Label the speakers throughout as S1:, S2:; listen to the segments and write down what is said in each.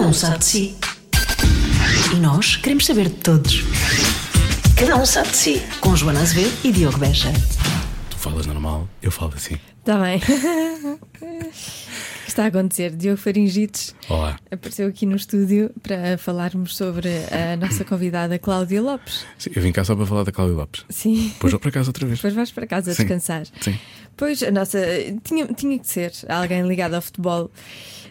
S1: um sabe de si. E nós queremos saber de todos. Cada um sabe de si. Com Joana Azevedo e Diogo Beja.
S2: Tu falas normal, eu falo assim.
S3: Está Tá bem. O que está a acontecer? Diogo Faringites
S2: Olá.
S3: apareceu aqui no estúdio para falarmos sobre a nossa convidada Cláudia Lopes.
S2: Sim, eu vim cá só para falar da Cláudia Lopes.
S3: Sim.
S2: Depois vou para casa outra vez.
S3: Depois vais para casa
S2: Sim,
S3: descansar.
S2: sim.
S3: Pois, a nossa. Tinha, tinha que ser alguém ligado ao futebol,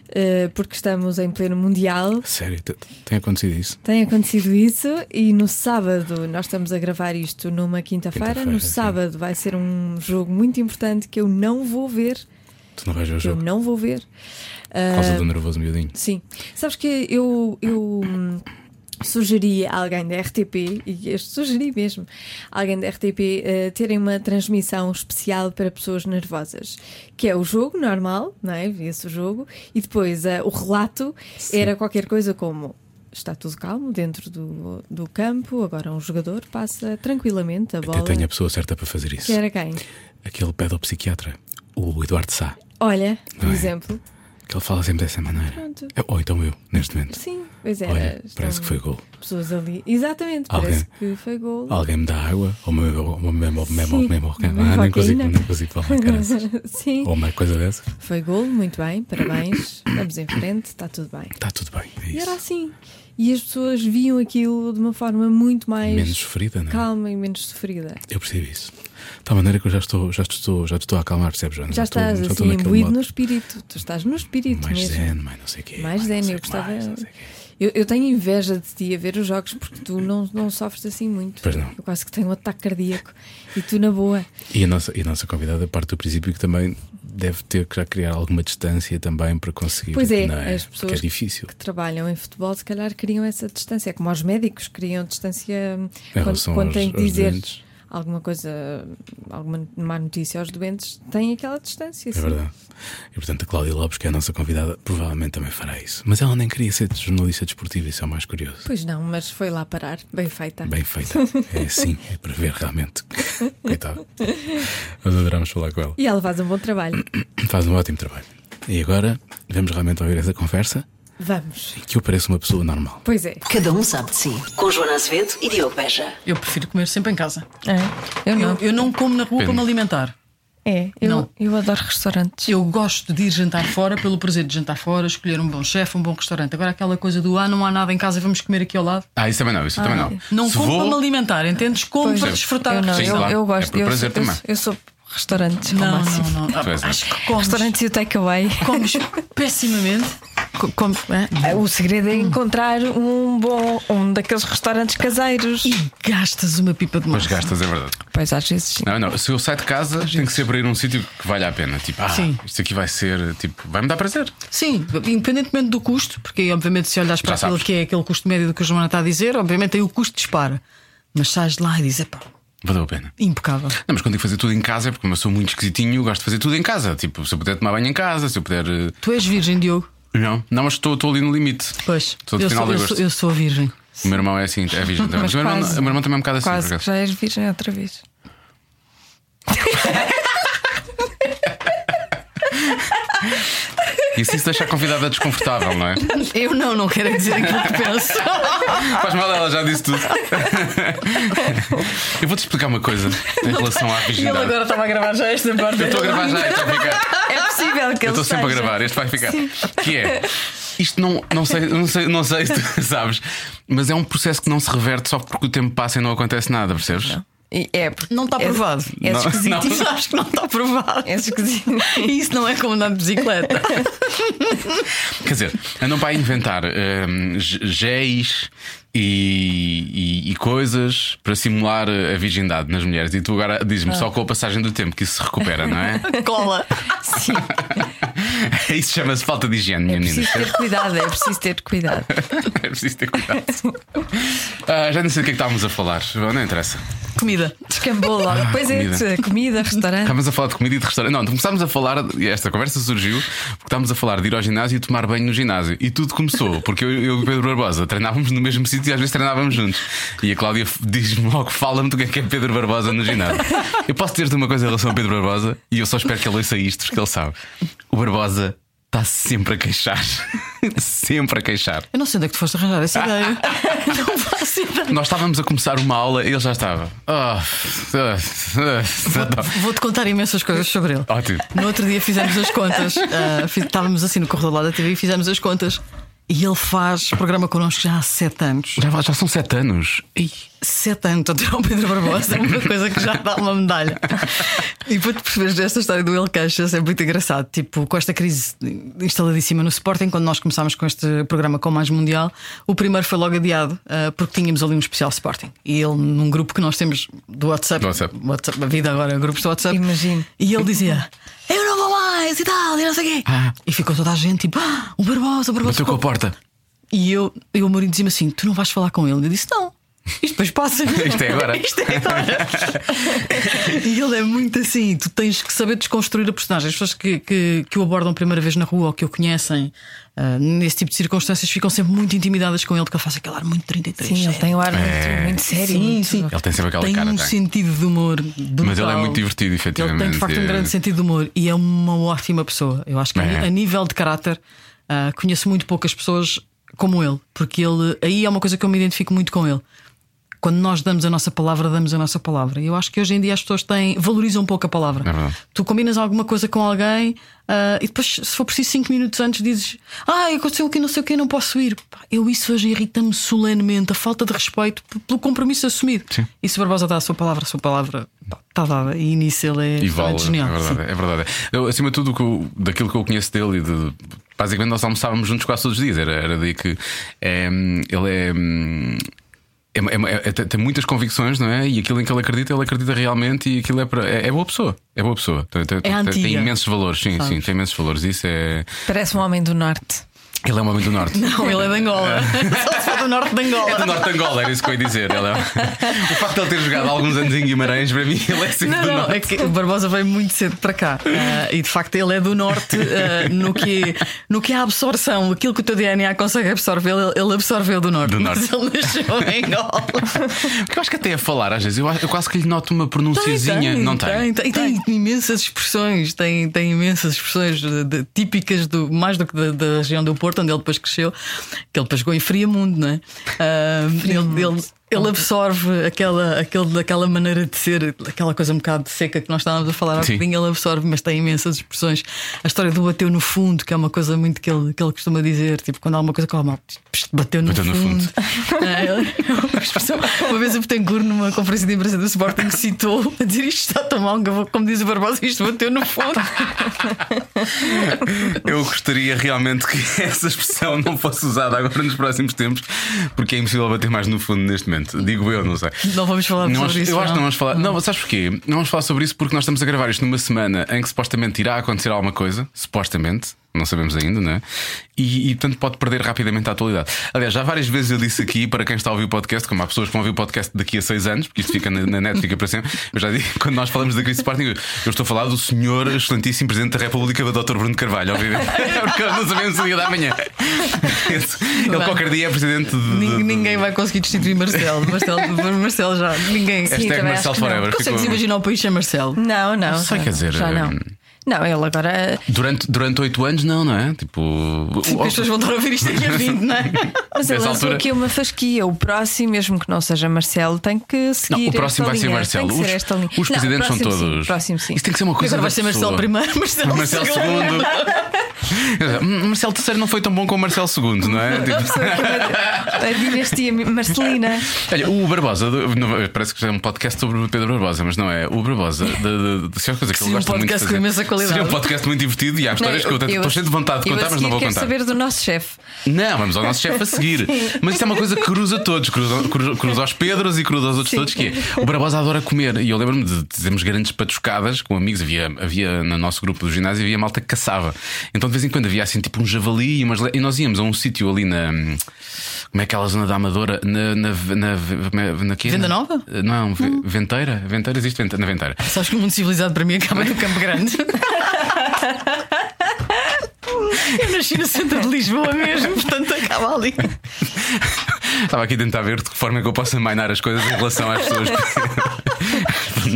S3: eh, porque estamos em pleno Mundial.
S2: Sério, te- tem acontecido isso?
S3: Tem acontecido isso e no sábado, nós estamos a gravar isto numa quinta-feira.
S2: Quinta-feira,
S3: no
S2: sim.
S3: sábado vai ser um jogo muito importante que eu não vou ver.
S2: Tu não vais ver o
S3: Que eu
S2: jogo
S3: não vou ver.
S2: por
S3: Ah,
S2: causa do nervoso miudinho.
S3: Sim. Sabes que eu, eu hum, sugeri a alguém da RTP, e este sugeri mesmo, a alguém da RTP eh, terem uma transmissão especial para pessoas nervosas, que é o jogo normal, não é? Via-se o jogo, e depois eh, o relato era qualquer coisa como. Está tudo calmo dentro do, do campo. Agora um jogador passa tranquilamente a bola.
S2: Até tenho a pessoa certa para fazer isso.
S3: Que era quem?
S2: Aquele pedopsiquiatra, o Eduardo Sá,
S3: Olha, por
S2: Não é?
S3: exemplo.
S2: que ele fala sempre dessa maneira.
S3: Pronto.
S2: Eu- Ou então eu, neste momento.
S3: Sim, pois é.
S2: Olha,
S3: estão
S2: parece que foi gol.
S3: Pessoas ali. Exatamente,
S2: Alguém-
S3: parece que foi gol.
S2: Alguém me dá água, ou me bebo, ou me bebo, ou me bebo, ou me bebo.
S3: Sim,
S2: Ah, nem consigo,
S3: cocaína.
S2: não consigo falar, Oh. caraças.
S3: Sim,
S2: Ou uma coisa dessa,
S3: foi gol, muito bem, parabéns, vamos em frente, está tudo bem.
S2: está tudo bem. É
S3: E
S2: isso.
S3: era assim. E as pessoas viam aquilo de uma forma muito mais
S2: Menos sofrida, não é?
S3: calma e menos sofrida.
S2: Eu percebo isso. De tal maneira que eu já estou, já te estou, já te estou a acalmar, percebes, Joana?
S3: Já
S2: estou-
S3: estás
S2: já estou
S3: assim
S2: naquele
S3: imbuído
S2: modo
S3: no espírito, tu estás no espírito
S2: Mais
S3: mesmo.
S2: zen, mais não sei o quê.
S3: Mais
S2: não
S3: zen,
S2: sei
S3: eu
S2: o que mais,
S3: gostava.
S2: não sei o quê.
S3: Eu, eu tenho inveja de ti a ver os jogos porque tu não, não sofres assim muito.
S2: Pois não.
S3: Eu quase que tenho um ataque cardíaco e tu na boa.
S2: E a, nossa, e a nossa convidada parte do princípio que também deve ter que já criar alguma distância também para conseguir.
S3: Pois é,
S2: não
S3: as
S2: Porque é
S3: pessoas
S2: difícil.
S3: que trabalham em futebol se calhar criam essa distância, É como os médicos criam distância hum,
S2: relação
S3: quando, quando
S2: aos-
S3: têm que
S2: aos
S3: dizer
S2: doentes.
S3: alguma coisa, alguma má notícia aos doentes, têm aquela distância.
S2: É
S3: sim.
S2: verdade. E portanto, a Cláudia Lopes, que é a nossa convidada, provavelmente também fará isso. Mas ela nem queria ser jornalista desportiva, isso é o mais curioso.
S3: Pois não, mas foi lá parar, bem feita.
S2: Bem feita. É assim, é para ver realmente. Coitado. Nós adorámos falar com ela.
S3: E ela faz um bom trabalho.
S2: Faz um ótimo trabalho. E agora, vamos realmente ouvir essa conversa
S3: Vamos.
S2: que eu pareço uma pessoa normal.
S3: Pois é.
S1: Cada um sabe de si. Com Joana Azevedo e Diogo Beja.
S4: Eu prefiro comer sempre em casa.
S3: Eu não.
S4: É, Eu, eu não como na rua para me alimentar.
S3: É, eu,
S4: Não.
S3: eu adoro restaurantes.
S4: Eu gosto de ir jantar fora pelo prazer de jantar fora, escolher um bom chefe, um bom restaurante. Agora aquela coisa do ah, não há nada em casa, vamos comer aqui ao lado.
S5: Ah, isso também não, isso também não.
S4: Não
S5: Se
S4: como
S5: vou,
S4: para me alimentar, entendes? Como
S3: Pois.
S4: para
S3: Eu
S4: desfrutar
S3: Eu
S4: a
S3: não,
S5: Sim,
S3: eu,
S4: refeição.
S5: claro.
S3: eu
S5: É
S3: gosto.
S5: por
S3: eu,
S5: prazer
S3: eu-
S5: também.
S3: eu sou restaurantes ao
S4: Não,
S3: máximo.
S4: não, não.
S5: Tu és,
S4: Acho que comes.
S3: Restaurantes e o takeaway.
S4: Comes pessimamente. Co- Comes, é?
S3: O segredo é encontrar um bom, um daqueles restaurantes caseiros.
S4: E gastas uma pipa de
S5: mas
S4: massa.
S5: gastas, é verdade.
S3: Pois às vezes sim.
S5: Não, não, se eu saio de casa, tem que ser para ir a um sítio que valha a pena. Tipo, ah,
S4: Sim.
S5: isto aqui vai ser, tipo, vai-me dar prazer.
S4: Sim, independentemente do custo, porque obviamente se olhas para
S5: Já
S4: aquilo
S5: sabes.
S4: que é aquele custo médio do que a Joana está a dizer, obviamente aí o custo dispara. Mas sais de lá e dizes, pá,
S5: Valeu a pena.
S4: impecável.
S5: Não, mas quando digo fazer tudo em casa é porque eu sou muito esquisitinho, eu gosto de fazer tudo em casa. Tipo, se eu puder tomar banho em casa, se eu puder. eh,
S4: Tu és virgem, Diogo?
S5: Não, não, mas estou, estou ali no limite.
S4: Pois.
S5: Estou de
S4: eu,
S5: final de
S4: sou, eu, sou,
S5: agosto.
S4: eu sou virgem.
S5: O meu irmão é assim, é virgem. também. Mas o meu irmão,
S3: quase.
S5: o meu irmão também é um bocado assim, por
S3: Quase que
S5: acaso.
S3: já és virgem outra vez.
S5: E se isso deixa a convidada desconfortável, não é?
S4: Eu não, não quero dizer aquilo que penso.
S5: Ah, Faz mal, ela já disse tudo. eu vou-te explicar uma coisa em relação à
S4: Ele
S5: virgindade.
S4: agora estava a gravar já esta parte.
S5: Eu estou a gravar já, então fica.
S3: É possível que
S5: Eu
S3: ele
S5: estou sempre a
S3: seja.
S5: gravar, este vai ficar. Que é. Isto não, não, sei, não, sei, não sei se tu sabes, mas é um processo que não se reverte só porque o tempo passa e não acontece nada, percebes?
S3: E É, porque
S4: Não está provado.
S3: é
S5: Não,
S3: esquisito.
S5: não.
S4: Tu sabes que não está provado.
S3: É esquisito.
S4: Isso não é como andar de bicicleta.
S5: Quer dizer, andam para aí inventar hum, g- géis e, e- e coisas para simular a virgindade nas mulheres. E tu agora diz-me só com a passagem do tempo que isso se recupera, não é?
S4: Cola.
S3: Sim,
S5: Isso chama-se falta de higiene, minha
S3: é
S5: menina.
S3: preciso ter cuidado, é preciso ter cuidado.
S5: É preciso ter cuidado. Ah, já não sei do que é que estávamos a falar, não interessa.
S4: Comida.
S3: Descambou logo. Pois é,
S5: Ah, comida.
S3: comida, comida restaurante.
S5: Estávamos a falar de comida e de restaurante. Não, começámos a falar, e esta conversa surgiu porque estávamos a falar de ir ao ginásio e tomar banho no ginásio. E tudo começou, porque eu, eu e o Pedro Barbosa treinávamos no mesmo sítio e às vezes treinávamos juntos. E a Cláudia f- diz-me logo: fala-me do que é que é Pedro Barbosa no ginásio. Eu posso dizer-te uma coisa em relação ao Pedro Barbosa e eu só espero que ele ouça isto, porque ele sabe. O Barbosa está sempre a queixar. Sempre a queixar.
S4: Eu não sei onde é que tu foste arranjar essa ideia. não faço ideia.
S5: Nós estávamos a começar uma aula e ele já estava. Ah, ah, ah, ah.
S4: Vou-te contar imensas coisas sobre ele.
S5: Ótimo.
S4: No outro dia fizemos as contas. ah, fiz- estávamos assim no corredor lá da TV e fizemos as contas. E ele faz programa connosco já há sete anos.
S5: Já, vai- já são sete anos. Ei,
S4: sete anos a tirar o Pedro Barbosa é uma coisa que já dá uma medalha. E para te perceberes desta história do Ele Queixa, é muito engraçado. Tipo, com esta crise instaladíssima no Sporting, quando nós começámos com este programa com mais Mundial, o primeiro foi logo adiado, ah, porque tínhamos ali um especial Sporting. E ele, num grupo que nós temos do WhatsApp,
S5: Do WhatsApp.
S4: a vida agora é grupos do WhatsApp,
S6: Imagino.
S4: e ele dizia: Eu não vou mais e tal, e não sei o quê.
S5: Ah.
S4: E ficou toda a gente tipo: "Ah, O Barbosa, o Barbosa.
S5: bateu com a porta.
S4: E eu, eu o Mourinho dizia-me assim: Tu não vais falar com ele? Eu disse: Não. Isto depois passa.
S5: Isto é agora.
S4: Isto é agora. e ele é muito assim: tu tens que saber desconstruir a personagem. As pessoas que, que, que o abordam primeira vez na rua ou que o conhecem, ah, nesse tipo de circunstâncias, ficam sempre muito intimidadas com ele, porque ele faz aquele ar muito 33.
S6: Sim, ele tem o ar muito,
S5: É.
S6: muito sério.
S4: Sim,
S6: muito-
S4: sim.
S5: Ele tem sempre aquela
S4: Tem
S5: cara,
S4: um
S5: tem.
S4: sentido de humor. Brutal.
S5: Mas ele é muito divertido,
S4: Ele tem de
S5: efetivamente.
S4: facto um
S5: É.
S4: grande sentido de humor e é uma ótima pessoa. Eu acho que a ni-
S5: É.
S4: a nível de caráter ah, conheço muito poucas pessoas como ele, porque ele aí é uma coisa que eu me identifico muito com ele. Quando nós damos a nossa palavra, damos a nossa palavra. E eu acho que hoje em dia as pessoas têm, valorizam um pouco a palavra.
S5: É verdade.
S4: tu combinas alguma coisa com alguém ah, e depois, se for preciso, cinco minutos antes dizes: Ah, aconteceu o que não sei o que, não posso ir. Pá, Eu isso hoje irrita-me solenemente, a falta de respeito p- pelo compromisso assumido.
S5: Sim.
S4: E se o Barbosa dá a sua palavra, a sua palavra pá, está dada. E nisso ele é
S5: E
S4: Excelente,
S5: vale, é
S4: genial.
S5: verdade, é verdade. Eu, acima de tudo, o que eu- daquilo que eu conheço dele e de. Basicamente, nós almoçávamos juntos quase todos os dias. Era, era daí que eh, ele é. hum, é uma- é uma- é- tem tem muitas convicções, não é? E aquilo em que ele acredita, ele acredita realmente e aquilo é para. É, é boa pessoa. É boa pessoa. Tem, tem- tem-
S4: antiga.
S5: tem imensos valores, sim, sim, tem imensos valores. Isso é.
S6: Parece um homem do norte.
S5: Ele é um homem do norte.
S4: Não, ele é de Angola. Só se for do norte de Angola.
S5: É do norte de Angola, era isso que eu ia dizer. Ele é- O facto de ele ter jogado alguns anos em Guimarães, para mim, ele é sempre
S4: Não,
S5: do
S4: não,
S5: norte.
S4: é que o Barbosa veio muito cedo para cá Ah, e de facto ele é do norte ah, no, que, no que é a absorção, aquilo que o teu DNA consegue absorver, ele, ele absorveu do norte.
S5: Do
S4: Mas ele nasceu em Angola.
S5: Porque eu acho que até a falar, às vezes, eu, eu quase que lhe noto uma pronunciazinha. não
S4: tem, tem, tem imensas expressões, tem, tem imensas expressões de- de- típicas do, mais do que da, da região do Porto, onde ele depois cresceu, que ele depois chegou em Friamundo, não é? Ah, ele, ele, ele absorve aquela, aquele, aquela maneira de ser, aquela coisa um bocado seca que nós estávamos a falar há
S5: Sim.
S4: bocadinho, ele absorve, mas tem imensas expressões. A história do bateu no fundo, que é uma coisa muito que ele, que ele costuma dizer, tipo, quando há alguma coisa que mal, "Psst, bateu no
S5: Bateu Então, no
S4: fundo.
S5: fundo.
S4: Ah, ele- uma expressão- Uma vez o Betancourt, numa conferência de imprensa do Sporting, citou a dizer isto está tão mal, que eu vou- como diz o Barbosa, isto bateu no fundo.
S5: Eu gostaria realmente que essa expressão não fosse usada agora nos próximos tempos, porque é impossível bater mais no fundo neste momento. Digo eu, não sei.
S4: Não vamos falar
S5: Não,
S4: sobre
S5: acho-
S4: isso.
S5: eu acho que não vamos falar. Não, sabes porquê? Não vamos falar sobre isso porque nós estamos a gravar isto numa semana em que supostamente irá acontecer alguma coisa, supostamente. Não sabemos ainda, não é? E, e portanto pode perder rapidamente a atualidade. Aliás, já várias vezes eu disse aqui, para quem está a ouvir o podcast, como há pessoas que vão ouvir o podcast daqui a seis anos, porque isto fica na, na net, fica para sempre. Eu já digo, quando nós falamos da crise de Sporting, eu eu estou a falar do senhor excelentíssimo Presidente da República, o Dr. Bruno Carvalho, obviamente. É Porque nós não sabemos o dia da manhã. Ele qualquer dia é Presidente de.
S4: Nin-
S5: de-
S4: Ninguém vai conseguir destituir Marcelo. Marcelo, Marcelo já. Ninguém.
S5: Hashtag
S6: também
S5: Marcelo
S6: acho que não.
S5: Forever.
S4: Consegues
S5: Ficou-
S4: imaginar o país sem Marcelo?
S6: Não, não.
S5: Não sei,
S6: já
S5: quer dizer,
S6: Já não.
S5: hum,
S6: Não, ele agora.
S5: Durante, durante 8 anos, não, não é? Tipo.
S4: Tipo, as pessoas vão estar a ouvir isto aqui a 20, não é?
S6: Mas ele lançou
S5: Nessa altura-
S6: aqui uma fasquia. O próximo, mesmo que não seja Marcelo, tem que seguir.
S5: Não, o
S6: esta
S5: próximo vai ser
S6: linha.
S5: Marcelo.
S6: Tem que
S5: Os,
S6: ser esta linha.
S5: os
S6: Não, o
S5: presidentes são
S6: próximo sim,
S5: todos.
S6: o próximo sim.
S5: Isso tem que ser uma coisa.
S4: Agora vai
S5: da
S4: ser Marcelo
S5: pessoa.
S4: primeiro, Marcelo,
S5: Marcelo segundo. Hum, Marcelo terceiro não foi tão bom como Marcelo segundo, não é? Tipo,
S6: A dinastia Marcelina.
S5: olha, o Barbosa, do- não, parece que já é um podcast sobre o Pedro Barbosa, mas não é. O Barbosa, de, de, de, se é uma coisa que ele
S4: Seria
S5: gosta
S4: um
S5: muito de
S4: podcast com
S5: fazer.
S4: imensa qualidade.
S5: Seria um podcast muito divertido e há histórias
S6: Não,
S5: que eu, estou cheio de vontade de
S6: eu a
S5: contar, mas não
S6: seguir
S5: vou
S6: quero
S5: contar.
S6: saber do nosso chefe.
S5: Não, vamos ao nosso chefe a seguir. Mas isto é uma coisa que cruza todos, cruza, cruza, cruza aos Pedros e cruza aos outros todos, que é o Barbosa adora comer. E eu lembro-me de dizermos grandes patuscadas com amigos. Havia, havia no nosso grupo do ginásio havia malta que caçava. Então de vez em quando havia assim tipo um javali e, umas le- e nós íamos a um sítio ali na. Como é aquela zona da Amadora? Na. na, na, na, na, quê?
S4: Venda Nova?
S5: Não, ve- Venteira. Venteira existe Vente- na Venteira.
S4: Sabes que o mundo civilizado para mim acaba no Campo Grande. Eu nasci no centro de Lisboa mesmo, portanto acaba ali.
S5: Estava aqui a tentar ver de que forma é que eu posso amainar as coisas em relação às pessoas.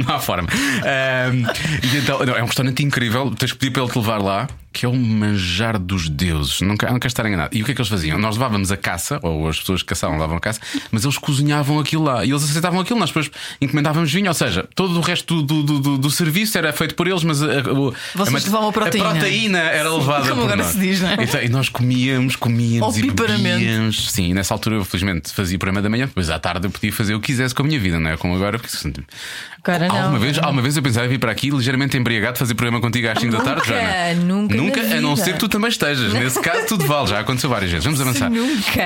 S5: não há forma. Ahm, e então, não, é um restaurante incrível, tens que pedir para ele te levar lá. que é o manjar dos deuses. Não quero, não quero estar enganado. E o que é que eles faziam? Nós levávamos a caça, ou as pessoas que caçavam levavam a caça, mas eles cozinhavam aquilo lá e eles aceitavam aquilo. Nós depois encomendávamos vinho, ou seja, todo o resto do, do, do- do serviço era feito por eles, mas a, a, o-
S4: Vocês
S5: mate-
S4: levavam a proteína.
S5: proteína era levada
S4: como
S5: por
S4: agora
S5: nós.
S4: se diz, não é?
S5: Então, e nós comíamos, comíamos
S4: Ou
S5: e
S4: piparamente.
S5: bebíamos. Sim, e nessa altura eu felizmente fazia o programa da manhã, depois à tarde eu podia fazer o que quisesse com a minha vida, não é? Como agora, porque se-
S6: Ah,
S4: Agora não,
S5: alguma, vez,
S4: agora não.
S5: alguma vez eu pensava em vir para aqui ligeiramente embriagado fazer programa contigo às 5 da tarde,
S6: Nunca,
S5: Joana.
S6: nunca na
S5: Nunca, a não
S6: vida.
S5: ser que tu também estejas. Nesse caso, tudo vale, já aconteceu várias vezes. Vamos avançar.
S6: Nunca.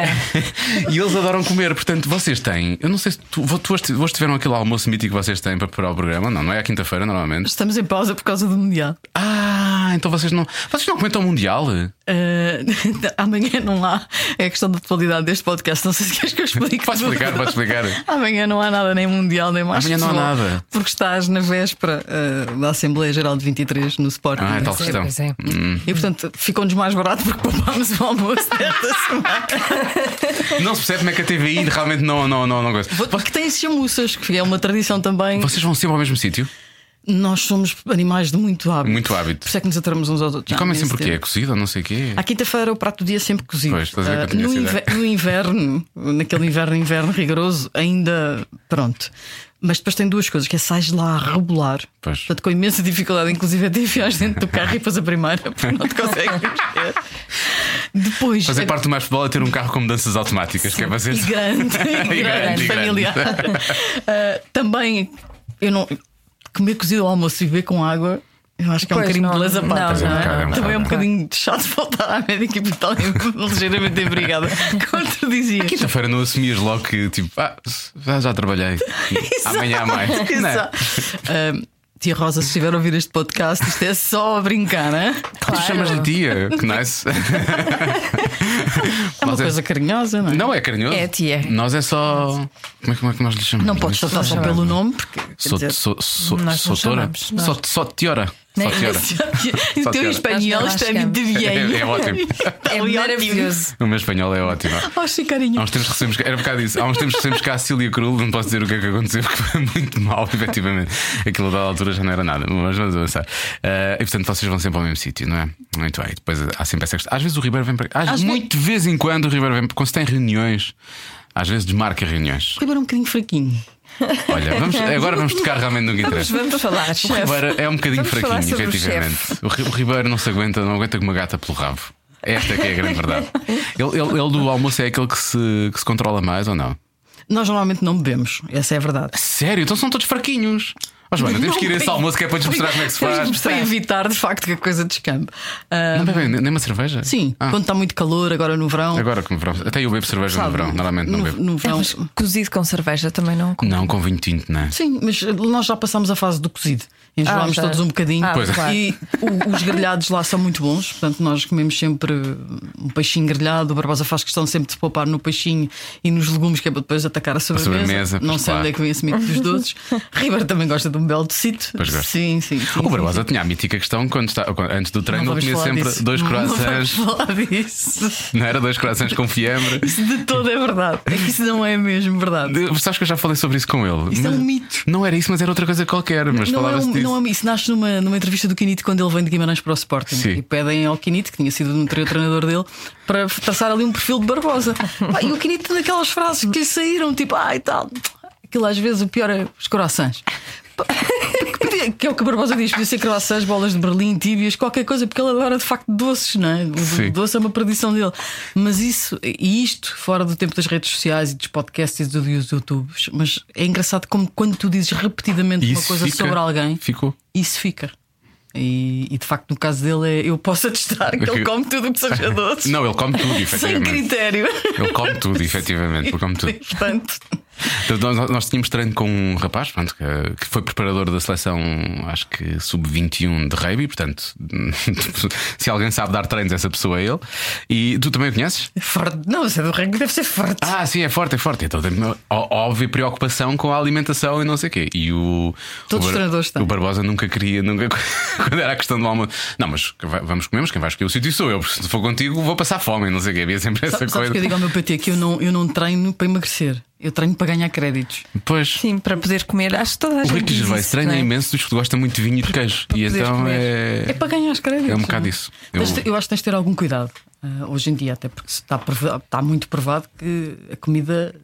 S5: E eles adoram comer, portanto, vocês têm. Eu não sei se tu, vo- tu hoje, hoje tiveram aquele almoço mítico que vocês têm para preparar o programa, não? Não é à quinta-feira, normalmente.
S4: Estamos em pausa por causa do Mundial.
S5: Ah, então vocês não. Vocês não comentam o Mundial?
S4: Ah, amanhã não há. É a questão da totalidade deste podcast. Não sei se queres que eu explique.
S5: Podes explicar,
S4: tudo.
S5: podes explicar.
S4: Amanhã não há nada, nem mundial, nem mais.
S5: Amanhã não há
S4: futebol,
S5: nada.
S4: Porque estás na véspera ah, da Assembleia Geral de 23 no Sport.
S5: Ah, hum. é tal
S1: Pois é,
S5: questão.
S1: pois é.
S4: E portanto ficou-nos mais barato porque poupámos o almoço desta semana.
S5: Não se percebe como é que a TVI realmente não, não, não, não gosta.
S4: Porque tem chamuças, que é uma tradição também.
S5: Vocês vão sempre ao mesmo sítio?
S4: Nós somos animais de muito hábito.
S5: Muito hábito.
S4: Por isso é que nos aturamos uns aos outros.
S5: E
S4: Há
S5: comem
S4: imenso
S5: sempre o quê? É
S4: tempo.
S5: cozido ou não sei o quê?
S4: À quinta-feira o prato do dia é sempre cozido.
S5: Pois, estás a ver que eu
S4: Ah,
S5: tinha
S4: no,
S5: essa
S4: inver- no inverno, naquele inverno, inverno rigoroso, ainda pronto. Mas depois tem duas coisas: que é sais lá a rebolar,
S5: Pois.
S4: portanto, com imensa dificuldade, inclusive até enfiares dentro do carro e depois a primeira, porque não te consegues mexer. Depois.
S5: Fazer parte do mais futebol é ter um carro com mudanças automáticas, que é fazer.
S4: E grande, e
S5: E grande,
S4: grande,
S5: e
S4: familiar. Ah, também, eu não. Comer cozido ao almoço e beber com água. Eu acho que é um
S6: Pois,
S4: bocadinho
S6: não,
S4: de lesa pata,
S6: não,
S5: não,
S4: não é?
S5: não, não.
S4: Também é um
S5: não.
S4: bocadinho chato voltar à médica e tal, ligeiramente obrigada. Quanto dizias?
S5: Quinta-feira não assumias logo que tipo, ah, já, já trabalhei. Amanhã há mais. Não é?
S4: Exato. Ah, tia Rosa, se estiver a ouvir este podcast, isto é só a brincar, não é?
S5: Tu chamas-lhe tia, que nice.
S4: É uma
S5: Nós é-
S4: coisa carinhosa, não é?
S5: Não é carinhoso.
S1: É tia.
S5: Nós é só. Como é, que- como é que nós lhe chamamos?
S4: Não podes tratar só pelo nome, porque. quer
S5: Sou,
S4: dizer,
S5: sou, sou,
S6: nós
S5: sou
S6: não
S5: tora?
S6: chamamos, nós-
S5: Só, só tiora. Só
S1: Nem-
S5: tiora.
S6: então,
S4: o
S5: que
S4: teu
S5: era.
S4: espanhol
S6: Acho que
S4: está
S6: lá
S4: muito bem.
S5: É- é ótimo.
S4: Está
S1: É
S4: ali ótimo.
S1: maravilhoso.
S5: O meu espanhol é ótimo.
S4: Oh,
S5: Há
S4: Chicarinho.
S5: uns tempos recebemos. Era um bocado isso. Há uns tempos recebemos cá a Cília Cruz. Não posso dizer o que é que aconteceu, porque foi muito mal, efetivamente. Aquilo da altura já não era nada. Mas vamos avançar. Ah, e portanto, vocês vão sempre ao mesmo sítio, não é? Muito bem. Depois há sempre essa questão. Às vezes o Ribeiro vem para. Às,
S4: Às
S5: muito de vez em quando o Ribeiro vem. Quando se tem reuniões, às vezes desmarca reuniões.
S4: O Ribeiro é um bocadinho fraquinho.
S5: Olha, vamos, agora vamos tocar realmente no que interessa.
S6: Vamos falar.
S5: O Ribeiro é um bocadinho
S6: Vamos falar
S5: fraquinho,
S6: sobre o
S5: efetivamente. O, Ri- o Ribeiro não se aguenta, não aguenta com uma gata pelo rabo. Esta é que é a grande verdade. Ele, ele- ele do almoço é aquele que se, que se controla mais ou não?
S4: Nós normalmente não bebemos, essa é a verdade.
S5: Sério? Então são todos fraquinhos. Ó Joana, temos
S4: Não
S5: que ir a esse
S4: bem.
S5: almoço que é para te mostrar como é que se
S4: Temos
S5: faz.
S4: de- Para evitar de facto que a coisa descambe. Ah,
S5: Não bebem nem uma cerveja?
S4: sim,
S5: Ah,
S4: quando está muito calor, agora no verão.
S5: agora que no verão. Até eu bebo cerveja no
S4: sabe,
S5: verão, normalmente não
S4: no-
S5: bebo.
S4: no
S6: É,
S4: verão-
S6: mas cozido com cerveja também não como.
S5: Não, com vinho tinto, não é?
S4: Sim, mas nós já passámos a fase do cozido. Enjoámos
S6: Ah, tá.
S4: todos um bocadinho.
S6: Ah,
S5: Pois é.
S6: claro.
S4: E o- os grelhados lá são muito bons. Portanto, nós comemos sempre um peixinho grelhado. O Barbosa faz questão sempre de poupar no peixinho e nos legumes, que é para depois atacar a sobremesa.
S5: sobremesa,
S4: não
S5: pois
S4: sei
S5: claro.
S4: onde é que vem esse mito dos doces. Ribeiro também gosta de um belo tecito.
S5: Pois gosta.
S4: Sim, sim. sim,
S5: O
S4: sim,
S5: Barbosa
S4: sim.
S5: tinha a mítica questão quando está, quando- antes do
S4: Não
S5: treino, ele
S4: vamos
S5: tinha
S4: falar
S5: sempre
S4: disso.
S5: dois
S4: Não-
S5: croissants.
S4: Não vamos falar disso.
S5: Não, era dois croissants com fiambre.
S4: Isso de todo é verdade. É que isso não é mesmo verdade.
S5: De- Sabes que eu já falei sobre isso com ele?
S4: Isso é
S5: Mas-
S4: um mito.
S5: Não era isso, mas era outra coisa qualquer. Mas
S4: Não é,
S5: falava-se
S4: um,
S5: disso.
S4: não é um- isso nasce numa, numa entrevista do Quinito quando ele vem de Guimarães para o Sporting
S5: Sim.
S4: e pedem ao Quinito, que tinha sido um tre- treinador dele, para traçar ali um perfil de Barbosa. Pá, e o Quinito tem aquelas frases que lhe saíram, tipo, ah, e tal. Aquilo às vezes o pior é os croissants. Pá, que podia- Que é o que o Barbosa diz, podia ser croissants, bolas de Berlim, tíbias, qualquer coisa, porque ele adora de facto doces, não é? O do-
S5: Sim.
S4: doce é uma perdição dele. Mas isso, e isto, fora do tempo das redes sociais e dos podcasts e do- dos YouTubes, mas é engraçado como quando tu dizes repetidamente
S5: E
S4: é uma
S5: isso
S4: coisa
S5: fica-
S4: sobre alguém,
S5: Ficou.
S4: isso fica. E, e, de facto, no caso dele, é, eu posso atestar que ele come tudo o que seja doce.
S5: Não, ele come tudo,
S4: Sem
S5: efetivamente.
S4: critério.
S5: Ele come tudo, efetivamente. Ele come tudo.
S4: Portanto,
S5: Então, Nós, nós tínhamos treino com um rapaz pronto, que, que foi preparador da seleção, acho que sub-21 de rugby. Portanto, se alguém sabe dar treinos, essa pessoa é ele. E tu também o conheces?
S4: é forte. Não, isso é do rugby, deve ser forte.
S5: Ah, sim, é forte, é forte. Então, tem uma ó- óbvia preocupação com a alimentação e não sei o quê. E o.
S4: Todos
S5: o
S4: os treinadores têm.
S5: O Barbosa nunca queria, nunca. quando era a questão do almoço. Não, mas vai- vamos comermos, quem vai escolher o sítio sou eu, porque se for contigo vou passar fome, não sei o quê. Havia sempre essa
S4: Sabe- Sabes
S5: coisa.
S4: que eu digo ao meu PT que eu não, eu não treino para emagrecer. Eu treino para ganhar créditos.
S5: Pois.
S6: Sim, para poder comer. Acho que toda a
S5: O
S6: gente.
S5: Ricky
S6: diz
S5: Gervais
S6: isso,
S5: treina
S6: não é?
S5: imenso dos que gostam muito de vinho e de queijo. E
S4: Poderes
S5: então
S4: comer.
S5: é.
S4: É para ganhar os créditos.
S5: É um bocado
S4: não
S5: isso. Eu-
S4: Mas te- Eu... acho que tens de ter algum cuidado ah, hoje em dia, até porque se está, prova- está muito provado que a comida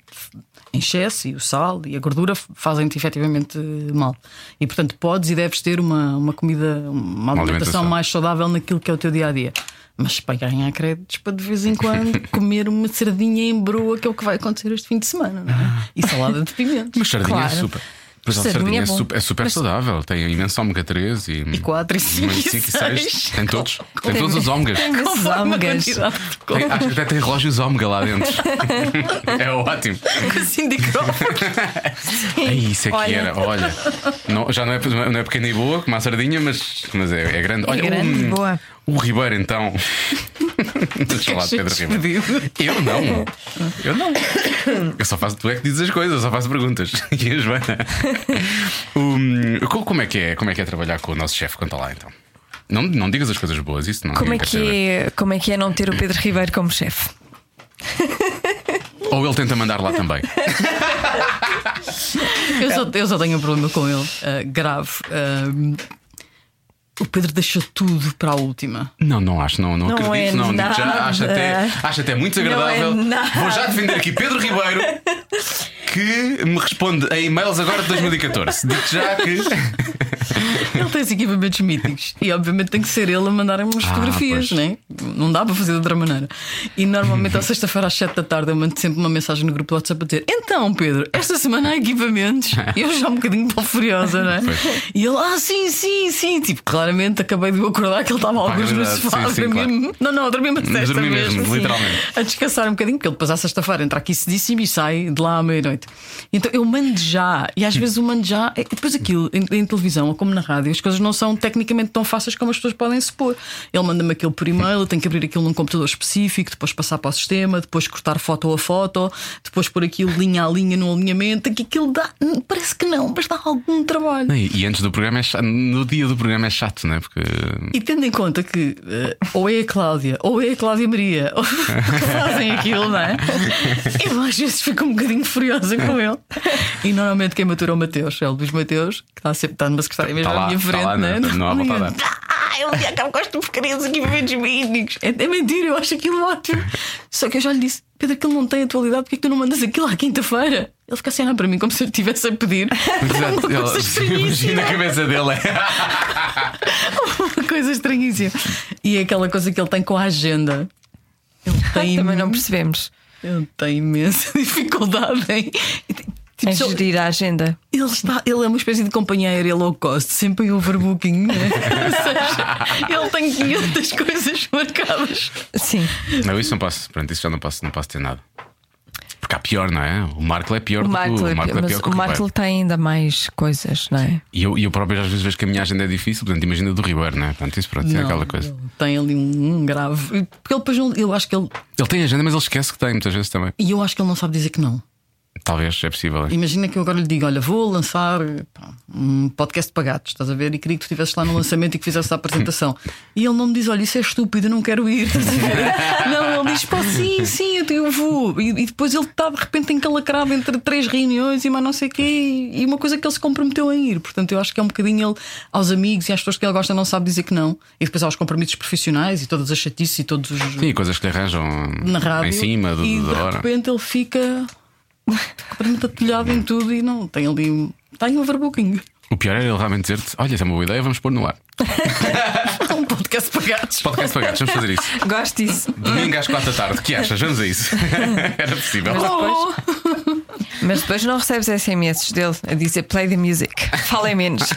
S4: em excesso e o sal e a gordura f- fazem-te efetivamente eh, mal. E portanto podes e deves ter uma, uma comida, uma alimentação,
S5: alimentação.
S4: mais saudável naquilo que é o teu dia a dia. Mas para ganhar créditos, para de vez em quando comer uma sardinha em broa, que é o que vai acontecer este fim de semana, não é? E salada de pimenta.
S5: Mas sardinha é
S6: Claro.
S5: super. Por exemplo,
S6: Sardinha
S5: sardinha
S6: é
S5: é
S6: bom.
S5: super, é super saudável. Tem imenso ômega 3 e.
S4: E 4 e 5
S5: e 5 e 6. Tem todos. Tem todos os ômegas.
S6: Tem esses ômegas.
S5: Tem- acho que até tem relógios ômega lá dentro. é ótimo.
S4: Cindy Crawford.
S5: Ai, isso é que
S6: Olha.
S5: era, olha. Não- já não é, não é pequena e boa, como a sardinha, mas, mas é, é grande. Olha,
S6: grande e
S5: um-
S6: boa.
S5: O Ribeiro, então. Deixa lá, Pedro Ribeiro. Eu não. Eu não. Eu só faço. Tu é que dizes as coisas, eu só faço perguntas. E a Joana. Um, co- como, é que é, como é que é trabalhar com o nosso chefe? Conta lá então. Não, não digas as coisas boas, isso não
S6: Como é,
S5: ninguém quer
S6: que
S5: saber.
S6: é, como é que é não ter o Pedro Ribeiro como chefe? é?
S5: Ou ele tenta mandar lá também.
S4: Eu só, eu só tenho um problema com ele, ah, grave. Ah, o Pedro deixa tudo para a última.
S5: Não, não acho, não, não,
S6: Não
S5: acredito.
S6: é
S5: não, digo já
S6: nada.
S5: acho até, acho até muito desagradável.
S6: Não é nada.
S5: Vou já defender aqui Pedro Ribeiro, que me responde a e-mails agora de 2014. Digo já que.
S4: Ele tem assim equipamentos míticos e, obviamente, tem que ser ele a mandar umas fotografias,
S5: Ah, pois. Uhum.
S4: né? não dá para fazer de outra maneira. E normalmente, à sexta-feira, às 7 da tarde, eu mando sempre uma mensagem no grupo do WhatsApp a dizer: Então, Pedro, esta semana há equipamentos. E Eu já um bocadinho tão furiosa, não é? E ele: Ah, sim, sim, sim. Tipo, claramente, acabei de me acordar que ele estava alguns no
S5: é verdade,
S4: sofá.
S5: sim, sim,
S4: dormia- Não, não, dormia-me de
S5: Mas
S4: sexta
S5: dormi
S4: mesmo.
S5: mesmo,
S4: sim.
S5: literalmente.
S4: a descansar um bocadinho, porque ele depois à sexta-feira entra aqui cedíssimo e sai de lá à meia-noite. Então eu mando já, e às vezes o mando já, é, e depois aquilo em, em televisão ou como na rádio, as coisas não são tecnicamente tão fáceis como as pessoas podem supor. Ele manda-me aquilo por e-mail, eu tenho que abrir aquilo num computador específico, depois passar para o sistema, depois cortar foto a foto, depois pôr aquilo linha a linha no alinhamento, que aquilo dá, hum, parece que não, mas dá algum trabalho.
S5: Não, E, e antes do programa é chato. No dia do programa é chato, não é? Porque.
S4: E tendo em conta que eh, ou é a Cláudia ou é a Cláudia Maria ou que fazem aquilo, não é? Eu às vezes fico um bocadinho furiosa com ele. E normalmente quem matura é o Mateus, é o Luís Mateus, que está sempre está numa secretária mesmo
S5: Tá lá,
S4: à minha
S5: tá
S4: frente,
S5: lá,
S4: não é?
S5: não- não há volta a dar.
S4: Ah, eu li acabo com estas porcarias aqui equipamentos mínimos. É, é mentira, eu acho aquilo ótimo. Só que eu já lhe disse, Pedro, aquilo não tem atualidade, porque é que tu não mandas aquilo à quinta-feira? Ele fica assim a olhar para mim como se eu estivesse a pedir.
S5: é? Exato,
S4: Uma coisa
S5: ele-
S4: estranhíssima.
S5: imagina a cabeça dele. é,
S4: Uma coisa estranhíssima. E é aquela coisa que ele tem com a agenda. Ele tem,
S6: Também não percebemos.
S4: ele tem imensa dificuldade em. tipo,
S6: Em
S4: só-
S6: gerir a agenda.
S4: ele, está, ele é uma espécie de companheiro aérea low cost, sempre em overbooking. né? Ou seja, ele tem 500 coisas marcadas.
S6: Sim.
S5: Não, isso não posso. Pronto, isso já não posso, não posso ter nada. Porque há pior, não é? O Marco é pior
S6: O
S5: do que
S6: Marco,
S5: o Marco é
S6: mas
S5: pior que
S6: o
S5: o Ribeiro.
S6: Marco tem ainda mais coisas, não é?
S5: E eu, e eu próprio às vezes vejo que a minha agenda é difícil, portanto, imagina a do Ribeiro, não é? Portanto, isso pronto, é
S4: Não,
S5: aquela coisa.
S4: ele Tem ali um, um grave. Porque ele depois não- eu acho que ele.
S5: Ele tem agenda, mas ele esquece que tem, muitas vezes também.
S4: E eu acho que ele não sabe dizer que não.
S5: Talvez, é possível. é?
S4: Imagina que eu agora lhe digo: Olha, vou lançar pá, um podcast de pagados, estás a ver? E queria que tu estivesse lá no lançamento e que fizesse a apresentação. E ele não me diz: Olha, isso é estúpido, eu não quero ir, estás a ver? Não, ele diz: Pá, sim, sim, eu, te- eu vou. E, e depois ele está de repente encalacrado entre três reuniões e mais não sei o quê, e, e uma coisa que ele se comprometeu em ir. Portanto, eu acho que é um bocadinho ele, aos amigos e às pessoas que ele gosta, não sabe dizer que não. E depois há os compromissos profissionais e todas as chatices e todos os.
S5: Sim, coisas que lhe arranjam
S4: Na rádio,
S5: em cima do,
S4: e
S5: da
S4: de
S5: hora.
S4: repente ele fica completamente atulhado em tudo e não tem ali. um- Tem um overbooking.
S5: O pior era ele realmente dizer-te: Olha, essa é uma boa ideia, vamos pôr no ar.
S4: Um podcast para gatos.
S5: Podcast para gatos, vamos fazer isso.
S6: Gosto disso.
S5: Domingo às quatro da tarde, que achas? Vamos a isso. era possível.
S4: Oh,
S6: Mas depois não recebes SMS dele a dizer play the music. Falem menos.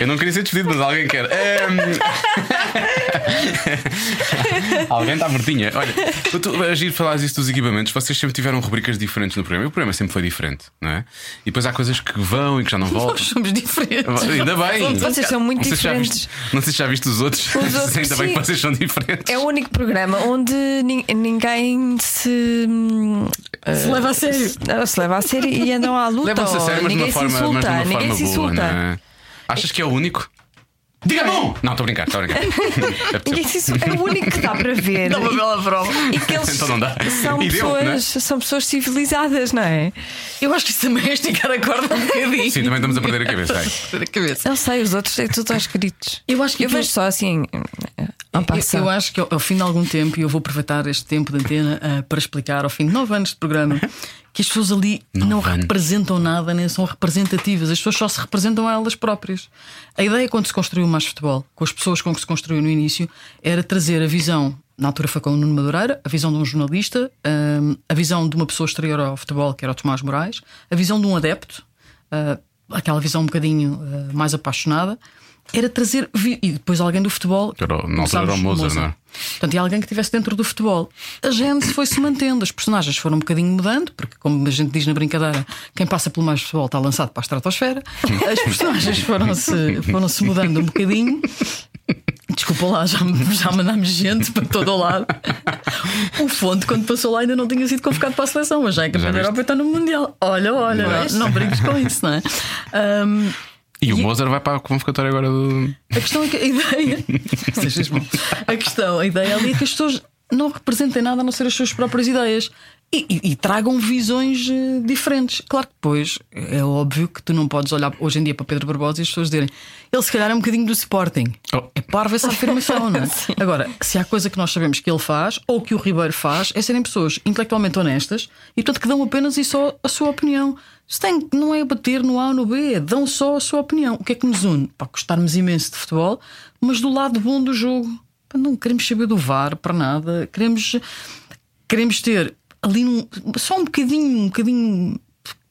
S5: Eu não queria ser despedido, mas alguém quer. Ehm. alguém está mortinha. Olha, tu, a Giro falares isso dos equipamentos, vocês sempre tiveram rubricas diferentes no programa. E o programa sempre foi diferente, não é? E depois há coisas que vão e que já não voltam.
S4: nós somos diferentes. um
S5: Ainda bem.
S6: Vocês são muito
S5: não sei se já
S6: diferentes.
S5: viste, não sei se já viste os outros, mas
S6: outros,
S5: ainda bem
S6: sim.
S5: que vocês são diferentes.
S6: É o único programa onde nin- ninguém se, hum,
S4: Se leva a sério.
S6: não, se leva a sério e andam à luta.
S5: Levam-se a
S6: ou
S5: sério, mas de uma
S6: ninguém
S5: forma, é?
S6: se insulta.
S5: mas de uma
S6: ninguém
S5: forma
S6: se
S5: boa,
S6: insulta.
S5: não é? Achas que é o único? Diga não! Não, estou a brincar, estou a brincar. É
S3: E
S5: possível.
S3: isso, isso é o único que dá para ver.
S4: Dá É uma
S3: E-
S4: bela prova.
S3: E que eles
S5: Então não dá.
S3: São,
S5: E deu,
S3: pessoas,
S5: não é?
S3: são pessoas civilizadas, não é?
S4: Eu acho que isso também é esticar a corda um bocadinho.
S5: Sim, também estamos a perder a cabeça. aí.
S4: Perder a cabeça.
S3: Eu sei, os outros têm tudo aos gritos.
S4: Eu acho que
S3: eu
S4: aquilo-
S3: vejo só assim. Ao passo.
S4: Eu, eu acho que ao, ao fim de algum tempo, e eu vou aproveitar este tempo de antena ah, para explicar, ao fim de nove anos de programa, que as pessoas ali não
S5: anos.
S4: representam nada, nem são representativas, as pessoas só se representam a elas próprias. A ideia quando se construiu o mais futebol, com as pessoas com que se construiu no início, era trazer a visão. Na altura foi com o Nuno Madureira, a visão de um jornalista, ah, a visão de uma pessoa exterior ao futebol, que era o Tomás Moraes, a visão de um adepto, ah, aquela visão um bocadinho ah, mais apaixonada, era trazer. vi- E depois alguém do futebol
S5: Que era o- na
S4: Começámos
S5: altura era o
S4: com
S5: Mozart, não é?
S4: Portanto, e alguém que estivesse dentro do futebol. A gênese foi-se mantendo, os personagens foram um bocadinho mudando, porque, como a gente diz na brincadeira, quem passa pelo mais futebol está lançado para a estratosfera. As personagens foram-se foram -se mudando um bocadinho. Desculpa lá, já, já mandámos gente para todo o lado. O Fonte, quando passou lá, ainda não tinha sido convocado para a seleção, mas já é campeão
S5: viste?
S4: da
S5: é?
S4: Europa e está no Mundial. Olha, olha,
S5: Já
S4: não-
S5: viste?
S4: não brinques com isso, não é? Ahm,
S5: E o Mozart vai para a convocatória agora do.
S4: a questão é que a ideia. Sejas bom. A questão, a ideia ali é que as pessoas não representem nada a não ser as suas próprias ideias. E, e- e tragam visões eh, diferentes. Claro que depois é óbvio que tu não podes olhar hoje em dia para Pedro Barbosa e as pessoas dizerem ele se calhar é um bocadinho do Sporting.
S5: Oh.
S4: É parva essa afirmação, não é? Agora, se há coisa que nós sabemos que ele faz ou que o Ribeiro faz, é serem pessoas intelectualmente honestas e, portanto, que dão apenas e só a sua opinião. Se tem, não é bater no A ou no B, é dão só a sua opinião. O que é que nos une? Para gostarmos imenso de futebol, mas do lado bom do jogo. Pá, Não queremos saber do VAR para nada, queremos, queremos ter ali num- só um bocadinho, um bocadinho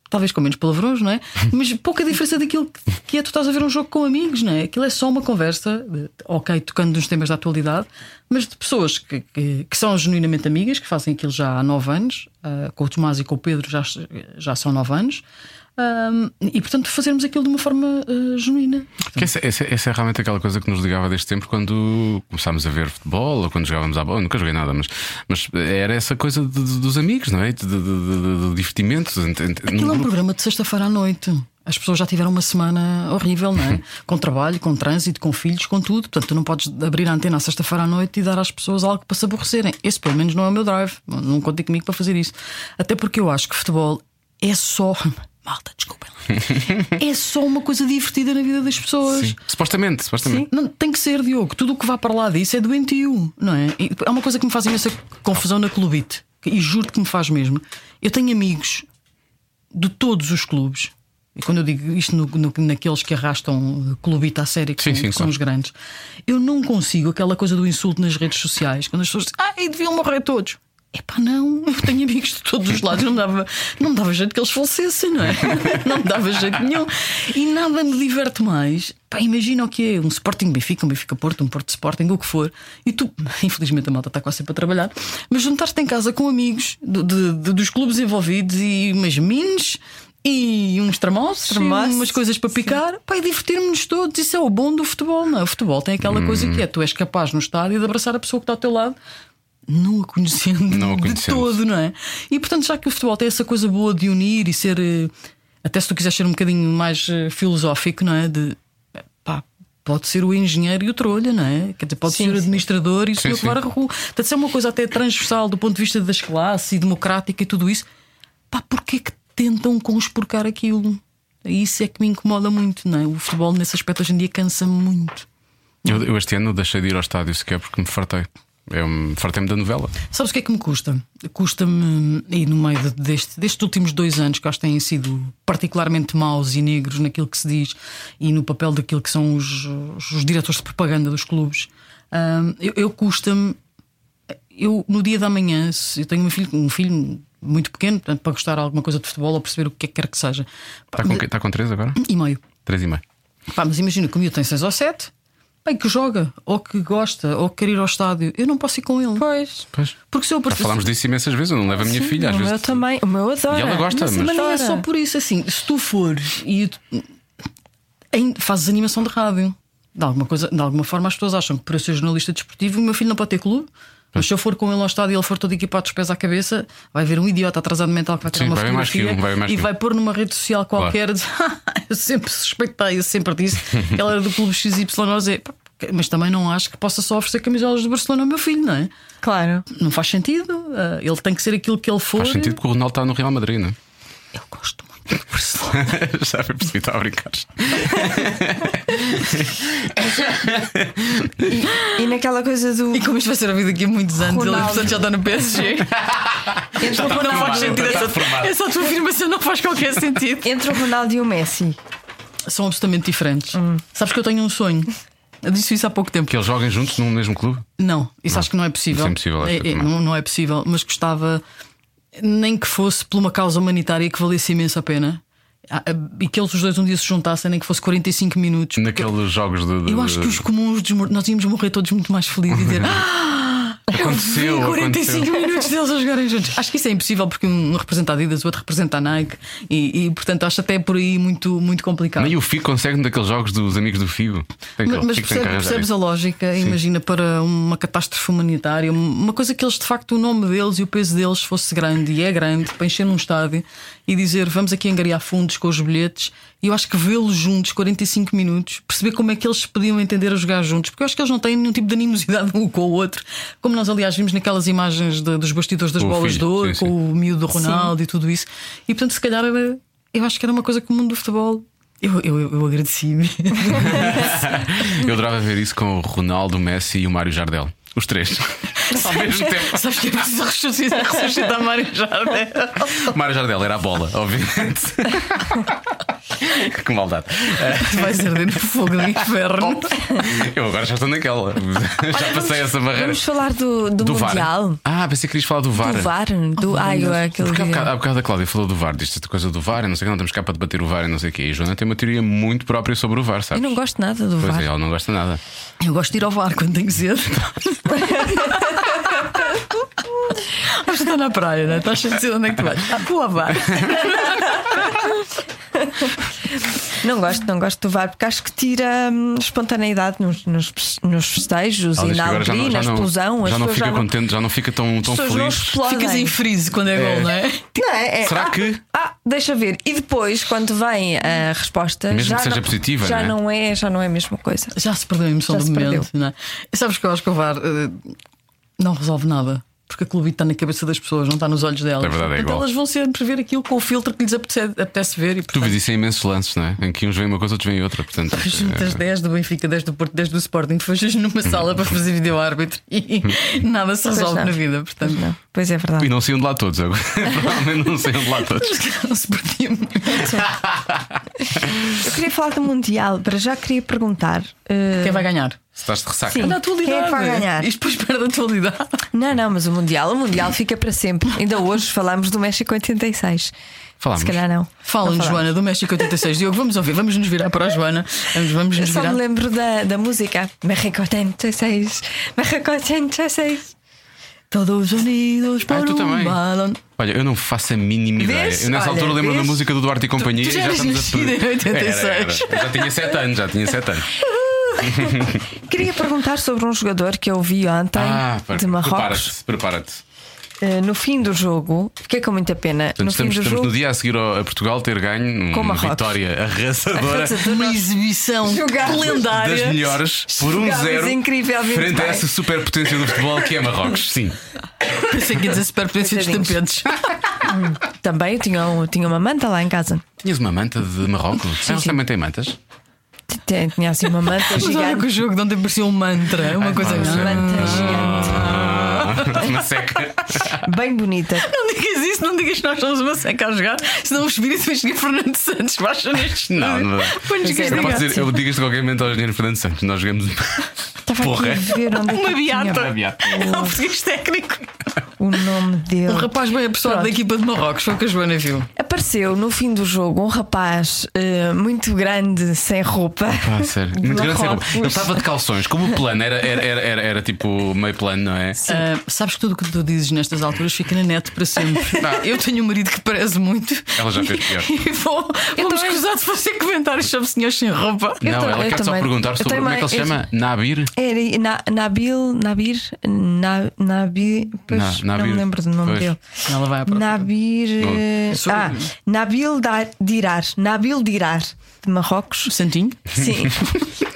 S4: talvez com menos palavrões, não é? Mas pouca diferença daquilo que- que é tu estás a ver um jogo com amigos, não é? Aquilo é só uma conversa, de- ok, tocando nos temas da atualidade, mas de pessoas que, que, que são genuinamente amigas, que fazem aquilo já há nove anos, ah, com o Tomás e com o Pedro já, já são nove anos, ah, e portanto fazermos aquilo de uma forma ah, genuína.
S5: Que essa, essa- essa é realmente aquela coisa que nos ligava deste tempo quando começámos a ver futebol ou quando jogávamos à bola. Eu Nunca joguei nada, mas, mas era essa coisa de- de- dos amigos, não é? De- de- de- de- do divertimento. ent- ent- num
S4: Aquilo é um
S5: grupo.
S4: programa de sexta-feira à noite. As pessoas já tiveram uma semana horrível, não é? com trabalho, com trânsito, com filhos, com tudo. Portanto, tu não podes abrir a antena à sexta-feira à noite e dar às pessoas algo para se aborrecerem. Esse, pelo menos, não é o meu drive. Não contem comigo para fazer isso. Até porque eu acho que futebol é só. Malta, desculpem lá. É só uma coisa divertida na vida das pessoas.
S5: Sim. Supostamente, supostamente.
S4: Não, tem que ser, Diogo. Tudo o que vá para lá disso é doentio, não é? E é uma coisa que me faz imensa confusão na clubite. E juro que me faz mesmo. Eu tenho amigos de todos os clubes. E quando eu digo isto no- no- naqueles que arrastam eh, clubite à série, que,
S5: Sim,
S4: são,
S5: sim,
S4: que são
S5: claro.
S4: os grandes, eu não consigo aquela coisa do insulto nas redes sociais, quando as pessoas dizem, ai, deviam morrer todos. Epá, não, eu tenho amigos de todos os lados, não me dava, não me dava jeito que eles falecessem, não é? Não me dava jeito nenhum. E nada me diverte mais. Pá, imagina o que é um Sporting Benfica, um Benfica Porto, um Porto Sporting, o que for, e tu, infelizmente a malta está quase sempre a trabalhar, mas juntar-te em casa com amigos do- de- de- dos clubes envolvidos e umas mines e uns tramoços, e
S3: Tramoços.
S4: umas coisas para picar, pá, e divertirmos-nos todos. Isso é o bom do futebol, não é? O futebol tem aquela coisa
S5: Hum.
S4: que é: tu és capaz no estádio de abraçar a pessoa que está ao teu lado. Não a conhecendo,
S5: Não a
S4: de
S5: conhecendo.
S4: todo, não é? E portanto, já que o futebol tem essa coisa boa de unir e ser, eh, até se tu quiseres ser um bocadinho mais eh, filosófico, não é? De pá, pode ser o engenheiro e o trolha, não é? Quer dizer, pode ser o administrador e o senhor
S5: sim.
S4: que vai à rua. Portanto, se é uma coisa até transversal do ponto de vista das classes e democrática e tudo isso, pá, porquê que tentam conspurcar aquilo? Isso é que me incomoda muito, não é? O futebol, nesse aspecto, hoje em dia cansa-me muito.
S5: Eu, eu este ano deixei de ir ao estádio sequer porque me fartei. Eu me fartei-me da novela.
S4: Sabes o que é que me custa? Custa-me, e no meio de- deste, destes últimos dois anos, que acho que têm sido particularmente maus e negros naquilo que se diz e no papel daquilo que são os, os, os diretores de propaganda dos clubes, hum, eu, eu custa-me. Eu, no dia da manhã, se eu tenho um filho, um filho muito pequeno, portanto, para gostar de alguma coisa de futebol ou perceber o que é que quer que seja. Pá,
S5: Está Tá com, que- está com 3 agora?
S4: E meio.
S5: três e meio.
S4: Pá, mas imagina que o miúdo tem 6 ou 7, bem que joga, ou que gosta, ou que quer ir ao estádio. Eu não posso ir com ele.
S3: Pois.
S5: Pois.
S4: Porque se eu
S5: Já
S4: aparecer.
S5: falámos disso imensas vezes. Eu não levo a minha filha às
S3: o meu
S5: vezes.
S3: também. O meu adora.
S5: E ela gosta,
S3: mas,
S5: mas-
S4: Mas não é
S3: adora.
S4: só por isso, assim, se tu fores e em- fazes animação de rádio, de alguma, coisa, de alguma forma as pessoas acham que por eu ser jornalista desportivo o meu filho não pode ter clube, Mas se eu for com ele ao estádio e ele for todo equipado dos pés à cabeça, vai ver um idiota atrasado mental que vai tirar
S5: Sim,
S4: uma
S5: vai ver mais que
S4: fotografia
S5: um, vai ver mais
S4: e
S5: que um.
S4: vai pôr numa rede social qualquer. dizer, "Ah, eu sempre suspeitei, eu sempre disse que ela era do clube XYZ. Pá, Mas também não acho que possa só oferecer camisolas do Barcelona ao meu filho, não é?
S3: Claro.
S4: Não faz sentido. Ah, ele tem que ser aquilo que ele for.
S5: Faz sentido que o Ronaldo está no Real Madrid, não é?
S4: Eu gosto muito do Barcelona.
S5: Já foi percebido, está a brincar.
S3: E naquela coisa do.
S4: E como isto vai ser a vida daqui a muitos anos, ele
S3: Ronaldo.
S4: portanto já está no PSG.
S3: Entre o
S4: Então não
S3: Ronaldo-
S4: faz sentido.
S5: está
S4: Essa,
S5: Tá formado.
S4: essa tua afirmação não faz qualquer sentido.
S3: Entre o Ronaldo e o Messi.
S4: São absolutamente diferentes. Sabes que eu tenho um sonho. Eu disse isso há pouco tempo.
S5: Que eles joguem juntos num mesmo clube?
S4: Não, isso acho que não é possível.
S5: Isso é impossível, acho que também.
S4: não, não é possível, mas gostava, nem que fosse por uma causa humanitária que valesse imenso a pena. Ah, ah, E que eles os dois um dia se juntassem, nem que fosse 45 minutos.
S5: Naqueles jogos de. de-
S4: Eu acho que os comuns dos mor- nós íamos morrer todos muito mais felizes e dizer "Ah,
S5: Aconteceu,
S4: vi 45
S5: aconteceu.
S4: minutos deles a jogarem juntos. Acho que isso é impossível porque um representa a Adidas, o outro representa a Nike e, e, portanto acho até por aí muito, muito complicado.
S5: Nem o Figo consegue um daqueles jogos dos amigos do Figo. Tem que-
S4: Mas,
S5: Figo tem que
S4: mas percebe-
S5: arranjar
S4: percebes
S5: isso.
S4: a lógica? Imagina para uma catástrofe humanitária, um- uma coisa que eles de facto o nome deles e o peso deles fosse grande e é grande para encher num estádio e dizer vamos aqui angariar fundos com os bilhetes. E eu acho que vê-los juntos 45 minutos, perceber como é que eles se podiam entender a jogar juntos, porque eu acho que eles não têm nenhum tipo de animosidade um com o outro, como nós aliás vimos naquelas imagens de- dos bastidores das
S5: Com o
S4: bolas
S5: filho,
S4: de ouro,
S5: sim, sim.
S4: com o miúdo do Ronaldo e tudo isso. E portanto, se calhar era- eu acho que era uma coisa que o mundo do futebol. Eu, eu, eu agradeci-me.
S5: Eu adorava ver isso com o Ronaldo, o Messi e o Mário Jardel. Os três. Ao mesmo tempo.
S4: Sabes que é preciso ressuscitar, ressuscitar Mário Jardel.
S5: O Mário Jardel era a bola, obviamente. que maldade.
S4: Tu vais arder no fogo do inferno.
S5: Eu agora já estou naquela. Já passei essa barreira.
S3: Vamos falar do, do,
S5: Do VAR.
S3: Mundial.
S5: Ah, pensei que querias falar do VAR.
S3: Do VAR.
S4: Oh,
S3: Do ai, eu- aquele
S5: Porque há
S3: dia.
S5: bocado, há bocado a Cláudia falou do VAR, disse esta coisa do VAR, e não sei o que, não estamos cá para debater o VAR e não sei o que. E a Joana tem uma teoria muito própria sobre o VAR,
S3: Eu
S5: sabes?
S3: não gosto nada do
S5: Pois é,
S3: VAR.
S5: ela não gosta nada.
S4: Eu gosto de ir ao VAR quando tenho sede. Mas está na praia, não é? Estás sem dizer onde é que tu vais? Ah, vou ao VAR.
S3: Não gosto, não gosto do VAR, porque acho que tira hum, espontaneidade nos, nos, nos festejos
S5: Ela
S3: e
S5: diz que
S3: na
S5: agora já
S3: alegria,
S5: não,
S3: na
S5: já não-
S3: explosão.
S5: já não
S3: as pessoas
S5: fica
S3: já não-
S5: contente, já não fica tão, tão
S3: as pessoas não
S5: feliz.
S3: explodem.
S4: Ficas em freeze quando é gol, não é?
S3: Não é? É,
S5: Será
S3: ah,
S5: que-
S3: Ah, deixa ver. E depois, quando vem a resposta.
S5: Mesmo
S3: já
S5: que seja
S3: não,
S5: positiva,
S3: já
S5: não é?
S3: não é? Já não é a mesma coisa.
S4: Já se perdeu a emoção
S3: Já
S4: do
S3: se perdeu.
S4: momento, não é? E sabes que eu acho que o VAR eh, não resolve nada. Porque a clubite está na cabeça das pessoas, não está nos olhos delas.
S5: É verdade, é
S4: Portanto,
S5: igual.
S4: elas vão sempre ver aquilo com o filtro que lhes apetece, apetece ver. E,
S5: Tu
S4: portanto,
S5: vês isso em imensos lances, não é? Em que uns veem uma coisa, outros veem outra. Portanto,
S4: Tu juntas
S5: eh,
S4: 10 do Benfica, 10 do Porto, 10 do Sporting, fechas numa sala para fazer vídeo árbitro e nada se resolve
S3: não.
S4: na vida, portanto.
S3: Não. Pois é
S5: E
S3: verdade.
S5: não saiam de lá todos agora. Provavelmente não saiam de lá todos.
S4: Não se perdia muito.
S3: Eu queria falar do Mundial, para já queria perguntar. eh,
S4: Quem vai ganhar?
S5: Se estás de ressaca.
S3: Sim.
S4: Na atualidade.
S3: Quem é que vai ganhar?
S4: E depois perde a atualidade.
S3: Não, não, mas o Mundial, o Mundial fica para sempre. Ainda hoje falámos do México 86.
S5: Falámos.
S3: Se calhar não.
S4: Fala-nos, Joana, do México 86. Diogo, vamos ouvir, vamos nos virar para a Joana. Vamos, vamos
S3: Eu
S4: nos
S3: só me
S4: virar.
S3: lembro da, da música México 86. México 86.
S4: Todos unidos por
S5: Ah, tu
S4: um
S5: também.
S4: balão.
S5: Olha, eu não faço a mínima ideia.
S3: Vês?
S5: Eu nessa
S3: Olha,
S5: altura lembro da
S3: vês?
S5: música do Duarte e Companhia
S4: tu já
S5: e já
S4: eras
S5: estamos a
S4: nascida em 86.
S5: Era, era. Eu já tinha 7 anos, já tinha 7 anos.
S3: Queria perguntar sobre um jogador que eu vi ontem
S5: pera-
S3: de Marrocos.
S5: Ah, prepara-te, prepara-te.
S3: Eh, no fim do jogo, fiquei com muita pena.
S5: Portanto,
S3: no fim
S5: estamos,
S3: do
S5: estamos
S3: jogo,
S5: no dia a seguir ao- a Portugal ter ganho
S3: Com
S5: uma
S3: Marrocos.
S5: vitória arrasadora
S4: Uma exibição
S3: Jogadas
S4: lendária.
S5: das melhores por um
S3: Jogámos
S5: zero
S3: incrivelmente
S5: frente a
S3: bem.
S5: essa superpotência do futebol que é Marrocos. Sim.
S4: Pensei que ia dizer superpotência dos tapetes.
S3: também eu tinha, um- tinha uma manta lá em casa.
S5: Tinhas uma manta de Marrocos? Sim,
S3: sim.
S5: também tem mantas?
S3: Tinha, tinha assim uma manta
S4: Mas olha que
S3: gigante.
S4: o jogo de ontem parecia um mantra. Uma
S5: Ai,
S4: coisa
S5: pá, sério.
S3: Manta gigante.
S5: Ah, Uma seca.
S3: Bem bonita.
S4: Não digas isso, não digas que nós somos uma seca a jogar, senão o espírito vai chegar Fernando Santos, baixa nestes.
S5: Não, não dá.
S4: Põe-nos que
S5: Eu,
S4: diga.
S5: posso dizer, eu digo isto a qualquer momento ao engenheiro Fernando Santos. Nós jogamos.
S3: Estava aqui
S5: Porra.
S3: a ver onde é que
S4: Uma
S3: eu tinha
S4: beata.
S5: Não,
S4: É um português técnico.
S3: o nome
S4: Um
S3: dele.
S4: rapaz bem apessoado da
S3: Pronto.
S4: equipa de Marrocos, foi o que a Joana viu.
S3: É Apareceu no fim do jogo um rapaz eh, muito grande, sem roupa.
S5: Ah, Pá, sério. Muito grande sem roupa.
S3: Óculos.
S5: Ele estava de calções. Como o plano era, era, era, era, era tipo meio plano, não é?
S4: Ah, sabes que tudo o que tu dizes nestas alturas fica na net para sempre. Eu tenho um marido que parece muito.
S5: Ela já fez pior.
S4: E vou, vou me escusar de fazer comentários sobre senhores sem roupa.
S3: Eu
S5: não,
S3: ta-
S5: ela
S3: eu
S5: quer só
S3: também-
S5: perguntar
S3: eu
S5: sobre como é que ele se
S3: também-
S5: chama? Nabir?
S3: Era Na- Nabil, Nabir, Na- Nabi, pois,
S5: Na-
S3: não
S5: Nabir,
S3: me lembro do nome
S5: pois. Ah,
S3: dele.
S4: Ela vai à procura.
S3: Nabir. eh,
S4: Sou-
S3: ah, Nabil Da- Dirar. Nabil Dirar, de Marrocos.
S4: Santinho.
S3: Sim.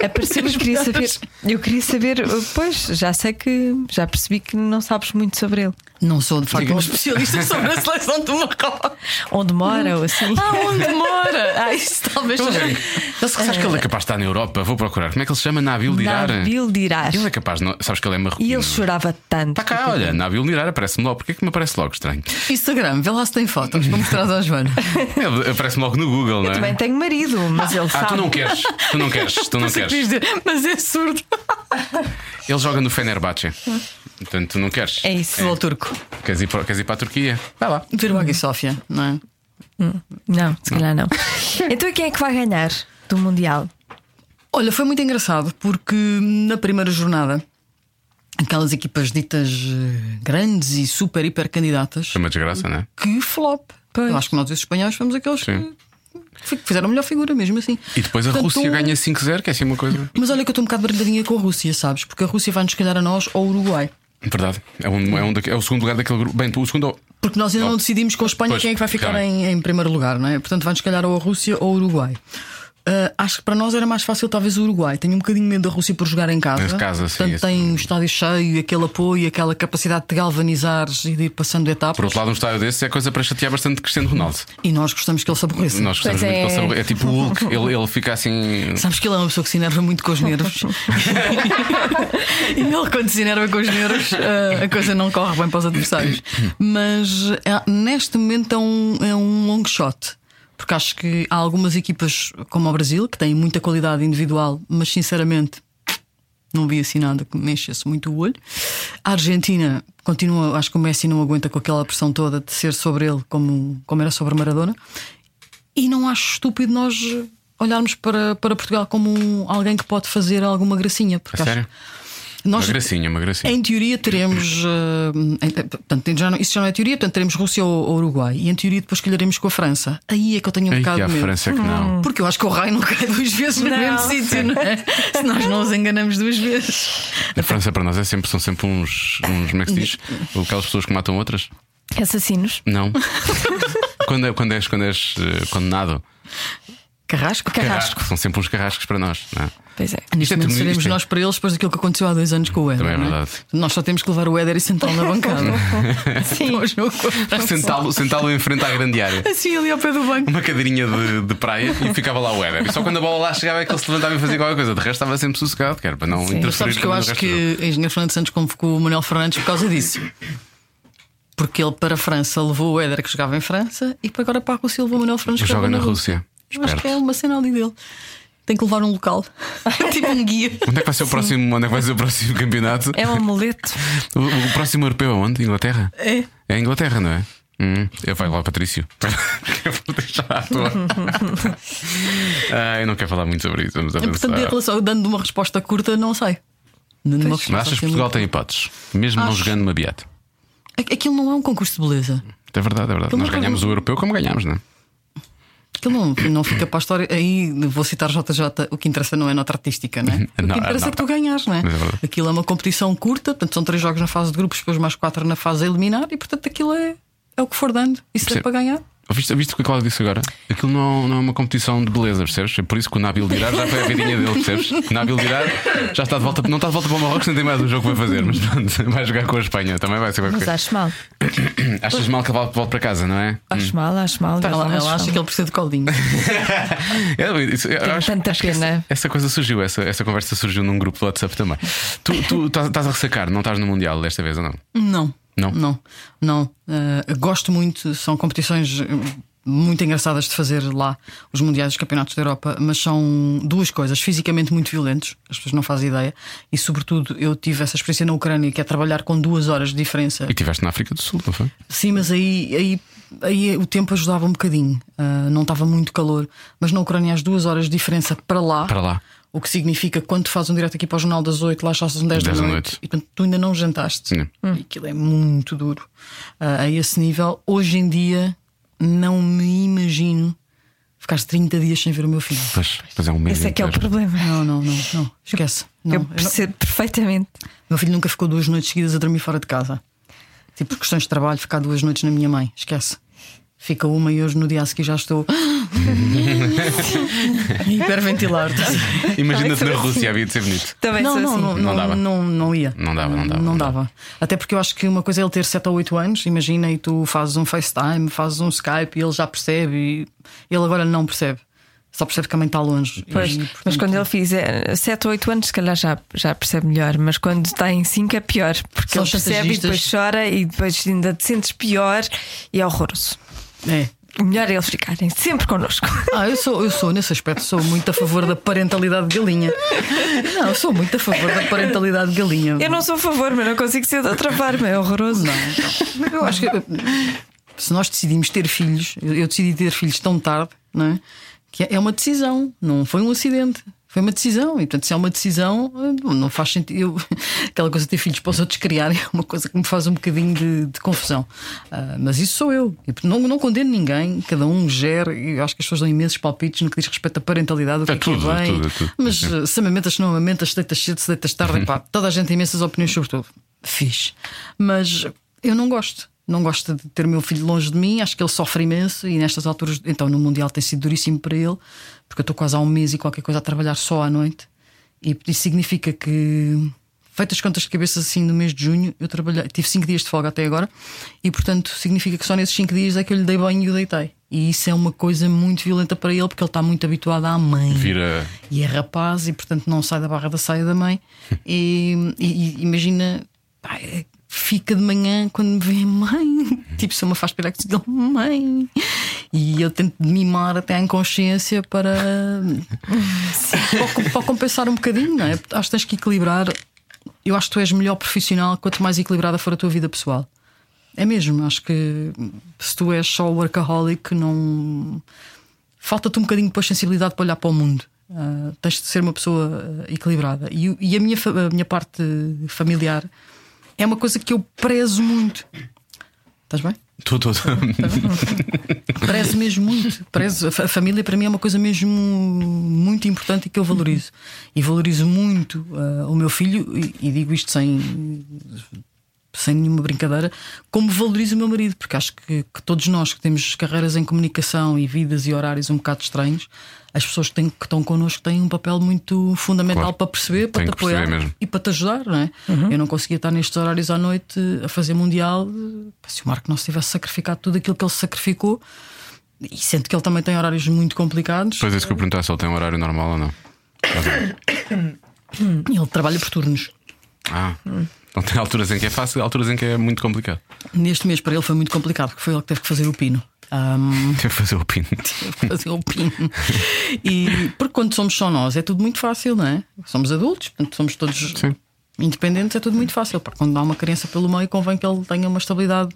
S3: Apareceu, mas queria saber. Eu queria saber, eh, pois, já sei que já percebi que não sabes muito sobre ele.
S4: Não sou de facto
S5: Diga.
S4: um especialista sobre a seleção do Marrocos.
S3: Onde mora ou assim.
S4: Ah, onde mora? Ah, isso talvez
S5: Ele
S4: seja.
S5: ele- sabes que ele é capaz de estar na Europa? Vou procurar. Como é que ele se chama? Nabil Dirar?
S3: Nabil Dirar.
S5: Ele é capaz, não- sabes que ele é marroquino.
S3: E ele chorava tanto.
S5: Está cá, olha, Nabil Dirar aparece-me logo. Porquê que me aparece logo? Estranho.
S4: é. Instagram, vê lá se tem fotos. Vou mostrar à Joana.
S5: Ele Aparece-me logo no Google,
S4: Ah.
S5: não é?
S3: Também tenho marido, mas ele
S5: Ah,
S3: sabe.
S5: tu não queres, tu não queres, tu não
S4: Pensei que
S5: queres.
S4: querias dizer, Mas é surdo.
S5: Ele joga no Fenerbahçe. Portanto, tu não queres.
S3: É isso.
S4: Futebol turco.
S5: Queres ir para, queres ir para a Turquia? Vai lá.
S4: Ver o Águia Sófia, não é?
S3: Não, se calhar não. Então quem é que vai ganhar do Mundial?
S4: Olha, foi muito engraçado porque na primeira jornada. Aquelas equipas ditas eh, grandes e super, hiper candidatas.
S5: Foi uma desgraça, não é?
S4: Que flop. Eu acho que nós, os espanhóis, fomos aqueles que
S5: Sim.
S4: fi- fizeram a melhor figura mesmo assim.
S5: E depois a
S4: Portanto,
S5: Rússia ganha 5-0, que é assim uma coisa.
S4: Mas olha que eu estou um bocado baralhadinha com a Rússia, sabes? Porque a Rússia vai-nos calhar a nós ou o Uruguai.
S5: Verdade. É, um, é, um daque- é o segundo lugar daquele grupo. Bem, tu- o segundo.
S4: Porque nós ainda
S5: Oh.
S4: não decidimos com a Espanha
S5: Pois,
S4: quem é que vai ficar
S5: claro.
S4: em, em primeiro lugar, não é? Portanto, vai-nos calhar ou a Rússia ou o Uruguai. Ah, acho que para nós era mais fácil, talvez, o Uruguai. Tenho um bocadinho medo da Rússia por jogar em casa.
S5: Em casa, sim,
S4: Portanto,
S5: isso.
S4: tem o estádio cheio, aquele apoio, aquela capacidade de galvanizares e de ir passando etapas.
S5: Por outro lado, um estádio desse é coisa para chatear bastante Cristiano Ronaldo.
S4: E nós gostamos que ele se aborreça.
S5: Nós gostamos
S3: Pois
S5: muito
S3: é.
S5: de passar. É tipo o Hulk, ele, ele fica assim.
S4: Sabes que ele é uma pessoa que se enerva muito com os nervos. e ele, quando se enerva com os nervos, eh, a coisa não corre bem para os adversários. Mas eh, neste momento é um, é um long shot. Porque acho que há algumas equipas, como o Brasil, que têm muita qualidade individual, mas sinceramente não vi assim nada que mexesse muito o olho. A Argentina continua, acho que o Messi não aguenta com aquela pressão toda de ser sobre ele como, como era sobre Maradona. E não acho estúpido nós olharmos para, para Portugal como um- alguém que pode fazer alguma gracinha.
S5: A
S4: Porque acho-
S5: sério? Uma
S4: Nós,
S5: gracinha, uma gracinha.
S4: em teoria, teremos. eh, em- portanto, já não- isso já não é teoria, portanto, teremos Rússia ou, ou Uruguai. E em teoria, depois calharemos com a França. Aí é que eu tenho um
S5: Ai,
S4: bocado Hum.
S5: que a
S4: de medo.
S5: França é que não.
S4: Porque eu acho que o raio não cai duas vezes no mesmo sítio, não é? Se nós não os enganamos duas vezes.
S5: A França para nós é sempre, são sempre uns. uns como é que se diz? Aquelas pessoas que matam outras?
S3: Assassinos.
S5: Não. quando, é- quando és, quando és eh, condenado,
S4: Carrasco?
S5: carrasco. São sempre uns carrascos para nós. Não é?
S3: Pois é.
S5: Isto
S4: Neste
S5: é
S4: momento
S5: termi-
S4: seremos
S5: isto é-
S4: nós para eles depois daquilo que aconteceu há dois anos com o Éder.
S5: Também é
S4: não
S5: verdade.
S4: Nós só temos que levar o Éder e sentá-lo na bancada. Sim.
S5: Sentá-lo sentá em frente à grande área.
S4: Assim ali ao pé do banco.
S5: Uma cadeirinha de, de praia e ficava lá o Éder. E só quando a bola lá chegava é que ele se levantava e fazia qualquer coisa. De resto estava sempre sossegado, que era para não interferir
S4: Sabes que
S5: com
S4: eu
S5: o
S4: acho
S5: resto
S4: que
S5: do jogo.
S4: o engenheiro Fernando Santos convocou o Manuel Fernandes por causa disso. Porque ele para a França levou o Éder que jogava em França e para agora para a Rússia levou o Manuel Fernandes que
S5: Joga na Rússia.
S4: Eu Acho que é
S5: Esperto.
S4: uma cena ali dele. Tem que levar um local. tipo um guia.
S5: Onde é que vai ser o próximo, onde é que vai ser o próximo campeonato?
S3: É um amuleto.
S5: O, o próximo europeu aonde? Inglaterra?
S4: É.
S5: É a Inglaterra, não é? Hum, eu vai lá, Patrício. eu vou deixar à toa. ah, eu não quero falar muito sobre isso. Vamos avançar.
S4: Portanto, em relação, dando uma resposta curta, não sei. Dando uma resposta
S5: Mas achas que
S4: assim,
S5: Portugal tem hipóteses? Mesmo não
S4: Acho.
S5: jogando uma beata?
S4: Aqu- Aquilo não é um concurso de beleza.
S5: É verdade, é verdade. Nós
S4: nunca
S5: ganhamos o europeu como ganhámos, não é?
S4: Aquilo não, não fica para a história. Aí vou citar JJ, o que interessa não é nota artística, não é? O
S5: Não,
S4: que
S5: é
S4: interessa é
S5: nota.
S4: que tu ganhas, não é?
S5: Mas é verdade.
S4: Aquilo é uma competição curta, portanto são três jogos na fase de grupos, depois mais quatro na fase a eliminar e portanto aquilo é, é o que for dando. Isso é
S5: Percebo.
S4: para ganhar.
S5: Viste, viste o que a Cláudia disse agora? Aquilo não, não é uma competição de beleza, percebes? É por isso que o Nabil Dirar já foi a vidinha dele, percebes? O Nabil Dirar já está de volta, não está de volta para o Marrocos, nem tem mais um jogo para fazer, mas pronto, vai jogar com a Espanha, também vai ser qualquer
S3: Mas
S5: coisa.
S3: acho mal.
S5: Achas mal que ele volte para casa, não é?
S3: Acho mal, acho mal.
S4: Ela, ela
S3: acho
S4: acha
S3: mal.
S4: que Hum. Tá, ele precisa de coldinho.
S5: É, isso- eu
S3: Tenho
S5: acho-
S3: tanta
S5: acho que essa-
S3: pena.
S5: Essa, coisa surgiu, essa, essa conversa surgiu num grupo do WhatsApp também. Tu, tu estás estás a ressacar, não estás no Mundial desta vez ou não?
S4: Não.
S5: Não?
S4: Não. não. Ah, gosto muito, são competições eh, muito engraçadas de fazer lá, os Mundiais dos Campeonatos da Europa, mas são duas coisas: fisicamente muito violentos, as pessoas não fazem ideia, e sobretudo eu tive essa experiência na Ucrânia, que é trabalhar com duas horas de diferença.
S5: E estiveste na África do Sul, não foi?
S4: Sim, mas aí, aí, aí o tempo ajudava um bocadinho, ah, não estava muito calor, mas na Ucrânia as duas horas de diferença para lá.
S3: Oh.
S5: Para lá.
S4: O que significa que quando tu fazes um direto aqui para o Jornal das 8, lá já são 10,
S5: Dez
S4: da
S5: da
S4: noite.
S5: noite.
S4: E portanto, tu ainda não jantaste.
S5: Sim.
S4: E aquilo é muito duro. Ah, a esse nível, hoje em dia, não me imagino ficar 30 dias sem ver o meu filho.
S5: Pois, pois é um mês.
S3: Esse é que é o
S5: inteiro.
S3: problema.
S4: Não, não, não, não. Esquece. Não, eu
S3: eu
S4: não-
S3: percebo perfeitamente.
S4: Meu filho nunca ficou duas noites seguidas a dormir fora de casa. Tipo, por questões de trabalho, ficar duas noites na minha mãe. Esquece. Fica uma e hoje no dia a seguir já estou. Hiperventilar-te.
S5: Imagina-te
S3: é
S5: na Rússia, havia de ser bonito.
S3: Também
S4: não,
S3: sou
S4: não,
S3: assim.
S4: não,
S5: Não
S4: não,
S5: dava.
S4: Não, não ia.
S5: Não dava, não dava, não
S4: Não dava. Até porque eu acho que uma coisa é ele ter 7 ou 8 anos, imagina, e tu fazes um FaceTime, fazes um Skype e ele já percebe e ele agora não percebe. Só percebe que a mãe está longe.
S3: Pois,
S4: E,
S3: mas
S4: portanto,
S3: quando ele fizer 7 ou 8 anos, se calhar já, já percebe melhor, mas quando está em 5 é pior, porque
S4: São
S3: ele percebe e depois
S4: estrategistas.
S3: chora e depois ainda te sentes pior e é horroroso.
S4: É.
S3: Melhor é eles ficarem sempre connosco.
S4: Ah, eu sou, eu sou, nesse aspecto, sou muito a favor da parentalidade de galinha. Não, eu sou muito a favor da parentalidade de galinha.
S3: Eu não sou a favor, mas não consigo ser de outra forma, é horroroso.
S4: Não, eu acho que se nós decidimos ter filhos, eu, eu decidi ter filhos tão tarde, não é? Que é- é uma decisão, não foi um acidente. Foi uma decisão, e portanto, se é uma decisão, eh, não faz sentido. Eu, aquela coisa de ter filhos para os outros criarem é uma coisa que me faz um bocadinho de, de confusão. Ah, mas isso sou eu. E, portanto, não, não condeno ninguém, cada um gera, e eu acho que as pessoas dão imensos palpites no que diz respeito à parentalidade, o que é, que é
S5: tudo, é
S4: bem.
S5: tudo, é tudo.
S4: Mas eh, se amamentas, se não amamentas, se deitas cedo, se deitas tarde, pá, toda a gente tem imensas opiniões sobre tudo. Fiz. Mas eu não gosto. Não gosto de ter o meu filho longe de mim, acho que ele sofre imenso e nestas alturas, então no Mundial tem sido duríssimo para ele, porque eu estou quase há um mês e qualquer coisa a trabalhar só à noite. E isso significa que, feitas contas de cabeça assim no mês de junho, eu trabalhei, tive cinco dias de folga até agora, e portanto significa que só nesses cinco dias é que eu lhe dei banho e o deitei. E isso é uma coisa muito violenta para ele, porque ele está muito habituado à mãe
S5: Vira.
S4: e é rapaz e portanto não sai da barra da saia da mãe e, e- e imagina pá, é- fica de manhã quando me vê mãe tipo se eu me faz pirar que digo mãe e eu tento mimar até à inconsciência para para, co- para compensar um bocadinho não é? acho que tens que equilibrar eu acho que tu és melhor profissional quanto mais equilibrada for a tua vida pessoal é mesmo, acho que se tu és só workaholic, não, falta-te um bocadinho depois sensibilidade para olhar para o mundo. Ah, tens de ser uma pessoa ah, equilibrada. E, o- e a, minha, fa- a minha parte familiar é uma coisa que eu prezo muito. Estás bem?
S5: Estou todo.
S4: Prezo mesmo muito. Prezo. A fa- a família para mim é uma coisa mesmo muito importante e que eu valorizo. E valorizo muito ah, o meu filho, e, e digo isto sem, sem nenhuma brincadeira, como valorizo o meu marido, porque acho que, que todos nós que temos carreiras em comunicação e vidas e horários um bocado estranhos, as pessoas que, têm- que estão connosco têm um papel muito fundamental
S5: Claro.
S4: para perceber, para
S5: Têm
S4: te
S5: que perceber
S4: apoiar
S5: mesmo.
S4: e para te ajudar, não é? Eu não conseguia estar nestes horários à noite a fazer mundial eh, se o Marco não se tivesse sacrificado tudo aquilo que ele sacrificou. E sendo que ele também tem horários muito complicados.
S5: Depois é isso que eu perguntar se ele tem um horário normal ou não.
S4: Ele trabalha por turnos.
S5: Ah.
S3: Hum.
S5: Então tem alturas em que é fácil, alturas em que é muito complicado.
S4: Neste mês para ele foi muito complicado, porque foi ele que teve que fazer o pino. Ahm,
S5: Teve que fazer o pino.
S4: fazer o pino. E porque quando somos só nós é tudo muito fácil, não é? Somos adultos, portanto somos todos
S5: Sim.
S4: independentes, é tudo muito fácil. Pá, Quando há uma criança pelo meio, convém que ele tenha uma estabilidade.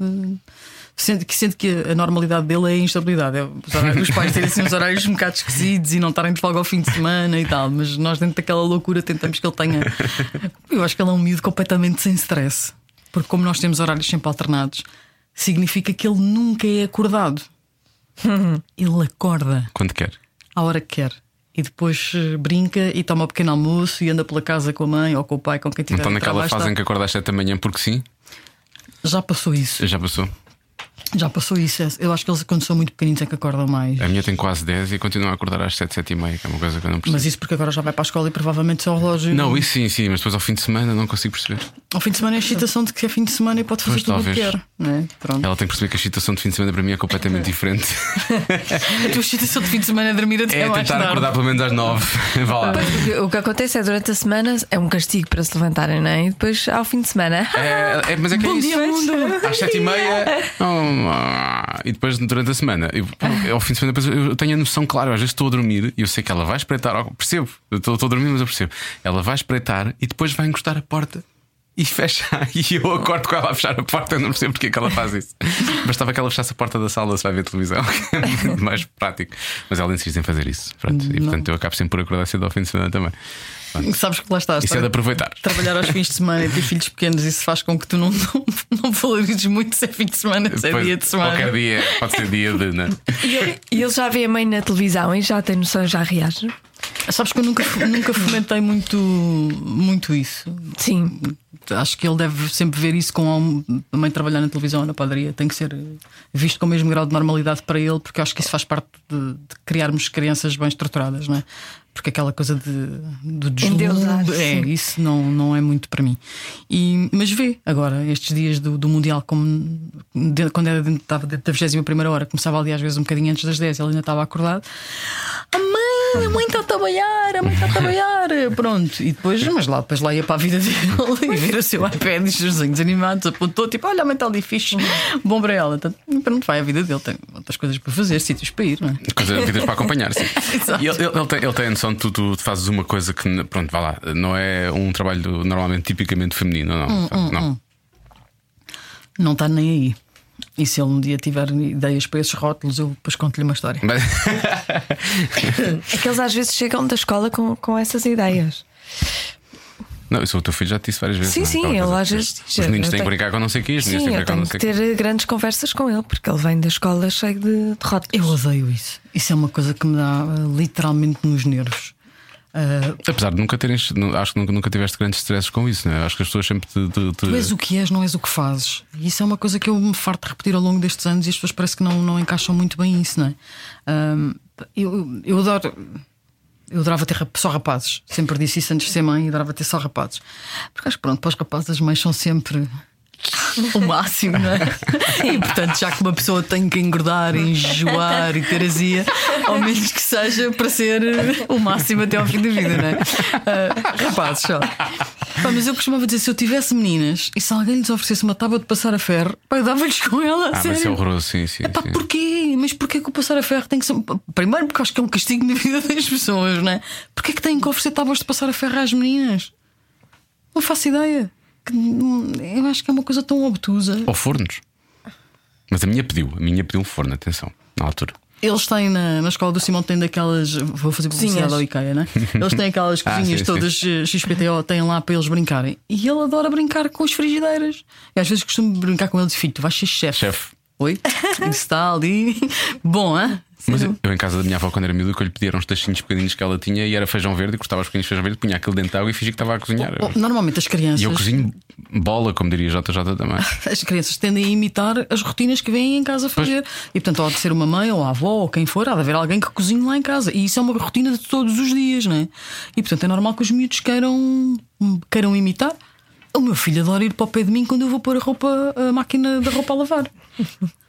S4: Sendo que, sendo que a normalidade dele é a instabilidade. É os, horários- os pais terem assim, uns horários um bocado esquisitos e não estarem de folga ao fim de semana e tal. Mas nós, dentro daquela loucura, tentamos que ele tenha. Eu acho que ele é um miúdo completamente sem stress. Porque, como nós temos horários sempre alternados, significa que ele nunca é acordado. Ele acorda
S5: Quando quer.
S4: à hora que quer. E depois eh, brinca e toma um pequeno almoço e anda pela casa com a mãe ou com o pai, com quem
S5: Não
S4: tiver.
S5: estão Então,
S4: a
S5: naquela
S4: trabalho,
S5: fase em
S4: está-
S5: que acordas às 7 da manhã porque sim?
S4: Já passou isso.
S5: Já passou.
S4: Já passou isso. É, Eu acho que eles, quando são muito pequeninos, é que acordam mais.
S5: A minha tem quase 10 e continua a acordar às 7, 7 e meia, que é uma coisa que eu não percebo.
S4: Mas isso porque agora já vai para a escola e provavelmente só o relógio.
S5: Não, isso sim, sim, mas depois ao fim de semana não consigo perceber.
S4: Ao fim de semana é a excitação de que é fim de semana e pode
S5: Pois,
S4: fazer tudo o que
S5: talvez.
S4: quer. não é? Pronto.
S5: Ela tem que perceber que a excitação de fim de semana para mim é completamente diferente.
S4: A tua excitação de fim de semana é dormir até
S5: É
S4: mais
S5: tentar
S4: tarde.
S5: acordar pelo menos às 9. Vá lá.
S3: Pois, porque o que acontece é durante a semana é um castigo para se levantarem, não é? E depois ao fim de semana.
S5: É, é, mas é que é
S4: Bom
S5: isso.
S4: dia, mundo! É.
S5: Às 7 e meia. Não, "Ah", E depois, durante a semana, eu, pá, ao fim de semana, depois eu tenho a noção, claro, às vezes estou a dormir e eu sei que ela vai espreitar, ó, percebo, eu estou, estou a dormir, mas eu percebo. Ela vai espreitar e depois vai encostar a porta. E fecha, e eu acordo com ela a fechar a porta, eu não percebo porque é que ela faz isso. Bastava que ela fechasse a porta da sala se vai ver televisão, que é muito mais prático. Mas ela insiste em fazer isso. Pronto. E portanto eu acabo sempre por acordar cedo ao fim de semana também.
S4: Sabes que lá está. a
S5: Isso é de
S4: história
S5: aproveitar.
S4: de Trabalhar aos fins de semana e ter filhos pequenos, isso faz com que tu não, não, não valorizes muito se é fim de semana, se é
S5: Pois,
S4: dia de semana.
S5: Qualquer dia, pode ser dia de. Né?
S3: E ele, e ele já vê a mãe na televisão e já tem noção, já reage.
S4: Sabes que eu nunca, fu- nunca fomentei muito, muito isso.
S3: Sim.
S4: Acho que ele deve sempre ver isso com a mãe trabalhar na televisão ou na padaria. Tem que ser visto com o mesmo grau de normalidade para ele, porque acho que isso faz parte de, de criarmos crianças bem estruturadas, não é? Porque aquela coisa de, do
S3: Endeusar,
S4: deslumbro. É, isso não, não é muito para mim. E, mas vê agora, estes dias do, do Mundial, como de- quando era dentro, estava dentro da 21 hora, começava ali às vezes um bocadinho antes das 10, ele ainda estava acordado. A mãe, a mãe está a trabalhar, a mãe está a trabalhar. Pronto, e depois, mas lá, depois lá ia para a vida dele e ver o seu iPad e os desenhos animados, apontou, tipo, olha, a mãe está ali fixe, bom para ela. Então, pronto, vai a vida dele, tem outras coisas para fazer, sítios para ir, não é?
S5: Coisa, vidas para acompanhar, sim.
S4: Exato.
S5: E ele, ele- ele tem, ele tem a noção de tu, tu fazes uma coisa que, pronto, vá lá, não é um trabalho do- normalmente tipicamente feminino, não.
S3: Hum,
S5: não.
S4: Não está nem aí. E se ele um dia tiver ideias para esses rótulos, eu depois conto-lhe uma história.
S5: Mas,
S3: É que eles às vezes chegam da escola com, com essas ideias.
S5: não, isso o teu filho já te disse várias vezes.
S3: Sim,
S5: não é? Aquela
S3: sim, ele
S5: coisa
S3: às
S5: que
S3: vezes diz,
S5: Os meninos
S3: eu
S5: têm que
S3: tenho-
S5: brincar com não sei o que, os meninos têm que
S3: Sim,
S5: é.
S3: eu
S5: brincar com não
S3: tenho
S5: sei
S3: que
S5: o quê.
S3: ter grandes conversas com ele, porque ele vem da escola cheio de, de rótulos.
S4: Eu odeio isso. Isso é uma coisa que me dá eh, literalmente nos nervos. Ah,
S5: Apesar de nunca terem, nu- acho que nunca, nunca tiveste grandes stresses com isso, não é? Acho que as pessoas sempre te. te- te-
S4: Tu és o que és, não és o que fazes. E isso é uma coisa que eu me farto de repetir ao longo destes anos e as pessoas parece que não, não encaixam muito bem isso, não é? Ahm, eu, eu adoro. Eu adorava ter rap- só rapazes. Sempre disse isso antes de ser mãe, adorava ter só rapazes. Porque acho que pronto, para os rapazes as mães são sempre o máximo, não é? E portanto, já que uma pessoa tem que engordar, enjoar e ter azia, ao menos que seja para ser o máximo até ao fim da vida, não é? Ah, rapazes, só. Pá, mas eu costumava dizer: se eu tivesse meninas e se alguém lhes oferecesse uma tábua de passar a ferro, pá, eu dava-lhes com ela.
S5: Ah,
S4: sério.
S5: mas isso é horroroso, sim, sim.
S4: Epá,
S5: sim.
S4: porquê? Mas porquê que o passar a ferro tem que ser. Primeiro, porque acho que é um castigo na vida das pessoas, não é? Porquê que têm que oferecer tábuas de passar a ferro às meninas? Não faço ideia. Que- Eu acho que é uma coisa tão obtusa.
S5: Ou fornos. Mas a minha pediu, a minha pediu um forno, atenção, na altura.
S4: Eles têm na, na escola do Simão têm daquelas. Vou fazer publicidade
S3: Cozinhas.
S4: ao IKEA, né? Eles têm aquelas
S5: Ah,
S4: cozinhas
S5: sim,
S4: todas eh, XPTO, têm lá para eles brincarem. E ele adora brincar com as frigideiras. E às vezes costumo brincar com ele de filho, tu vais ser chefe.
S5: Chefe.
S4: Oi? Isso está ali. Bom, hã?
S5: Mas eu, eu em casa da minha avó, quando era miúdo, o que eu lhe pediram uns tachinhos pequeninos que ela tinha e era feijão verde, e cortava os pequeninos de feijão verde, punha aquilo dentro de água e fingia que estava a cozinhar.
S4: Oh, Normalmente as crianças.
S5: E eu cozinho bola, como diria JJ também.
S4: As crianças tendem a imitar as rotinas que vêm em casa fazer. E portanto, há de ser uma mãe ou a avó ou quem for, há de haver alguém que cozinhe lá em casa. E isso é uma rotina de todos os dias, não é? E portanto, é normal que os miúdos queiram, queiram imitar. O meu filho adora ir para o pé de mim quando eu vou pôr a roupa, a máquina da roupa a lavar.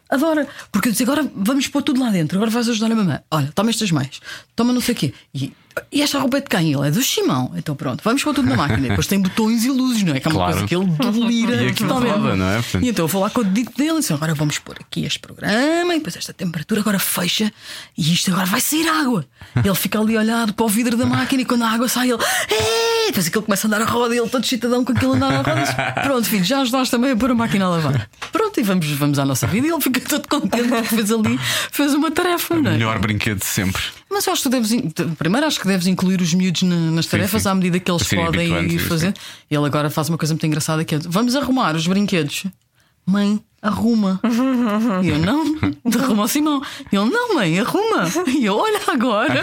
S4: Adora, porque eu disse agora vamos pôr tudo lá dentro, agora vais ajudar a mamãe. Olha, toma estas mais, toma não sei o quê. E, e esta roupa é de quem? Ele é do Simão. Então pronto, vamos pôr tudo na máquina. E depois tem botões e luzes, não é? Que é uma
S5: Claro.
S4: coisa que ele delira
S5: E aquilo
S4: totalmente.
S5: roda, não é? Portanto-
S4: E então eu vou lá com o dito dele e disse, agora vamos pôr aqui este programa e depois esta temperatura agora fecha e isto agora vai sair água. E ele fica ali a olhar para o vidro da máquina e quando a água sai ele. "Eh!" Depois aquilo começa a andar a roda e ele todo chitadão com aquilo a andar a roda. e diz, Pronto, filho, já ajudaste também a pôr a máquina a lavar. Pronto, e vamos, vamos à nossa vida. E ele fica todo contente porque fez ali, fez uma tarefa, não é?
S5: Melhor brinquedo de sempre.
S4: Mas eu acho que tu deves. in- te- Primeiro, acho que deves incluir os miúdos na- nas tarefas
S5: sim. Assim,
S4: à medida que eles
S5: Para serem
S4: podem
S5: habituantes,
S4: ir
S5: sim,
S4: fazer. Ele agora faz uma coisa muito engraçada que é: vamos arrumar os brinquedos. Mãe, arruma. E eu não, arruma o Simão. E ele, não, mãe, arruma. E eu, olha agora.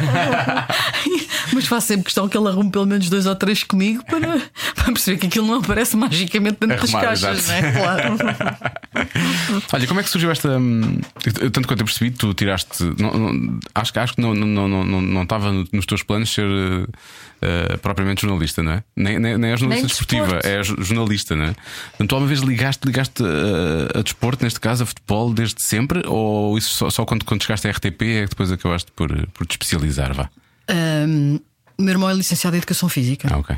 S4: Mas faço sempre questão que ele arrume pelo menos dois ou três comigo para, para perceber que aquilo não aparece magicamente dentro
S5: Arrumar,
S4: das caixas, não
S5: exato.
S4: é? Claro.
S5: Olha, como é que surgiu esta. hum, eu- Tanto quanto eu percebi, tu tiraste. não- não- acho, que- acho que não estava não, não, não, não estava no- nos teus planos ser eh, eh, propriamente jornalista, não é? Nem, nem, nem é jornalista
S3: Nem
S5: desportiva,
S3: desporto.
S5: é jo- jornalista, não é? Portanto, tu alguma vez ligaste, ligaste eh, a desporto, neste caso a futebol, desde sempre? Ou isso só, só quando, quando chegaste à RTP é que depois acabaste por, por te especializar? Vá.
S4: Ahm, meu irmão é licenciado em Educação Física.
S5: Ah, ok.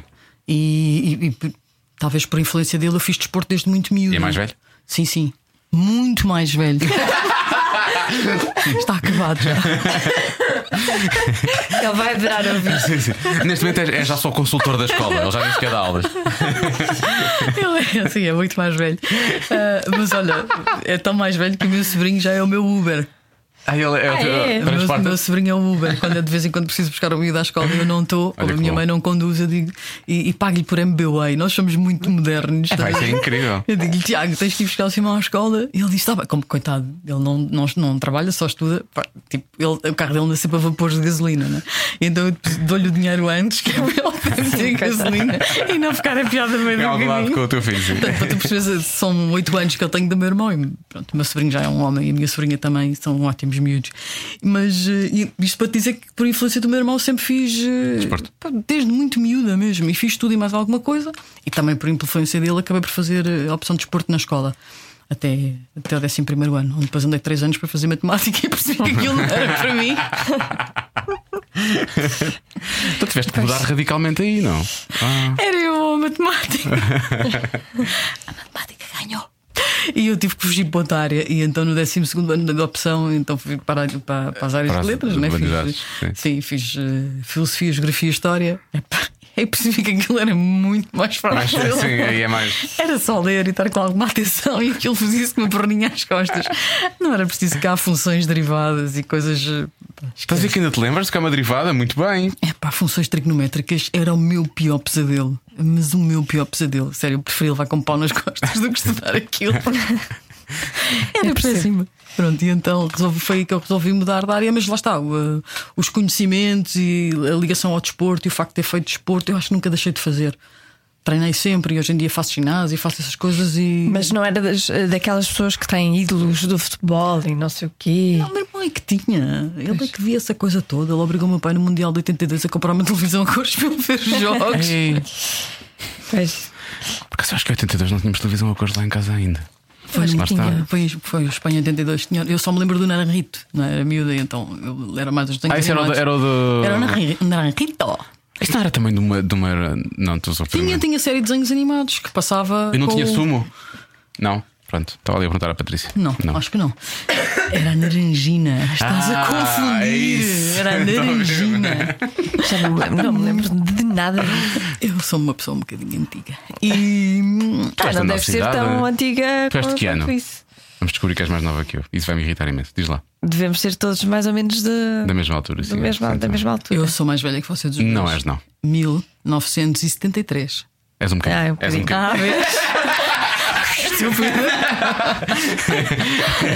S4: E, e- e p- talvez por influência dele eu fiz desporto desde muito miúdo.
S5: E é mais velho?
S4: Sim, sim. muito mais velho. Está acabado já.
S3: Ele vai adorar ouvir.
S5: Sim, sim. Neste momento é, é já só consultor da escola, ele já nem sequer dá aulas.
S4: Ele é assim, é muito mais velho. Ah, mas olha, é tão mais velho que o meu sobrinho já é o meu Uber.
S5: Ah, ele é,
S3: é?
S5: é,
S4: O meu,
S5: transporta.
S4: meu sobrinho é o Uber. Quando eu de vez em quando preciso buscar o miúdo à escola e eu não estou, ou
S5: Olha
S4: a
S5: que
S4: minha
S5: bom.
S4: mãe não conduz, eu digo e, e pago-lhe por MBWay. Nós somos muito modernos.
S5: É,
S4: tá?
S5: Vai ser incrível.
S4: Eu digo-lhe, Tiago, tens que ir buscar o Simão à escola. E ele diz: Tá bem, como coitado, ele não, não, não trabalha, só estuda. Pá, Tipo, ele, o carro dele anda sempre a vapor de gasolina, né? Então eu dou-lhe o dinheiro antes, que é para ele ter gasolina e não ficar a piada no meio
S5: É
S4: do
S5: algo lado
S4: caminho.
S5: com o teu filho. sim.
S4: Portanto, para Então, tu perceberes, são oito anos que eu tenho do meu irmão e pronto, o meu sobrinho já é um homem e a minha sobrinha também são ótimos miúdos. Mas eh, e isto para te dizer que, por influência do meu irmão, eu sempre fiz eh,
S5: Desporto.
S4: pá, desde muito miúda mesmo e fiz tudo e mais alguma coisa. E também por influência dele, acabei por fazer eh, a opção de desporto na escola. Até, até o 11 primeiro ano, onde depois andei três anos para fazer matemática e percebi que aquilo não era para mim.
S5: Tu tiveste que mudar radicalmente aí, não? É.
S4: Era eu a matemática. a matemática ganhou. E eu tive que fugir para outra área. E então no 12 ano da opção, então fui para, para, para as áreas
S5: Para as
S4: de letras, né?
S5: humanidades,
S4: Fiz,
S5: sim.
S4: sim. fiz eh, filosofia, geografia e história. Epá, Aí percebi que aquilo era muito mais
S5: Mas,
S4: fácil.
S5: sim, aí é mais.
S4: Era só ler e estar com alguma atenção e aquilo fazia-se com uma perninha às costas. Não era preciso que há funções derivadas e coisas. eh, pá,
S5: Estás a ver que ainda te lembras que é uma derivada? Muito bem.
S4: é pá, funções trigonométricas era o meu pior pesadelo. Mas o meu pior pesadelo. Sério, eu preferi levar com pau nas costas do que estudar aquilo.
S3: é
S4: Era péssimo. Pronto, e então resolvi, foi aí que eu resolvi mudar de área, mas lá está, o, uh, os conhecimentos e a ligação ao desporto e o facto de ter feito desporto, eu acho que nunca deixei de fazer. Treinei sempre e hoje em dia faço ginásio e faço essas coisas e.
S3: Mas não era das- daquelas pessoas que têm ídolos do futebol e não sei o quê.
S4: Não, meu irmão é que tinha. Ele é que via essa coisa toda. Ele obrigou o meu pai no Mundial de 82 a comprar uma televisão a cores para ele ver os jogos.
S3: Pois.
S5: Porque acho que em 82 não tínhamos televisão a cores lá em casa ainda.
S4: Foi,
S5: Lá está.
S4: tinha, foi, foi o Espanha 82. Tinha, eu só me lembro do Naranjito, não era miúda, então eu era mais os desenhos
S5: Ah, esse era o,
S4: animados.
S5: do- era o do.
S4: Era o Narri- Naranjito.
S5: Isto não era também de uma. De uma era- Não, estou só a
S4: Tinha,
S5: perguntar.
S4: tinha série de desenhos animados que passava.
S5: Eu não
S4: com
S5: tinha
S4: o-
S5: sumo? Não. Pronto, estava ali a perguntar à Patrícia.
S4: Não, acho que não. Era a Naranjina. Estás
S5: Ah, é
S4: a confundir.
S5: isso.
S4: era a Naranjina.
S3: Já não me lembro, não me lembro de nada.
S4: eu sou uma pessoa um bocadinho antiga. E.
S5: Tu és
S3: Ah,
S5: da
S3: não deve
S5: nossa
S3: ser
S5: idade,
S3: tão
S5: não é?
S3: antiga
S5: Tu és de
S3: quanto
S5: que ano?
S3: isso.
S5: Vamos descobrir que és mais nova que eu. Isso vai me irritar imenso. Diz lá.
S3: Devemos ser todos mais ou menos de,
S5: Da mesma altura,
S3: do
S5: sim.
S3: mesma-
S5: Sim,
S3: da
S5: sim.
S3: mesma altura.
S4: Eu sou mais velha que você dos
S5: Não é.
S4: dois.
S5: és, não.
S4: 1973.
S5: És um bocadinho.
S3: Ah, é um
S5: és um
S3: bocadinho.
S5: bocadinho.
S3: Ah, vês?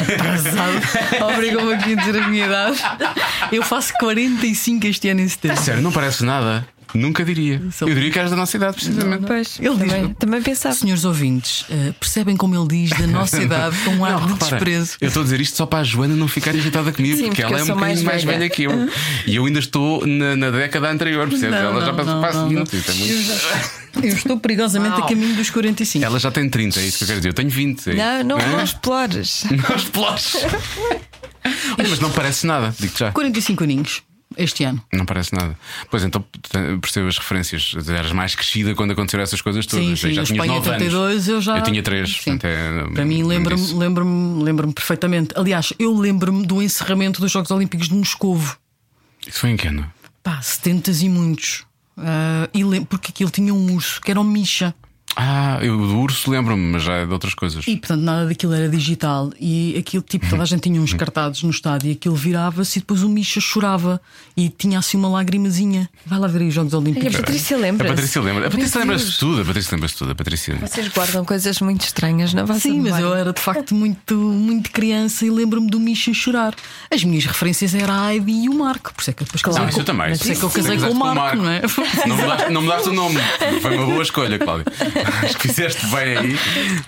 S4: Atrasado. Obrigou-me aqui a dizer a minha idade. Eu faço 45 este ano em setembro.
S5: Sério, não parece nada. Nunca diria.
S4: Sou-
S5: Eu diria que eras da nossa idade, precisamente.
S3: Pois,
S4: Ele diz-
S3: também, também pensava.
S4: Senhores ouvintes, eh, percebem como ele diz da nossa idade com um ar de
S5: repara,
S4: desprezo.
S5: Eu estou a dizer isto só para a Joana não ficar irritada comigo,
S3: Sim,
S5: porque
S3: porque
S5: ela é
S3: eu
S5: um
S3: sou mais
S5: bocadinho mais
S3: velha.
S5: velha que eu. E eu ainda estou na, na década anterior, percebes?
S4: Não,
S5: ela já
S4: não,
S5: passou
S4: não,
S5: para a
S4: não,
S5: seguinte.
S4: não.
S5: Isso é muito-
S4: Eu, já- eu estou perigosamente a caminho dos 45.
S5: Ela já tem 30, é isso que eu quero dizer. Eu tenho 20. é
S3: Não,
S5: isso, é?
S3: não, não explores.
S5: Não explores. Olha, mas não parece nada, digo já.
S4: 45 aninhos este ano.
S5: Não parece nada. Pois então t- percebo as referências. Eras mais crescida quando aconteceram essas coisas todas.
S4: Sim,
S5: Eu
S4: sim,
S5: já
S4: a
S5: tinhas
S4: Espanha
S5: 9 anos.
S4: 82, eu já.
S5: Eu tinha é, 3.
S4: Sim. Para mim, lembro-me lembro lembro perfeitamente. Aliás, eu lembro-me do encerramento dos Jogos Olímpicos de Moscovo.
S5: Isso foi em que ano?
S4: Pá, 70 e muitos. Ah, e lem- porque aquilo tinha um urso que era o Misha.
S5: Ah, eu do urso lembro-me, mas já é de outras coisas.
S4: E portanto nada daquilo era digital E aquilo tipo,
S5: Uhum.
S4: toda a gente tinha uns cartazes no estádio E aquilo virava-se e depois o Misha chorava E tinha assim uma lagrimazinha Vai lá ver aí os Jogos
S3: E a
S4: Olímpicos
S3: Patrícia
S5: A
S3: lembra
S5: Patrícia lembra. A Patrícia lembra-se de tudo. A Patrícia lembra-se de tudo. A Patrícia.
S3: Vocês guardam coisas muito estranhas na vossa
S4: Sim, mas eu
S5: Ah,
S4: era de facto muito, muito criança E lembro-me do Misha chorar As minhas referências eram a Heidi e o Marco Por isso é que eu depois casei
S5: Ah,
S4: com...
S5: isso eu também.
S4: Por isso é que eu
S5: Sim,
S4: casei
S5: sim,
S4: com o
S5: casaste
S4: Marco, não é?
S5: Não mudaste, não mudaste o nome. Foi uma boa escolha, Cláudio. Acho que fizeste bem aí.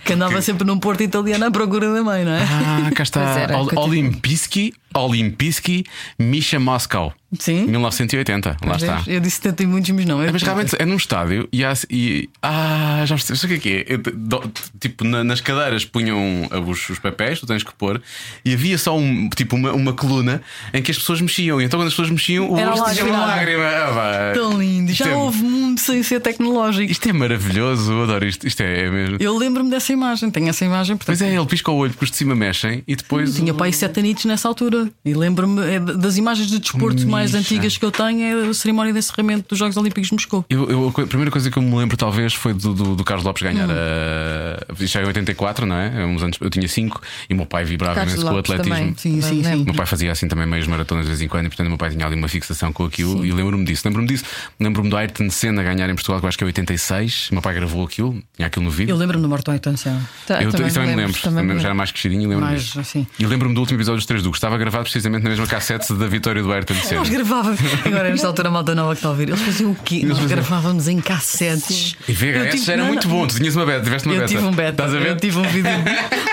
S4: Que andava sempre num porto italiano à procura da mãe, não é?
S5: Ah, cá está.
S3: Pois era,
S5: Ol-
S3: continua.
S5: Olimpiski, Olimpiski, Misha Moscow.
S4: Sim. é,
S5: 1980, lá está.
S4: Eu disse 70 e muitos, mas não.
S5: É, Mas realmente é num estádio e, há, assim- e ah, já percebi, sei o que é que é. Eu te- do- tipo, na- nas cadeiras punham os, os papéis, tu tens que pôr, e havia só um, tipo, uma, uma coluna em que as pessoas mexiam. E então, quando as pessoas mexiam, o
S4: Era
S5: rosto tinha uma
S4: lágrima.
S5: lágrima. Ah, vá.
S4: Tão lindo. Já
S5: Isto é-
S4: houve mundo sem ser tecnológico.
S5: Isto é maravilhoso, eu adoro isto. Isto é, é mesmo.
S4: Eu lembro-me dessa imagem, tenho essa imagem, portanto.
S5: Pois é, ele pisca o olho, porque os de cima mexem e depois.
S4: Tinha pai sete anitos nessa altura e lembro-me é, d- das imagens de desporto mais
S5: Micha.
S4: antigas que eu tenho é a cerimónia de encerramento dos Jogos Olímpicos de Moscou.
S5: Eu, eu- a co- a primeira coisa que eu me lembro, talvez, foi do, do- do Carlos Lopes
S4: Hum.
S5: ganhar. a- Isto já em 84, não é? Uns anos, eu tinha 5 e o meu pai vibrava
S3: Carlos
S5: imenso com o
S3: Lopes
S5: atletismo.
S3: também.
S4: Sim, sim, sim.
S5: O meu pai fazia assim também meias maratonas de vez em quando, e portanto o meu pai tinha ali uma fixação com aquilo. E lembro-me disso. Lembro-me disso. Lembro-me do Ayrton Senna ganhar em Portugal, que eu acho que é 86. O meu pai gravou aquilo, tinha aquilo no vídeo.
S4: Eu lembro-me do Morton e Tancel.
S3: Tá,
S5: Eu também, me lembro,
S3: também me
S5: já era
S3: lembro.
S5: mais crescidinho e lembro-me
S4: Mais,
S5: disso.
S4: assim.
S5: E lembro-me do último episódio dos Três Duques, estava gravado precisamente na mesma cassete da vitória do Ayrton Senna.
S4: Nós gravávamos, agora nesta altura a malta nova que está a ouvir, eles faziam o quê? Nós gravávamos em cassetes.
S5: E
S4: Eu
S5: VHS
S4: tive-
S5: era
S4: não,
S5: muito
S4: não.
S5: bom, tu tinhas uma beta, tiveste uma
S4: Eu
S5: beta.
S4: tive um beta,
S5: Estás a ver?
S4: eu tive um vídeo,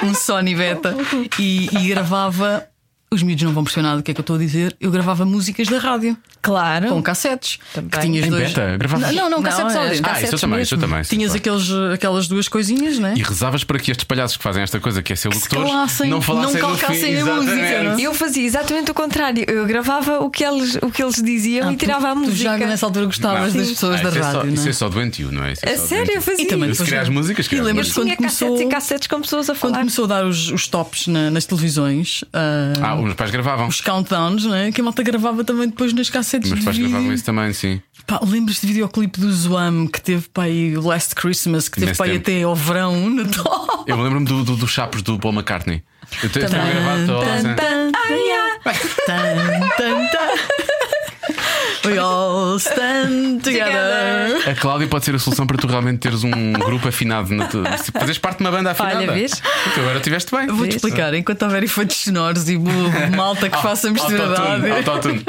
S4: um Sony beta e, e gravava. Os miúdos não vão perceber nada do que é que eu estou a dizer. Eu gravava músicas da rádio
S3: Claro.
S4: com cassetes.
S3: Também.
S4: Que tinhas
S5: Em
S4: dois.
S5: beta? Gravavas-
S4: Não, Hum. não, é
S3: Não,
S4: cassetes
S3: era
S4: áudio.
S3: as
S5: Ah, isso eu também, isso eu também. sim,
S4: Tinhas
S5: claro.
S4: aqueles, aquelas duas coisinhas, né?
S5: E rezavas para que estes palhaços que fazem esta coisa, que é ser
S4: se
S5: locutores,
S4: calassem,
S5: não falassem
S4: não
S5: no fim.
S4: calcassem a música,
S5: Exatamente.
S4: não é?
S3: Eu fazia exatamente o contrário. Eu gravava o que eles, o que eles diziam e tirava a
S4: Ah, tu, Tu já
S3: música.
S4: nessa altura gostavas
S5: Não.
S4: das pessoas
S5: Ah,
S4: da
S5: isso é
S4: rádio,
S5: só-
S4: não
S5: Isso
S4: é?
S5: é só doentio, não é? Isso
S3: A
S5: só
S3: sério, eu
S5: doentio.
S3: fazia.
S4: também
S5: Se criar as músicas,
S4: E
S5: criar
S4: lembras-te
S5: as
S4: quando
S3: Tinha cassetes
S4: começou,
S3: e cassetes com pessoas a
S4: quando
S3: falar.
S4: começou a dar os, os tops na- nas televisões, ah,
S5: Ah, os meus pais gravavam.
S4: os countdowns, né? que a malta gravava também depois nas cassetes.
S5: Os meus
S4: de
S5: pais gravavam
S4: vídeo.
S5: isso também, sim.
S4: Pá, lembras do videoclipe do Zoam que teve para aí o Last Christmas, que teve
S5: Nesse
S4: para aí
S5: tempo.
S4: até ao verão no top?
S5: Eu lembro-me do, do- dos chapos do Paul McCartney. Eu tenho estava gravado né? toda.
S4: Tan, tan, tan. We all stand together.
S5: A Cláudia pode ser a solução para tu realmente teres um grupo afinado. Na tua... se Fazeres parte de uma banda afinada.
S3: Olha, vês?
S5: Tu agora estiveste bem.
S4: Eu Vou-te explicar, enquanto houver efeitos sonoros e boa malta que faça
S5: Autotune,
S4: misturada.
S5: autotune.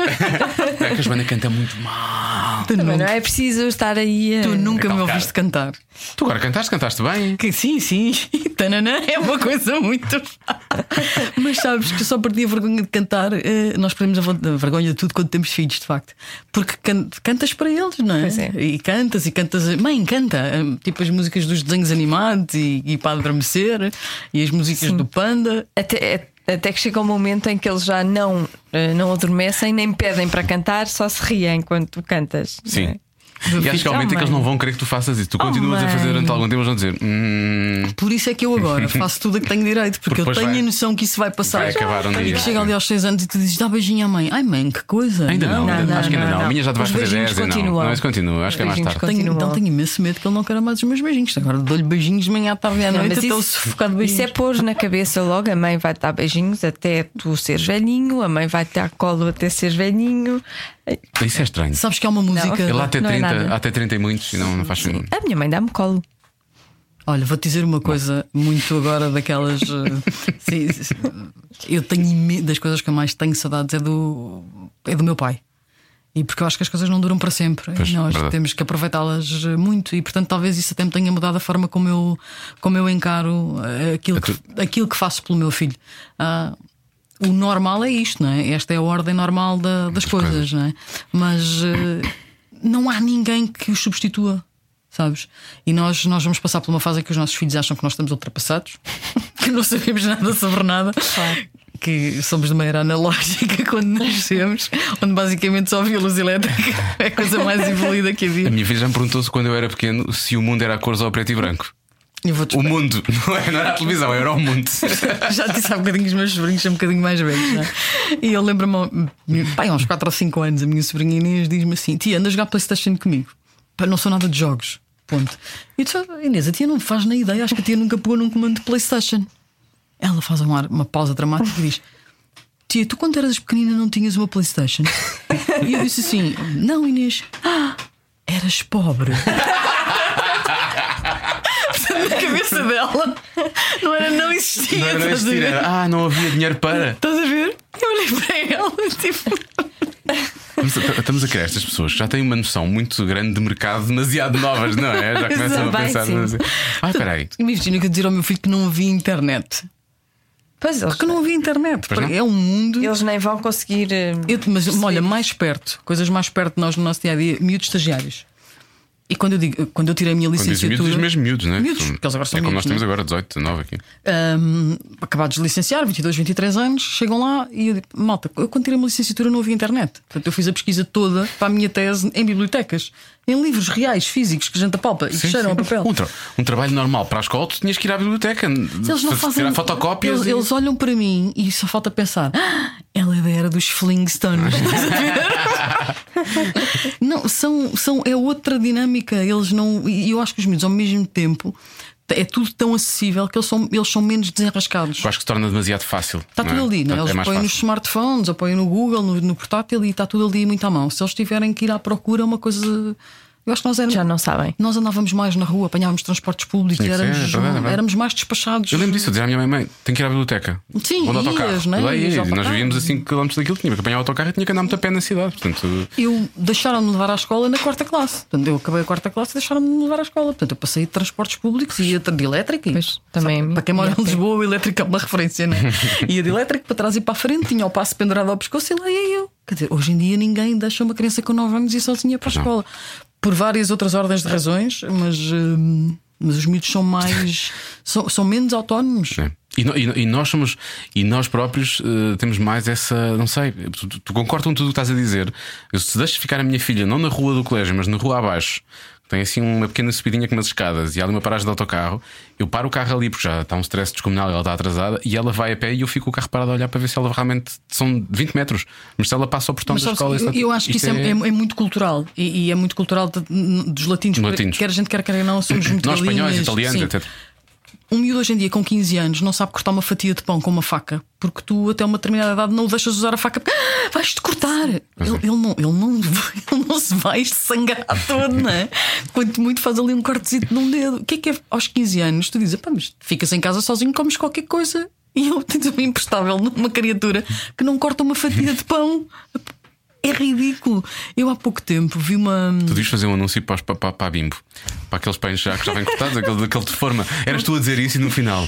S5: É que a Joana canta muito mal.
S4: Tu
S3: Também não
S4: nunca,
S3: é preciso estar aí. eh, a-
S4: tu nunca me
S5: calcar.
S4: ouviste cantar.
S5: Tu agora cantaste, cantaste bem.
S4: Então, Que sim, sim, tananã, é uma coisa muito. Mas sabes que eu só perdi a vergonha de cantar. eh, Nós perdemos a vo- a vergonha de tudo quando temos filhos, de facto. Porque can- cantas para eles, não é?
S3: Pois é.
S4: E cantas e cantas. Mãe, canta. eh, Tipo as músicas dos desenhos animados e, e para adormecer e as músicas do Panda.
S3: Até, até que chega um momento em que eles já não, eh, não adormecem, nem pedem para cantar, só se riem quando tu cantas. não
S5: Sim.
S3: é?
S5: E acho que ao
S3: Oh,
S5: momento em que
S3: mãe.
S5: eles não vão querer que tu faças isso. Tu continuas a fazer
S3: mãe.
S5: durante algum tempo, eles vão dizer. Hum,
S4: Por isso é que eu agora faço tudo a que tenho direito,
S5: Porque
S4: porque, eu
S5: depois
S4: tenho
S5: vai-
S4: a noção que isso vai passar.
S5: vai acabar um
S4: E
S5: dia.
S4: que chega ali aos 6 anos e tu dizes: dá beijinho à mãe. Ai, mãe, que coisa.
S5: ainda não, ainda-
S3: não,
S5: acho que ainda
S3: não,
S5: não. A minha já te vai
S3: Os
S5: fazer
S3: beijinhos
S5: 10 e não.
S3: continuam.
S5: Não, isso continua, acho que é mais
S3: Beijinhos
S5: tarde.
S4: Tenho-
S3: Continua.
S4: então tenho imenso medo que ele não queira mais os meus beijinhos. Agora dou-lhe beijinhos de manhã à tarde e à
S3: Não,
S4: noite
S3: mas
S4: até ele
S3: isso,
S4: sufocar de beijinhos.
S3: isso é pôr na cabeça logo, a mãe vai te dar beijinhos até tu seres velhinho, a mãe vai te dar colo até seres velhinho.
S5: Isso é estranho.
S4: Sabes que há uma música.
S5: Ele lá até
S3: Não é
S5: 30,
S3: nada.
S5: até 30 e muitos e não, não faz sentido.
S3: A minha mãe dá-me colo.
S4: Olha, vou-te dizer uma coisa muito agora daquelas. eh, sim, sim. eu tenho imen- das coisas que eu mais tenho saudades é do, é do meu pai. E porque eu acho que as coisas não duram para sempre.
S5: Pois,
S4: Nós
S5: verdade.
S4: temos que aproveitá-las eh, muito e, portanto, talvez isso até me tenha mudado a forma como eu, como eu encaro eh,
S5: É
S4: aquilo que, aquilo que faço pelo meu filho. Ah, o normal é isto, não é? Esta é a ordem normal da- das coisas,
S5: coisas.
S4: não é? Mas eh, não há ninguém que os substitua, sabes? E nós, nós vamos passar por uma fase em que os nossos filhos acham que nós estamos ultrapassados, que não sabemos nada sobre nada. Que somos de uma era analógica quando nascemos, onde basicamente só havia luz elétrica. É a coisa mais evoluída que
S5: A
S4: havia.
S5: minha filha já me perguntou-se quando eu era pequeno se o mundo era a cores ou a preto e branco.
S4: Eu vou-te
S5: O mundo, não é- não era a televisão, era o mundo.
S4: Já disse há bocadinho que os meus sobrinhos são um bocadinho mais velhos, não é? E eu lembro-me, pai, há uns 4 ou 5 anos, a minha sobrinha Inês diz-me assim: Tia, anda a jogar PlayStation comigo. Pá, não sou nada de jogos. Ponto. E eu disse: "Ah, Inês, a tia não faz nem ideia, acho que a tia nunca pegou num comando de PlayStation. Ela faz uma, uma pausa dramática e diz: Tia, tu quando eras pequenina não tinhas uma PlayStation? E eu disse assim: Não, Inês, "Ah, eras pobre. Portanto, Na cabeça dela não era não existia.
S5: Não era
S4: estás a
S5: existir,
S4: ver?
S5: era, ah, não havia dinheiro para.
S4: Estás a ver? Eu olhei para ela, tipo.
S5: Estamos a, estamos a criar estas pessoas que já têm uma noção muito grande de mercado, demasiado novas, não é? Já começam a
S3: Bem,
S5: pensar. Ah,
S3: sim.
S5: Ai, peraí.
S4: Imagina que eu dizer ao meu filho que não havia internet.
S3: Pois eles,
S4: Porque não havia internet.
S5: Pois não.
S4: É um mundo.
S3: eles nem vão conseguir. eh,
S4: Eu- mas olha, mais perto, coisas mais perto de nós no nosso dia a dia, miúdos estagiários. E quando eu, digo, quando eu tirei a minha
S5: Quando diz
S4: licenciatura.
S5: miúdos, diz mesmo miúdos, não é?
S4: Miúdos,
S5: São-
S4: porque eles agora são
S5: É como nós
S4: miúdos,
S5: temos
S4: não
S5: agora, 18, 19 aqui.
S4: Hum, acabados de licenciar, 22, 23 anos, chegam lá e eu digo: Malta, eu quando tirei uma licenciatura não havia internet. Portanto, eu fiz a pesquisa toda para a minha tese em bibliotecas, em livros reais, físicos, que a gente apalpa e que
S5: Sim,
S4: cheiram
S5: sim.
S4: a papel.
S5: Um, tra- um trabalho normal para a escola, tu tinhas que ir à biblioteca,
S4: Eles não fazem.
S5: tirar fotocópias.
S4: Eles,
S5: e-
S4: eles olham para mim e só falta pensar. "Ah, ela é da era dos Flingstones. Estás a ver? não, são, são, é outra dinâmica. Eles não. E eu acho que os miúdos, ao mesmo tempo, é tudo tão acessível que eles são, eles são menos desenrascados.
S5: Eu acho que se torna demasiado fácil.
S4: Está
S5: não
S4: tudo
S5: é?
S4: ali, não é?
S5: Portanto,
S4: Eles
S5: é mais
S4: põem nos
S5: fácil.
S4: smartphones, ou põem no Google, no, no portátil e está tudo ali muito à mão. Se eles tiverem que ir à procura, é uma coisa. Eu acho que nós éramos.
S3: Já não sabem.
S4: Nós andávamos mais na rua, apanhávamos transportes públicos,
S5: Sim, sim, é
S4: éramos,
S5: verdade, é verdade.
S4: éramos mais despachados.
S5: Eu lembro disso, eu dizia à minha mãe, mãe, tenho que ir à biblioteca.
S4: Sim,
S5: Vou de
S4: ias,
S5: autocarro.
S4: não é?
S5: Eu lá ia,
S4: Ias ao
S5: e nós
S4: autocarro.
S5: vivíamos a 5 km daquilo, tinha que apanhar o autocarro e tinha que andar muito a pé na cidade. Portanto,
S4: eu deixaram-me levar à escola na quarta classe. Portanto, eu acabei a quarta classe e deixaram-me levar à escola. Portanto, eu passei de transportes públicos e ia de elétrica.
S3: Pois, também
S4: Sabe,
S3: é
S4: para quem mora
S3: minha
S4: em
S3: fé.
S4: Lisboa, o elétrico é uma referência, não é? Ia de elétrico para trás e para a frente, tinha o passo pendurado ao pescoço e lá ia eu. Quer dizer, hoje em dia ninguém deixa uma criança com 9 anos e sozinha para a escola. Por várias outras ordens
S3: É.
S4: de razões, mas, hum, mas os miúdos são mais. são, são menos autónomos.
S5: É. E, no- e no- e nós somos, e nós próprios eh, temos mais essa, não sei, tu, tu- tu concordas com tudo o que estás a dizer. Eu, se deixas ficar a minha filha, não na rua do colégio, mas na rua abaixo, que tem assim uma pequena subidinha com umas escadas e há ali uma paragem de autocarro, eu paro o carro ali porque já está um stress descomunal e ela está atrasada, e ela vai a pé e eu fico com o carro parado a olhar para ver se ela realmente são 20 metros, mas se ela passa ao portão
S4: Mas
S5: da
S4: sabes,
S5: escola.
S4: eu,
S5: está-
S4: eu acho que
S5: isto
S4: isso é, é- é muito cultural e, e é muito cultural de- dos latinos, porque
S5: Latinos.
S4: quer a gente quer quer não, somos muito
S5: Nós espanhóis,
S4: galinhas.
S5: italianos,
S4: Sim.
S5: etc.
S4: Um miúdo hoje em dia com 15 anos não sabe cortar uma fatia de pão com uma faca porque tu, até uma determinada idade, não o deixas usar a faca porque "Ah, vais-te cortar. Ele, ele não, ele, não, ele não se vai sangrar todo, não é? Quanto muito faz ali um cortezito num dedo. O que é que é aos 15 anos? Tu dizes, pá, mas ficas em casa sozinho, comes qualquer coisa. E eu tento me imprestável numa criatura que não corta uma fatia de pão. É ridículo. Eu há pouco tempo vi uma.
S5: Tu devias fazer um anúncio para, os- para, para, para a Bimbo. Para aqueles pães já que já vêm cortados, aquele, daquele de forma. Eras tu a dizer isso e no final.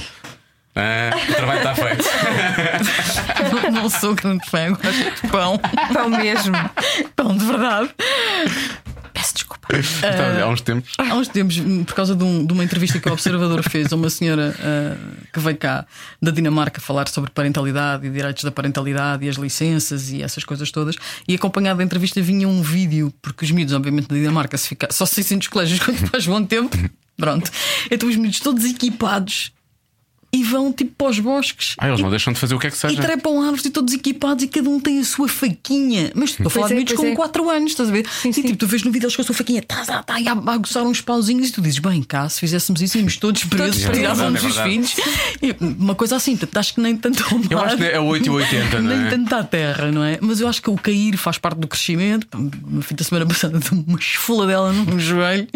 S5: Ah, o trabalho está feito.
S4: Eu não sou grande fã, eu gosto de pão.
S3: Pão mesmo.
S4: Pão de verdade. Peço desculpa.
S5: Estava Então, Há uns tempos.
S4: Há uns tempos, hum, por causa de, um- de uma entrevista que o Observador fez a uma senhora ah, que veio cá da Dinamarca falar sobre parentalidade e direitos da parentalidade e as licenças e essas coisas todas, e acompanhado da entrevista vinha um vídeo, porque os miúdos, obviamente, da Dinamarca se fica, só 600 colégios quando faz bom tempo. Pronto. Então os miúdos todos equipados e vão tipo para os bosques.
S5: Ah, eles
S4: E
S5: não deixam de fazer o que é que
S4: e
S5: seja.
S4: trepam árvores um e todos equipados e cada um tem a sua faquinha. Mas estou a falar de
S3: é,
S4: miúdos
S3: pois
S4: com
S3: é.
S4: 4 anos, estás a ver? e
S3: sim.
S4: tipo, tu vês no vídeo eles com a sua faquinha, tá, tá, tá, e a, a goçar uns pauzinhos e tu dizes, bem, cá, se fizéssemos isso, íamos todos presos,
S5: presos.
S4: tirávamos
S5: É
S4: os
S5: verdade, é
S4: filhos. E uma coisa assim, portanto, acho que nem tanto ao mar,
S5: Eu acho que é 8 e 80, não
S4: nem
S5: é?
S4: tanto à terra, não é? Mas eu acho que o cair faz parte do crescimento. Uma fita semana passada de uma esfoladela num joelho.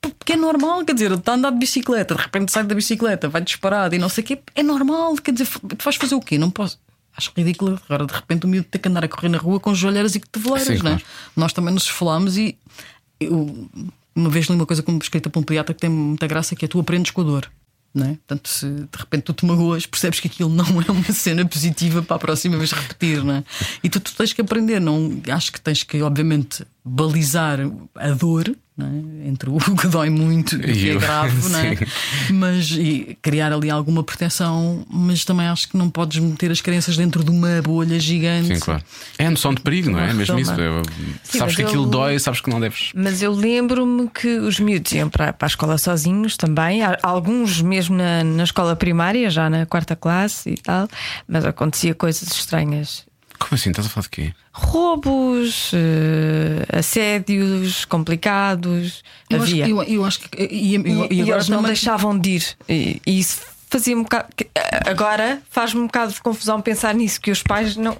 S4: Porque é normal, quer dizer, está a andar de bicicleta, de repente sai da bicicleta, vai disparado e não sei o quê. É normal, quer dizer, tu vais fazer o quê? Não posso. Acho ridículo agora de repente o miúdo ter que andar a correr na rua com joelheiras e cotoveleiras,
S5: Sim,
S4: não é?
S5: claro.
S4: Nós também nos esfolámos e eu uma vez li uma coisa como escrita por um pediatra que tem muita graça que é tu aprendes com a dor. Não é? Portanto, se de repente tu te magoas, percebes que aquilo não é uma cena positiva para a próxima vez repetir, não é? E tu, tu tens que aprender, não acho que tens que, obviamente, balizar a dor não é? entre o que dói muito e o que
S5: E
S4: é
S5: o-
S4: grave, não é?
S5: Sim.
S4: mas e criar ali alguma proteção, mas também acho que não podes meter as crianças dentro de uma bolha gigante.
S5: Sim, claro. É a noção de perigo, não é? É Mesmo isso. É, sabes
S3: mas
S5: que aquilo
S3: eu-
S5: dói, sabes que não deves.
S3: Mas eu lembro-me que os miúdos iam para, para a escola sozinhos também, há- alguns mesmo na, na escola primária, já na quarta classe e tal, mas acontecia coisas estranhas.
S5: Como assim? Estás a falar de quê?
S3: Roubos, eh, assédios complicados.
S4: Eu acho,
S3: havia.
S4: eu, eu acho que. eh,
S3: E,
S4: E, e- e
S3: e
S4: agora
S3: eles não
S4: também-
S3: deixavam de ir. E, e isso fazia um bocado. que- Agora faz-me um bocado de confusão pensar nisso, que os pais não,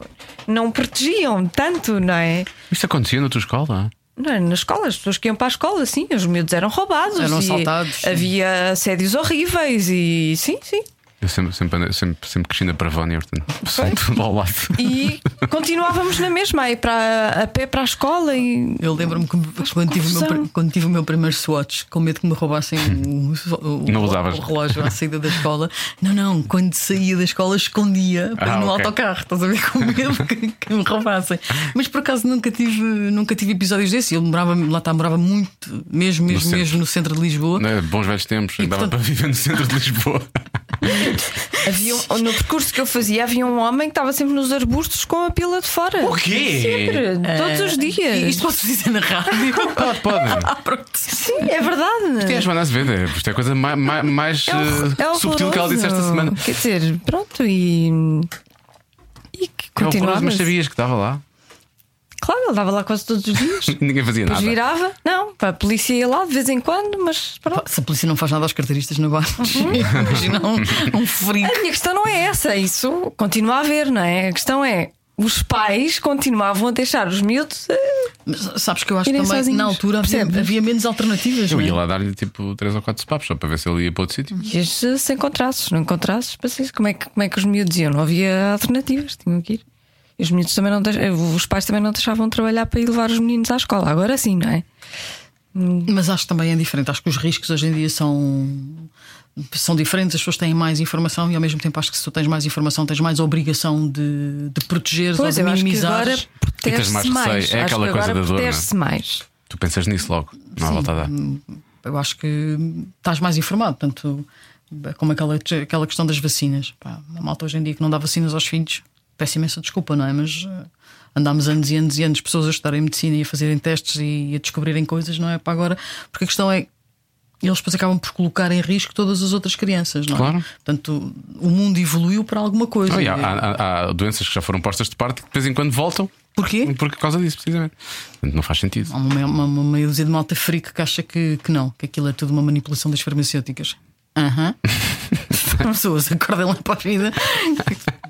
S3: não protegiam tanto, não é?
S5: Isto acontecia na tua escola?
S3: Não é? Na escola, as pessoas que iam para a escola, sim, os miúdos eram roubados.
S4: Eram
S3: e
S4: assaltados, sim.
S3: Havia assédios horríveis e sim, sim.
S5: Eu sempre, sempre, andei- sempre, sempre cresci na Pravónia, portanto, são tudo ao lado.
S3: E continuávamos na mesma, aí para, a pé para a escola e.
S4: Eu lembro-me que quando tive, o meu,
S3: confusão.
S4: pri- quando tive o meu primeiro Swatch, com medo que me roubassem o, o-
S5: Não
S4: o-
S5: usavas.
S4: o relógio à saída da escola. Não, não, quando saía da escola escondia para
S5: Ah,
S4: ir no
S5: ok.
S4: autocarro, estás a ver com medo que, que me roubassem. Mas por acaso nunca tive, nunca tive episódios desses. Eu morava, lá está, morava muito, mesmo, mesmo,
S5: centro.
S4: mesmo no centro de Lisboa.
S5: Não é? Bons velhos tempos, ainda dava para
S4: portanto-
S5: viver no centro de Lisboa.
S3: Havia um- no percurso que eu fazia, havia um homem que estava sempre nos arbustos com a pila de fora.
S5: O quê?
S3: Sempre,
S5: Ah,
S3: todos os dias.
S4: Eh, E isto posso dizer na rádio?
S5: Pode, pode.
S4: ah, pronto.
S3: Sim, é verdade.
S5: Isto é a Joana Azevedo, é- isto é a coisa ma- ma- mais,
S3: É hor-
S5: eh,
S3: é
S5: subtil que ela disse esta
S3: horroroso.
S5: semana. É
S3: Quer dizer, pronto, e. E que
S5: É horroroso,
S3: continuava.
S5: mas sabias que estava lá.
S3: Claro, ele dava lá quase todos os dias.
S5: Ninguém fazia
S3: Depois
S5: nada.
S3: virava, não, para a polícia ia lá de vez em quando, mas pronto.
S4: Pá, Se a polícia não faz nada aos carteiristas no bar,
S3: Uhum.
S4: imagina um, um frio.
S3: A minha questão não é essa, isso continua a haver, não é? A questão é. Os pais continuavam a deixar os miúdos. eh,
S4: Mas sabes que eu acho que
S3: Irem
S4: também
S3: sozinhos,
S4: na altura havia,
S3: percebes?
S4: havia menos alternativas.
S5: Eu
S4: não é?
S5: ia lá dar-lhe tipo 3 ou 4 papos só para ver se ele ia para outro sítio.
S3: E se se encontrasses, não encontrasses, passei como é que, como é que os miúdos iam? Não havia alternativas, tinham que ir. E os miúdos também não deix- eh, os pais também não deixavam trabalhar para ir levar os meninos à escola. Agora sim, não é?
S4: Mas acho que também é diferente. Acho que os riscos hoje em dia são, são diferentes. As pessoas têm mais informação e, ao mesmo tempo, acho que se tu tens mais informação, tens mais obrigação de, de protegeres
S3: Pois
S4: ou
S3: eu
S4: de
S3: acho que
S4: minimizar.
S3: agora protege-se
S5: mais
S3: mais.
S5: receio. É
S3: Acho
S5: aquela
S3: que
S5: coisa
S3: agora
S5: da dor, não é?
S3: protege-se mais.
S5: Tu pensas nisso logo, não há volta a dar.
S4: Eu acho que estás mais informado. Portanto, como aquela, aquela questão das vacinas. Pá, a malta hoje em dia que não dá vacinas aos filhos, peço imensa desculpa, não é? Mas eh, andámos anos e anos e anos pessoas a estudarem medicina e a fazerem testes e a descobrirem coisas, não é? Para agora. Porque a questão é. Eles depois acabam por colocar em risco todas as outras crianças, não é?
S5: Claro.
S4: Portanto, o mundo evoluiu para alguma coisa.
S5: Oh, e há, há- há doenças que já foram postas de parte que de vez em quando voltam
S4: Porquê?
S5: por causa disso, precisamente. Portanto, não faz sentido.
S4: Há uma, meia- uma, uma meia dúzia de malta freak que acha que, que não, que aquilo é tudo uma manipulação das farmacêuticas. Aham. As pessoas acordem lá para a vida.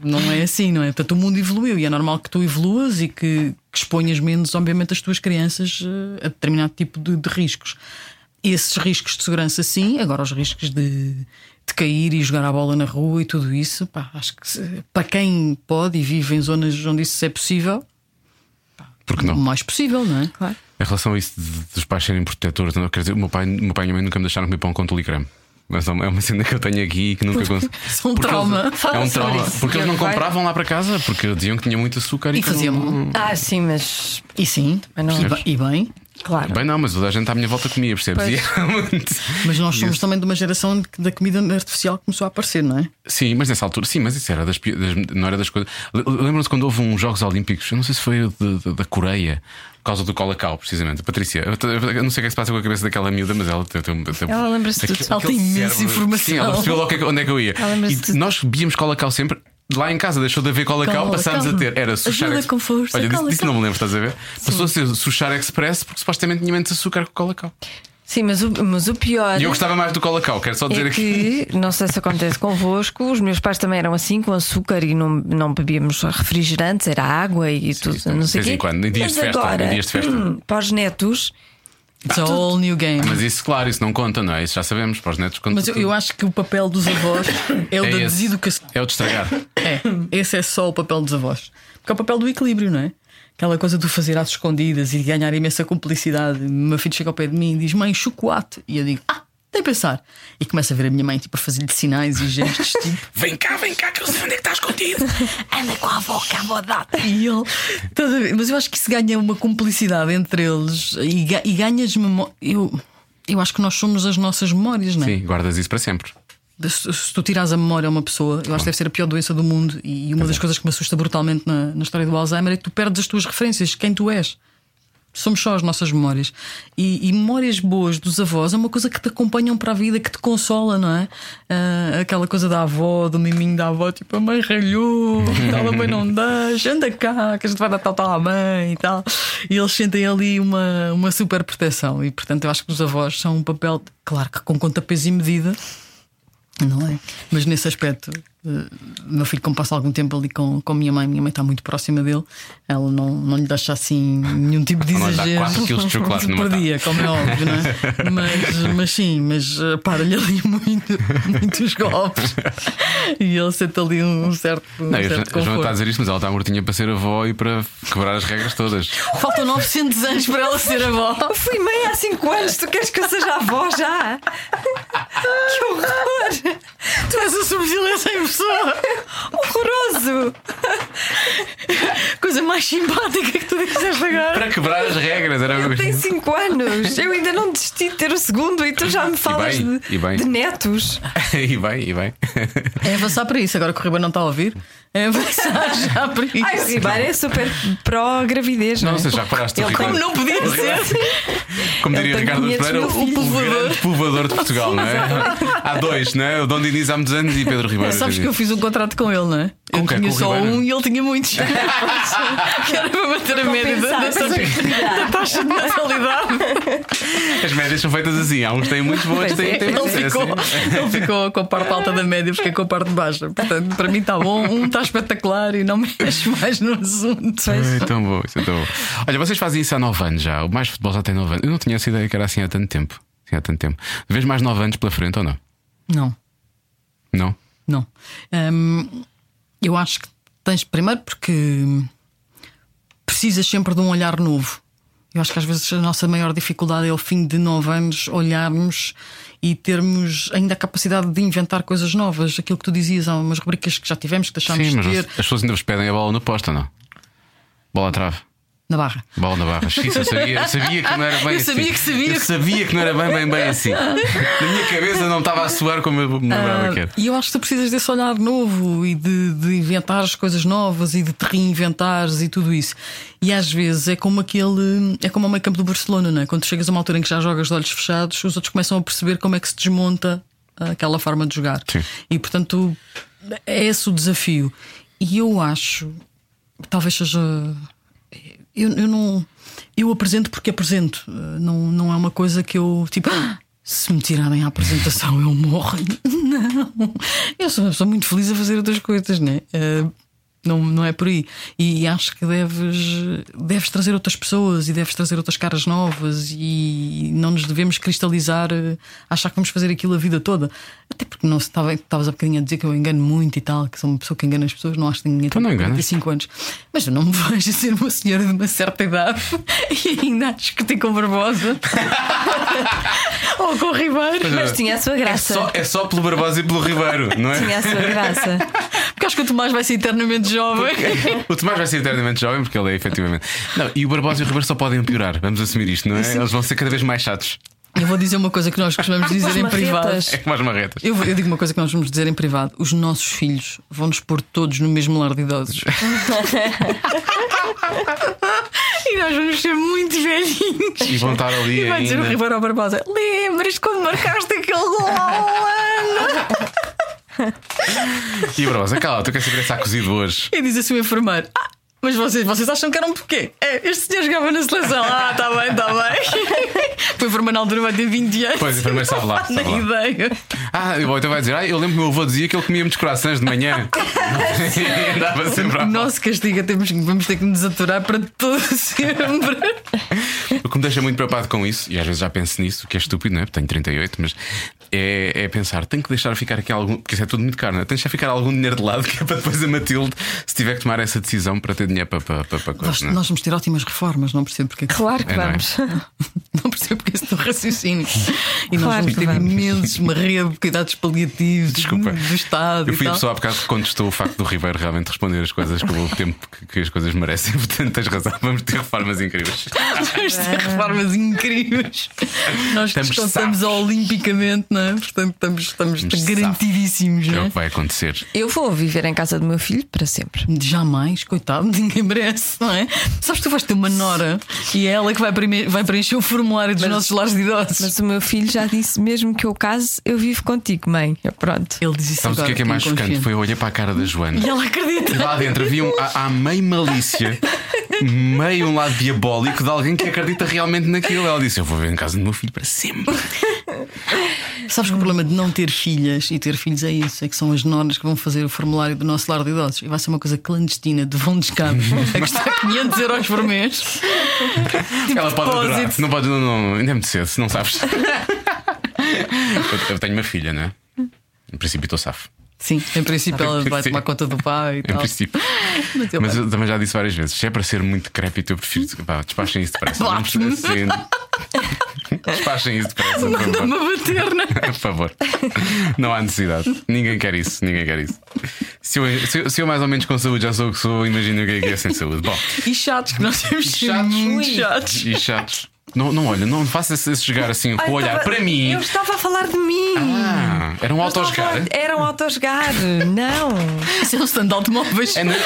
S4: Não é assim, não é? Portanto, o mundo evoluiu e é normal que tu evoluas e que, que exponhas menos, obviamente, as tuas crianças eh, a determinado tipo de, de riscos. Esses riscos de segurança, sim, agora os riscos de, de cair e jogar a bola na rua e tudo isso, pá, acho que se- para quem pode e vive em zonas onde isso é possível,
S5: Porque não?
S4: o mais possível, não é?
S3: Claro.
S5: Em relação a isso de- de- dos pais serem protetores, não, quer dizer, o meu pai, o meu pai e a minha mãe nunca me deixaram comer pão com tulicreme. Mas é uma é uma cena que eu tenho aqui e que nunca consegui.
S4: São trauma.
S5: é
S4: Fala
S5: um
S4: sobre
S5: trauma.
S4: isso.
S5: Porque eles não
S3: Vai.
S5: compravam lá para casa, porque diziam que tinha muito açúcar e,
S4: E
S5: que não- Hum.
S4: faziam.
S3: Ah, sim, mas
S4: E sim,
S3: Mas não-
S4: e,
S5: é.
S4: ba- e bem,
S3: claro.
S5: Bem, não, mas toda a gente à minha volta comia, percebes? E era muito-
S4: mas nós somos também de uma geração em que da comida artificial começou a aparecer, não é?
S5: Sim, mas nessa altura, sim, mas isso era das, pi- das- não era das coisas. L- Lembram-se quando houve uns Jogos Olímpicos, eu não sei se foi o de- de- da Coreia, por causa do Colacau, precisamente. Patrícia, eu, te- eu não sei o que é que se passa com a cabeça daquela miúda, mas ela tem. tem, tem
S3: Ela lembra-se de
S5: aquele-
S3: tudo.
S4: Ela tem
S5: aquele
S4: imensa
S5: cérebro-
S4: informação.
S5: Sim, ela percebeu logo que- onde é que eu ia.
S3: Ela lembra-se de
S5: E
S3: tudo.
S5: nós bebíamos Colacau sempre. Lá em casa deixou de haver Colacau,
S4: Colacau.
S5: passámos a ter. Era Suchar
S4: Ajuda
S5: Ex-
S4: com força,
S5: Olha, disso,
S4: Colacau.
S5: disso não me lembro, estás a ver? Passou a ser Suchar Express porque supostamente tinha menos açúcar que o Colacau.
S3: Sim, mas o, mas o pior.
S5: E eu gostava mais do Colacau, quero só dizer
S3: É
S5: aqui.
S3: que, não sei se acontece convosco, os meus pais também eram assim, com açúcar e não, não bebíamos refrigerantes, era água e tudo,
S5: isso, então,
S3: não sei
S5: de vez em
S3: quê.
S5: quando, em dias
S3: Mas
S5: de festa,
S3: agora, hum,
S5: em dias de festa.
S3: Para os netos,
S4: It's a whole new game.
S5: Mas é isso, claro, isso não conta, não é? Isso já sabemos, para os netos conta.
S4: Mas eu,
S5: tudo.
S4: eu acho que o papel dos avós é o
S5: É
S4: da
S5: esse.
S4: deseducação.
S5: É o de estragar.
S4: É, esse é só o papel dos avós. Porque é o papel do equilíbrio, não é? Aquela coisa do fazer às escondidas e de ganhar imensa cumplicidade. O meu filho chega ao pé de mim e diz: Mãe, chocolate. E eu digo: Ah, nem pensar. E começa a ver a minha mãe tipo, a fazer-lhe sinais e gestos, tipo.
S5: Vem cá, vem cá, que eu sei onde é que está escondido.
S4: anda com a avó que a avó dá E ele. Estás a ver? Mas eu acho que isso ganha uma cumplicidade entre eles e, ga- e ganhas memória. Eu, eu acho que nós somos as nossas memórias, não é?
S5: Sim, guardas isso para sempre.
S4: Se, se tu tiras a memória a uma pessoa, eu acho que deve ser a pior doença do mundo. E uma das coisas que me assusta brutalmente na, na história do Alzheimer é que tu perdes as tuas referências, quem tu és. Somos só as nossas memórias. E, e memórias boas dos avós é uma coisa que te acompanham para a vida, que te consola, não é? Ah, aquela coisa da avó, do miminho da avó, tipo, a mãe ralhou, tal, a mãe não deixa, anda cá, que a gente vai dar tal, tal à mãe e tal. E eles sentem ali uma, uma super proteção. E portanto, eu acho que os avós são um papel, claro que com conta, peso e medida, não é? Mas nesse aspecto, eh, o meu filho, como passa algum tempo ali com, com a minha mãe, minha mãe está muito próxima dele, ela não, não lhe deixa assim nenhum tipo de
S5: Não lhe dá
S4: exagero.
S5: quatro quilos de chocolate numa
S4: por
S5: tarde.
S4: dia, como é óbvio, não é? Mas, mas sim, mas eh, para-lhe ali muito, muitos golpes e ele sente ali um certo, um
S5: Não, e a Jo-
S4: certo
S5: a Joana está a
S4: conforto.
S5: dizer isto, mas ela está mortinha para ser avó e para quebrar as regras todas.
S4: Faltam 900 anos para ela ser avó.
S3: Oh, fui mãe há 5 anos, tu queres que eu seja avó já? que horror!
S4: Tu és a sobrevivência em é pessoa.
S3: Horroroso!
S4: Coisa mais simpática que tu disseste agora.
S5: Para quebrar as regras, era
S3: Eu tenho
S5: mesmo.
S3: 5 anos, eu ainda não desisti de ter o segundo e tu já me falas
S5: bem,
S3: de,
S5: e bem.
S3: de netos.
S5: E bem, e bem.
S4: É avançar para isso, agora que o Ribeiro não está a ouvir. É avançar já para isso.
S3: Ai, o Ribeiro é super pró-gravidez, não,
S5: Não
S3: é?
S5: sei, já paraste o
S3: Ele
S5: Ribeiro.
S4: Como não podia ser?
S5: Como diria
S3: Ele tem
S5: Ricardo
S3: 500
S5: Pereira,
S3: mil
S5: o
S3: filhos.
S5: grande povoador de Portugal, não é? Há dois, não é? O Dom Diniz há muitos anos e Pedro Ribeiro.
S4: Sabes que eu fiz um contrato com ele, não é?
S5: Com
S4: eu
S5: quem?
S4: tinha
S5: Com o
S4: só
S5: Ribeiro?
S4: um e ele tinha muitos. que era para manter a média da, da,
S6: Compensar,
S4: da taxa de natalidade.
S5: As médias são feitas assim. Há uns têm muitos bons, outros têm, têm
S4: Ele
S5: muitos. É
S4: ficou,
S5: assim.
S4: ele ficou com a parte alta da média, fiquei com a parte baixa. Portanto, para mim está bom, um está espetacular e não mexe mais no assunto.
S5: Ai, tão bom, isso é tão bom. Olha, vocês fazem isso há 9 anos já. O mais futebol já tem 9 anos. Eu não tinha essa ideia que era assim há tanto tempo. Assim, há tanto tempo. De vez mais 9 anos pela frente ou não?
S4: Não.
S5: Não?
S4: Não. Hum, eu acho que tens primeiro porque hum, precisas sempre de um olhar novo. Eu acho que às vezes a nossa maior dificuldade é ao fim de nove anos olharmos e termos ainda a capacidade de inventar coisas novas. Aquilo que tu dizias, há umas rubricas que já tivemos, que deixámos
S5: Sim,
S4: de
S5: mas
S4: ter
S5: as pessoas ainda vos pedem a bola no posto ou não? Bola à trave.
S4: na barra.
S5: Bola na barra. Xiz, eu, sabia, eu sabia que não era bem
S4: Eu
S5: assim.
S4: sabia que sabia.
S5: Eu sabia que não era bem, bem, bem assim. Na minha cabeça não estava a soar como eu me lembrava que era.
S4: Ah, E eu acho que tu precisas desse olhar novo e de, de inventares coisas novas e de te reinventares e tudo isso. E às vezes é como aquele. É como o meio campo do Barcelona, não é? Quando chegas a uma altura em que já jogas de olhos fechados, os outros começam a perceber como é que se desmonta ah, aquela forma de jogar.
S5: Sim.
S4: E portanto é esse o desafio. E eu acho. Talvez seja eu, eu não. Eu apresento porque apresento. Eh, Não, não é uma coisa que eu tipo. "Ah, Se me tirarem a apresentação, eu morro. Não. Eu sou uma pessoa muito feliz a fazer outras coisas, né? Eh, não, não é por aí. E acho que deves, deves trazer outras pessoas e deves trazer outras caras novas e não nos devemos cristalizar, eh, achar que vamos fazer aquilo a vida toda. Até porque não se estava- estavas há bocadinho a dizer que eu engano muito e tal, que sou uma pessoa que engana as pessoas, não acho que ninguém
S5: Tu não enganas.
S4: 45 anos. Mas eu não me vejo a ser uma senhora de uma certa idade e ainda a discutir com Barbosa. Ou com o Ribeiro.
S3: Mas tinha a sua
S5: É
S3: graça.
S5: só, é só pelo Barbosa e pelo Ribeiro, não é?
S3: Tinha a sua graça.
S4: Porque acho que o Tomás vai ser eternamente jovem.
S5: O Tomás vai ser eternamente jovem porque ele é efetivamente. Não, e o Barbosa e o Ribeiro só podem piorar, vamos assumir isto, não é? Eles vão ser cada vez mais chatos.
S4: Eu vou dizer uma coisa que nós costumamos dizer em privado.
S5: É como as marretas.
S4: Eu, vou- eu digo uma coisa que nós vamos dizer em privado: os nossos filhos vão-nos pôr todos no mesmo lar de idosos. e nós vamos ser muito velhinhos.
S5: E vão estar ali.
S4: E vai dizer o
S5: ainda.
S4: Ribeiro ao Barbosa: Lembras quando marcaste aquele gol? Ana?"
S5: E o Barbosa, cala, tu queres saber se há cozido hoje?
S4: E diz assim o enfermeiro: Ah, mas vocês, vocês acham que eram porquê? É, este senhor jogava na seleção. Ah, tá bem, tá bem. Foi o enfermeiro na altura, vai ter 20 anos.
S5: Pois, o enfermeiro sabe lá,
S4: Na
S5: sabe lá.
S4: ideia.
S5: Ah, e bom, então vai dizer, ah, eu lembro que o meu avô dizia que ele comia muitos corações de manhã. e andava sempre à
S4: Nosso castigo, é termos, vamos ter que nos aturar para todo sempre.
S5: O que me deixa muito preocupado com isso, e às vezes já penso nisso, o que é estúpido, não é? Porque Tenho 38, mas é, é pensar, tenho que deixar ficar aqui algum, porque isso é tudo muito caro, não é? Tenho que deixar ficar algum dinheiro de lado, que é para depois a Matilde, se tiver que tomar essa decisão, para ter dinheiro para, para, para, para
S4: Nós,
S5: coisa, não é?
S4: nós vamos ter ótimas reformas, não percebo porque é que-
S3: Claro que
S5: É, não é?
S3: vamos.
S4: Não percebo porque é esse teu raciocínio. E nós
S3: Claro
S4: vamos
S3: que
S4: ter
S3: vamos.
S4: imensos uma rede de cuidados paliativos
S5: Desculpa.
S4: do Estado.
S5: Eu fui
S4: e
S5: a
S4: tal.
S5: pessoa há bocado que contestou o facto do Ribeiro realmente responder as coisas com o tempo que, que as coisas merecem. Portanto, tens razão, vamos ter reformas incríveis.
S4: Vamos ter reformas incríveis. Nós que
S5: Estamos
S4: descontamos
S5: sapos.
S4: olimpicamente, não é? Portanto, estamos, estamos,
S5: Estamos
S4: garantidíssimos,
S5: É
S4: não
S5: o
S4: é?
S5: que vai acontecer.
S3: Eu vou viver em casa do meu filho para sempre.
S4: Jamais, coitado, ninguém merece, não é? Sabes que tu vais ter uma nora e é ela que vai, preme- vai preencher o formulário dos nossos lares de idosos.
S3: Mas o meu filho já disse: mesmo que eu case, eu vivo contigo, mãe. Eu, pronto.
S4: Ele diz isso
S5: Sabes o
S4: agora,
S5: que é que é mais
S4: fiquei
S5: chocante?
S4: confiante.
S5: Foi eu olhar para a cara da Joana.
S4: E ela acredita.
S5: E lá dentro havia um, há, há meio malícia, meio um lado diabólico de alguém que acredita realmente naquilo. Ela disse: Eu vou ver em casa do meu filho para sempre.
S4: Sabes que o problema de não ter filhas e ter filhos é isso: é que são as nonas que vão fazer o formulário do nosso lar de idosos e vai ser uma coisa clandestina de vão É de escape a custar 500 euros por mês.
S5: Ela pode adorar.
S4: propósito.
S5: Não pode, não, não, ainda é muito cedo, se não sabes. eu, eu tenho uma filha, não é? Em princípio estou safo.
S4: Sim, em princípio ela vai
S5: Sim.
S4: tomar conta do pai e
S5: Em
S4: tal.
S5: princípio.
S4: Mas
S5: É
S4: eu- Uhum.
S5: Mas eu também já disse várias vezes: se é para ser muito decrépito, eu prefiro. Pá, despachem isso depressa. Não me
S4: Bate-me.
S5: estressem. Despachem isso depressa. por favor.
S4: Manda-me bater, né?
S5: Por favor, não há necessidade. Ninguém quer isso, ninguém quer isso. Se eu, se eu- se eu mais ou menos com saúde já sou o que sou, imagina o que é que é sem saúde. Bom,
S4: E chatos, que nós temos sido muito chatos.
S5: e chatos. Não, não olha, não faça esse esse jogar assim com o olhar para mim.
S3: Eu estava a falar de mim.
S5: Ah, era um
S3: Eu estava a
S5: autojogar.
S3: falar- Era um autosgar. Não.
S4: Isso é um stand de automóveis.
S5: É, na- é,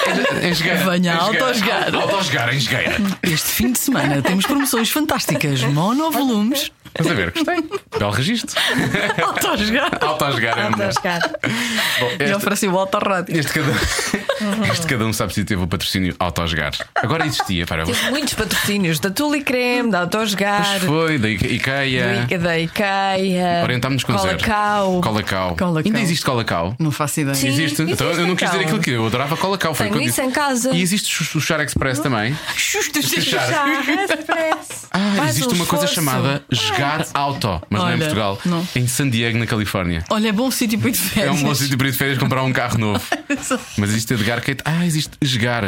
S5: é, em jogueira.
S4: Venha
S5: Em
S4: a
S5: jogueira.
S4: autojogar.
S5: Autojogar, em jogueira.
S4: Este fim de semana temos promoções fantásticas, monovolumes.
S5: Estás a ver? Gostei. Belo registro.
S4: Autosgar.
S5: Autojogar é um bom.
S3: Autosgar.
S5: Bom,
S4: E
S5: este-
S4: ofereci o autorrádio.
S5: Este cada,
S3: Uhum.
S5: este cada um sabe se teve o patrocínio autojogar. Agora existia, para
S3: Tive muitos patrocínios da Tuli Creme, da Autosgar,
S5: Pois foi, da Ike- IKEA.
S3: do I- da IKEA,
S5: Orientámos com zero.
S3: Colacau.
S5: Colacau.
S4: Colacau.
S5: Ainda existe Colacau.
S4: Não faço ideia.
S3: Sim.
S5: Existe? então, eu não quis dizer
S3: Colacau.
S5: aquilo que eu adorava Colacau. Foi
S3: Tenho
S5: o que eu
S3: isso
S5: disse.
S3: em casa. Uhum.
S5: E existe o Char Express também.
S3: Já, express.
S5: Ah,
S3: Mais
S5: existe
S3: um
S5: uma coisa
S3: esforço.
S5: chamada jogar auto, mas não é em
S4: Olha,
S5: Portugal.
S4: não.
S5: Em San Diego, na Califórnia.
S4: Olha, é bom sítio para ir de
S5: É
S4: férias.
S5: um bom sítio para ir de férias comprar um carro novo. Mas existe Edgar Kate. Ah, existe Esgar.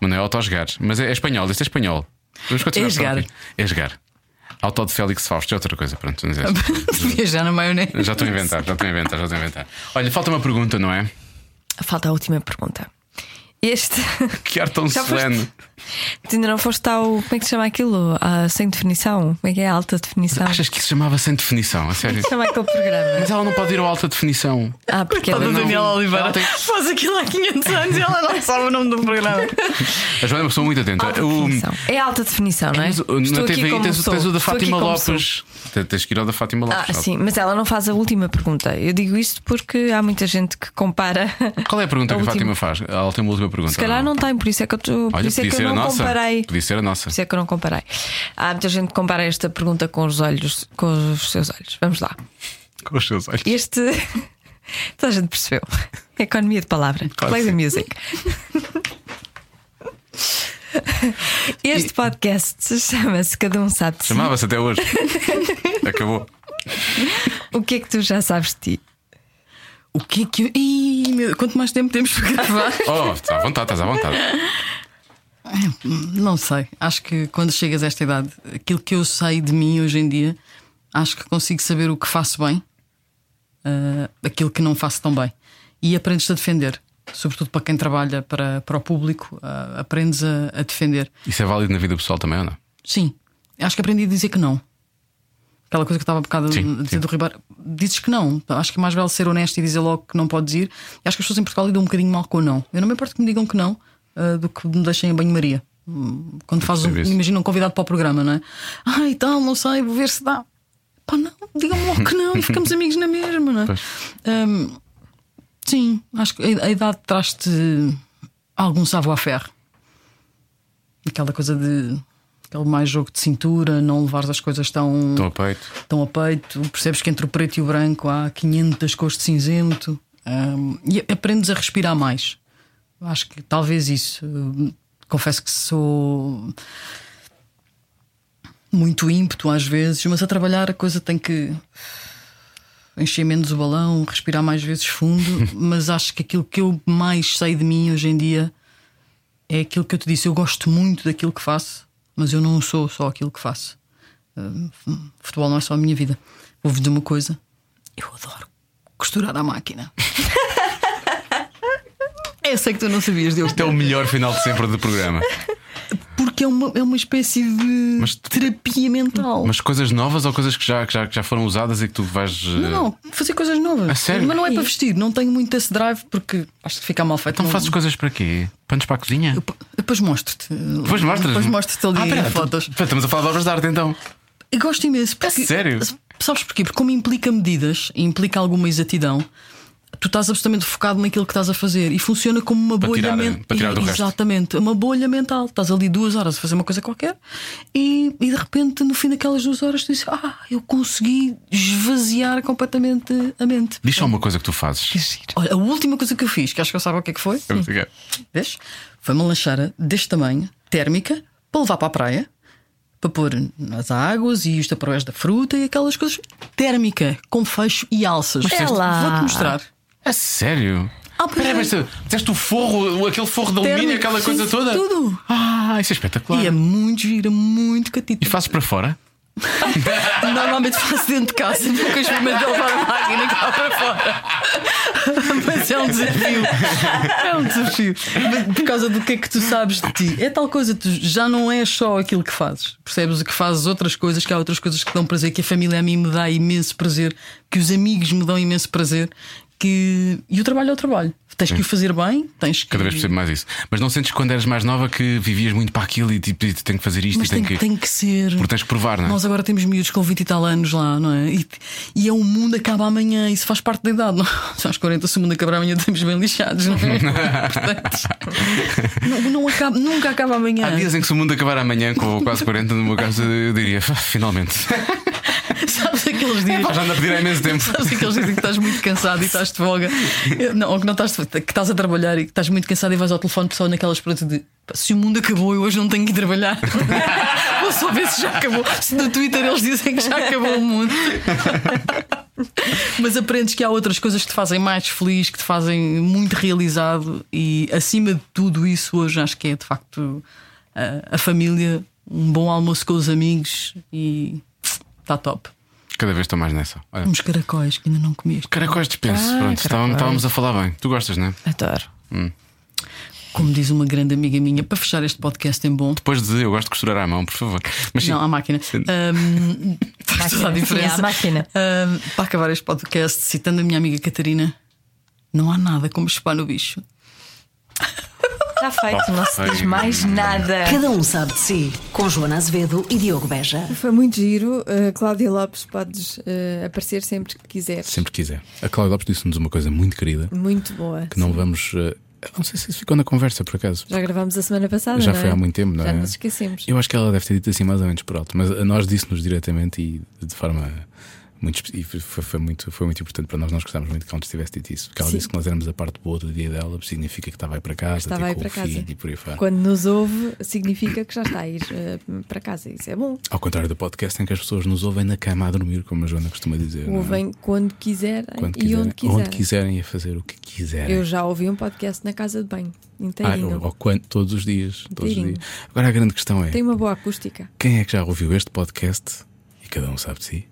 S5: Mas não é autosgar. Mas é, é espanhol, este é espanhol. Vamos
S3: É
S5: continuar só
S4: Esgar.
S5: aqui. É Esgar. Auto de Félix Fausto, é outra coisa, pronto. não existe.
S4: Viajar na maionese.
S5: Já estou a inventar, já estou a inventar, já estou a inventar. Olha, falta uma pergunta, não é?
S3: Falta a última pergunta. Este.
S5: Que ar tão
S3: Já foste-
S5: solene.
S3: Tu ainda não foste ao. Como é que se chama aquilo? Ah, sem definição? Como é que é a alta definição?
S5: Achas que isso chamava sem definição, a sério?
S3: Se chama é aquele programa.
S5: Mas ela não pode ir ao alta definição.
S3: Ah, porque ela
S4: Da
S3: não.
S4: Daniela Oliveira.
S5: Ela tem-
S4: Faz aquilo há 500 anos e ela não sabe o nome do programa.
S5: A Joana é uma pessoa muito atenta.
S3: Alta
S5: O-
S3: definição. É alta definição, não é?
S5: Mas, uh, na
S3: Estou aqui
S5: TVI
S3: como
S5: tens, o-
S3: sou.
S5: tens o da
S3: Estou aqui
S5: Fátima
S3: como sou.
S5: Lopes. Te- Tens que ir ao da Fátima Lopes.
S3: Ah, sim, mas ela não faz a última pergunta. Eu digo isto porque há muita gente que compara.
S5: Qual é a pergunta
S3: A
S5: que a Fátima
S3: última.
S5: faz? Ela tem uma última pergunta.
S3: Se calhar não tem, por isso é que eu, tô- por
S5: Olha,
S3: isso é
S5: podia
S3: que
S5: ser a
S3: eu não
S5: nossa.
S3: comparei.
S5: Podia ser a nossa.
S3: Por isso é que eu não comparei. Há muita gente que compara esta pergunta com os olhos, com os seus olhos. Vamos lá.
S5: Com os seus olhos.
S3: Este. Toda a gente percebeu. Economia de palavra.
S5: Claro
S3: Play
S5: que
S3: the
S5: sim.
S3: music. Este podcast se chama-se Cada um sabe de si.
S5: Chamava-se até hoje. Acabou.
S3: O que é que tu já sabes de ti?
S4: O que é que eu. Ih, meu... Quanto mais tempo temos para gravar?
S5: Oh, estás à vontade, estás à vontade.
S4: Não sei. Acho que quando chegas a esta idade, aquilo que eu sei de mim hoje em dia, acho que consigo saber o que faço bem, ah, aquilo que não faço tão bem. E aprendes a defender. Sobretudo para quem trabalha para, para o público, ah, aprendes a, a defender.
S5: Isso é válido na vida pessoal também ou não?
S4: Sim, acho que aprendi a dizer que não. Aquela coisa que eu estava um bocado
S5: Sim,
S4: a
S5: sim.
S4: dizer do Ribeiro. Dizes que não. Acho que é mais vale ser honesto e dizer logo que não podes ir. E acho que as pessoas em Portugal lidam um bocadinho mal com o não. Eu não me importo que me digam que não ah, do que me deixem em banho-maria. Hum, Quando fazes um,
S5: percebo isso.
S4: imagina um convidado para o programa, não é? Ai, então, não sei, vou ver se dá. Pá, não, digam-me logo que não, ficamos amigos na mesma, não é?
S5: Pois.
S4: Hum, sim, acho que a a idade traz-te algum savoir-faire. Aquela coisa de. aquele mais jogo de cintura, não levares as coisas tão,
S5: Estou a peito.
S4: tão a peito. Percebes que entre o preto e o branco há 500 cores de cinzento. Hum, e aprendes a respirar mais. Acho que talvez isso. Hum, Confesso que sou. Muito ímpeto às vezes, mas a trabalhar a coisa tem que encher menos o balão, respirar mais vezes fundo, mas acho que aquilo que eu mais sei de mim hoje em dia é aquilo que eu te disse. Eu gosto muito daquilo que faço, mas eu não sou só aquilo que faço. Hum, futebol não é só a minha vida. Vou-vos dizer uma coisa: eu adoro costurar à máquina. eu sei que tu não sabias, Deus.
S5: Isto é o melhor final de sempre do programa.
S4: Porque é uma, é uma espécie de
S5: Mas tu-
S4: terapia mental.
S5: Mas coisas novas ou coisas que já, que já, que já foram usadas e que tu vais. eh,
S4: Não, não, fazer coisas novas.
S5: A sério?
S4: Mas não é para vestir, não tenho muito esse drive porque acho que fica mal feito.
S5: Então
S4: não-
S5: fazes coisas para quê? Panos para a cozinha?
S4: Eu- Depois mostro-te.
S5: Depois mostras?
S4: Depois mostro-te
S5: Ah,
S4: ali
S5: pera,
S4: fotos.
S5: tu- pera, Estamos a falar de obras de arte então.
S4: Eu gosto imenso. Porque,
S5: sério?
S4: Sabes porquê? Porque como implica medidas, implica alguma exatidão, tu estás absolutamente focado naquilo que estás a fazer e funciona como uma
S7: Para
S4: bolha
S7: tirar-
S4: mental.
S7: para tirar do resto.
S4: Exatamente, uma bolha mental. Estás ali duas horas a fazer uma coisa qualquer e, e de repente, no fim daquelas duas horas, tu dizes: Ah, eu consegui esvaziar completamente a mente.
S7: Diz só uma coisa que tu fazes.
S4: Olha, a última coisa que eu fiz, que acho que eu sabe o que é que foi, vês? Foi uma lancheira deste tamanho, térmica, para levar para a praia, para pôr nas águas e os taparóis da fruta e aquelas coisas. Térmica, com fecho e alças.
S8: Mas fizeste- lá.
S4: Vou-te mostrar.
S7: É sério?
S4: Ah, pois
S7: Peraí,
S4: é.
S7: mas tu- fizeste o forro, aquele forro de alumínio,
S4: Térmico,
S7: aquela
S4: sim,
S7: coisa toda?
S4: tudo.
S7: Ah, isso é espetacular.
S4: E é muito gira, muito catita.
S7: E fazes para fora?
S4: Normalmente faço dentro de casa, nunca experimentei levar a máquina cá para fora. Mas é um desafio. É um desafio. Mas Por causa do que é que tu sabes de ti. É tal coisa, tu já não é só aquilo que fazes. Percebes que fazes outras coisas, que há outras coisas que te dão prazer, que a família a mim me dá imenso prazer, que os amigos me dão imenso prazer. Que... E o trabalho é o trabalho. Tens que o fazer bem, tens que.
S7: Cada vez percebo mais isso. Mas não sentes que quando eras mais nova que vivias muito para aquilo e tipo, e tenho que fazer isto
S4: Mas
S7: e tenho
S4: tem,
S7: que.
S4: tem que ser.
S7: Porque tens que provar, não é?
S4: Nós agora temos miúdos com 20 e tal anos lá, não é? E, e é o mundo acaba amanhã, isso faz parte da idade. Não? é? Se aos 40, se o mundo acabar amanhã, estamos bem lixados, não é? Portanto, não, não acaba- nunca acaba amanhã.
S7: Há dias em que se o mundo acabar amanhã com quase 40 no meu caso, eu diria, "Fá, finalmente.
S4: Sabes aqueles dias.
S7: Já anda a pedir há imenso tempo.
S4: Sabes aqueles dias em que estás muito cansado e estás de folga? Não, ou que não estás de folga, que estás a trabalhar e que estás muito cansado e vais ao telefone só naquela esperança de "Pá, se o mundo acabou, eu hoje não tenho que ir trabalhar. Vou só ver se já acabou. Se no Twitter eles dizem que já acabou o mundo. Mas aprendes que há outras coisas que te fazem mais feliz, que te fazem muito realizado, e acima de tudo isso, hoje acho que é de facto a, a família, um bom almoço com os amigos e está top.
S7: Cada vez estou mais nessa. Olha.
S4: Uns caracóis que ainda não comeste.
S7: Caracóis dispenso,
S8: Ah,
S7: pronto, estávamos,
S8: caracóis.
S7: estávamos a falar bem. Tu gostas, não é?
S8: Adoro.
S4: Como diz uma grande amiga minha, para fechar este podcast em bom.
S7: Depois de eu gosto de costurar à mão, por favor. Mas sim,
S4: Não, à máquina. Ahm, faz toda a
S8: Máquina, sim,
S4: diferença.
S8: à máquina.
S4: Ahm, para acabar este podcast, citando a minha amiga Catarina, não há nada como chupar no bicho.
S8: Está feito, não se diz mais nada.
S1: Cada um sabe de si. Com Joana Azevedo e Diogo Beja.
S3: Foi muito giro. Uh, Cláudia Lopes, podes uh, aparecer sempre que quiseres.
S5: Sempre quiser. A Cláudia Lopes disse-nos uma coisa muito querida
S3: Muito boa.
S5: que não vamos. eh, eu não sei se isso ficou na conversa, por acaso.
S3: Já gravámos a semana passada.
S5: Já
S3: não
S5: foi
S3: é?
S5: há muito tempo, não
S3: Já
S5: é?
S3: nos esquecemos.
S5: Eu acho que ela deve ter dito assim mais ou menos por alto, mas a nós disse-nos diretamente e de forma muito espe- e foi, foi muito foi muito importante para nós. Nós gostávamos muito que ela nos tivesse dito isso, porque ela
S3: Sim.
S5: disse que nós éramos a parte boa do dia dela, significa que estava aí para casa,
S3: Estava
S5: ter
S3: aí
S5: com
S3: para
S5: o
S3: casa.
S5: filho e por aí fora.
S3: Quando nos ouve, significa que já está a ir uh, para casa. Isso é bom.
S5: Ao contrário do podcast em que as pessoas nos ouvem na cama a dormir, como a Joana costuma dizer. não é?
S3: Ouvem quando quiserem
S5: Quando
S3: e
S5: quiserem,
S3: onde quiserem.
S5: quiserem e a fazer o que quiserem.
S3: Eu já ouvi um podcast na casa de banho,
S5: Ah,
S3: inteirinho.
S5: ou, ou quando- todos os dias, todos os
S3: Inteirinho.
S5: dias. Agora a grande questão é:
S3: Tem uma boa acústica.
S5: quem é que já ouviu este podcast e cada um sabe de si?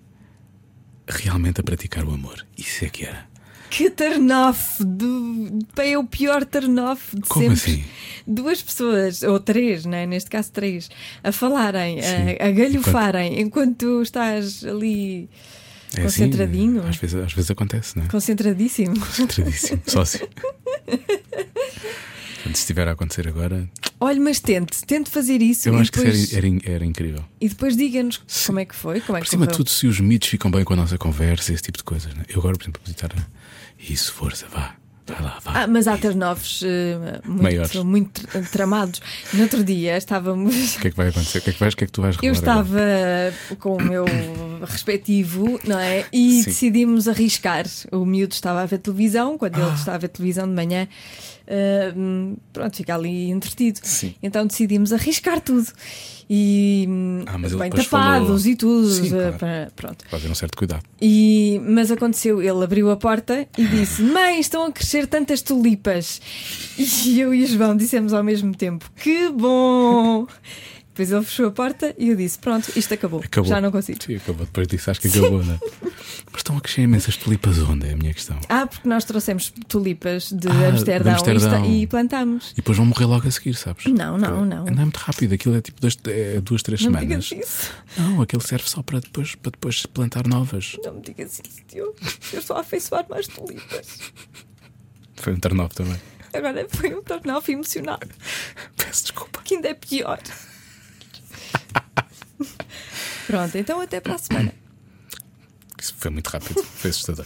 S5: Realmente a praticar o amor. Isso é que era.
S3: Que turn-off! do- É o pior turn-off de
S5: Como
S3: sempre.
S5: assim?
S3: Duas pessoas, ou três, né? neste caso três, a falarem,
S5: Sim.
S3: a, a galhofarem, enquanto tu estás ali
S5: É assim,
S3: concentradinho,
S5: às, vezes, às vezes acontece, não é?
S3: concentradíssimo.
S5: Concentradíssimo, sócio. Portanto, se estiver a acontecer agora,
S3: Olha, mas tente, tente fazer isso
S5: eu
S3: e,
S5: acho que
S3: depois,
S5: isso era, era, era incrível.
S3: e depois diga-nos como é que foi, como é que
S5: Por cima de
S3: correu.
S5: tudo, se os mitos ficam bem com a nossa conversa, esse tipo de coisas, não é? Eu agora, por exemplo, visitar. Isso, força, vá. Vai lá, vá.
S3: Ah, mas há turn-offs eh,
S5: Maiores.
S3: muito, muito tra- tramados. No outro dia estávamos.
S5: O que é que vai acontecer? O que é que, vais, o que, é que tu vais
S3: Eu
S5: revelar agora?
S3: estava com o meu respectivo, não é? E
S5: Sim.
S3: decidimos arriscar. O miúdo estava a ver televisão, quando
S5: Ah.
S3: ele estava a ver televisão de manhã, ah, hum, pronto, fica ali entretido.
S5: Sim.
S3: Então decidimos arriscar tudo. E hum,
S5: Ah, mas ele
S3: bem
S5: depois
S3: tapados
S5: falou.
S3: e tudo.
S5: Sim,
S3: ah,
S5: claro.
S3: para- pronto.
S5: Vai haver um certo cuidado.
S3: E, mas aconteceu, ele abriu a porta e disse: Mãe, estão a crescer tantas tulipas. E eu e o João dissemos ao mesmo tempo: Que bom! Depois ele fechou a porta e eu disse: Pronto, isto acabou.
S5: Acabou.
S3: Já não consigo.
S5: Sim, acabou. Depois disso, acho que acabou, não é? Mas estão a crescer imensas tulipas onde? É a minha questão.
S3: Ah, porque nós trouxemos tulipas de
S5: Ah, de
S3: Amsterdão,
S5: Amsterdão.
S3: e esta- E, plantámos.
S5: E depois vão morrer logo a seguir, sabes?
S3: Não, não, não.
S5: Não é muito rápido, aquilo é tipo dois- é duas, três
S3: Não me
S5: semanas.
S3: digas isso.
S5: Não, aquilo serve só para depois, para depois plantar novas.
S3: Não me digas isso, Diogo. Eu estou a afeiçoar mais tulipas.
S5: Foi um turn off também.
S3: Agora foi um tornal emocional,
S5: Peço desculpa.
S3: que ainda é pior. Pronto, então até para a semana.
S5: Isso foi muito rápido. Foi assustador.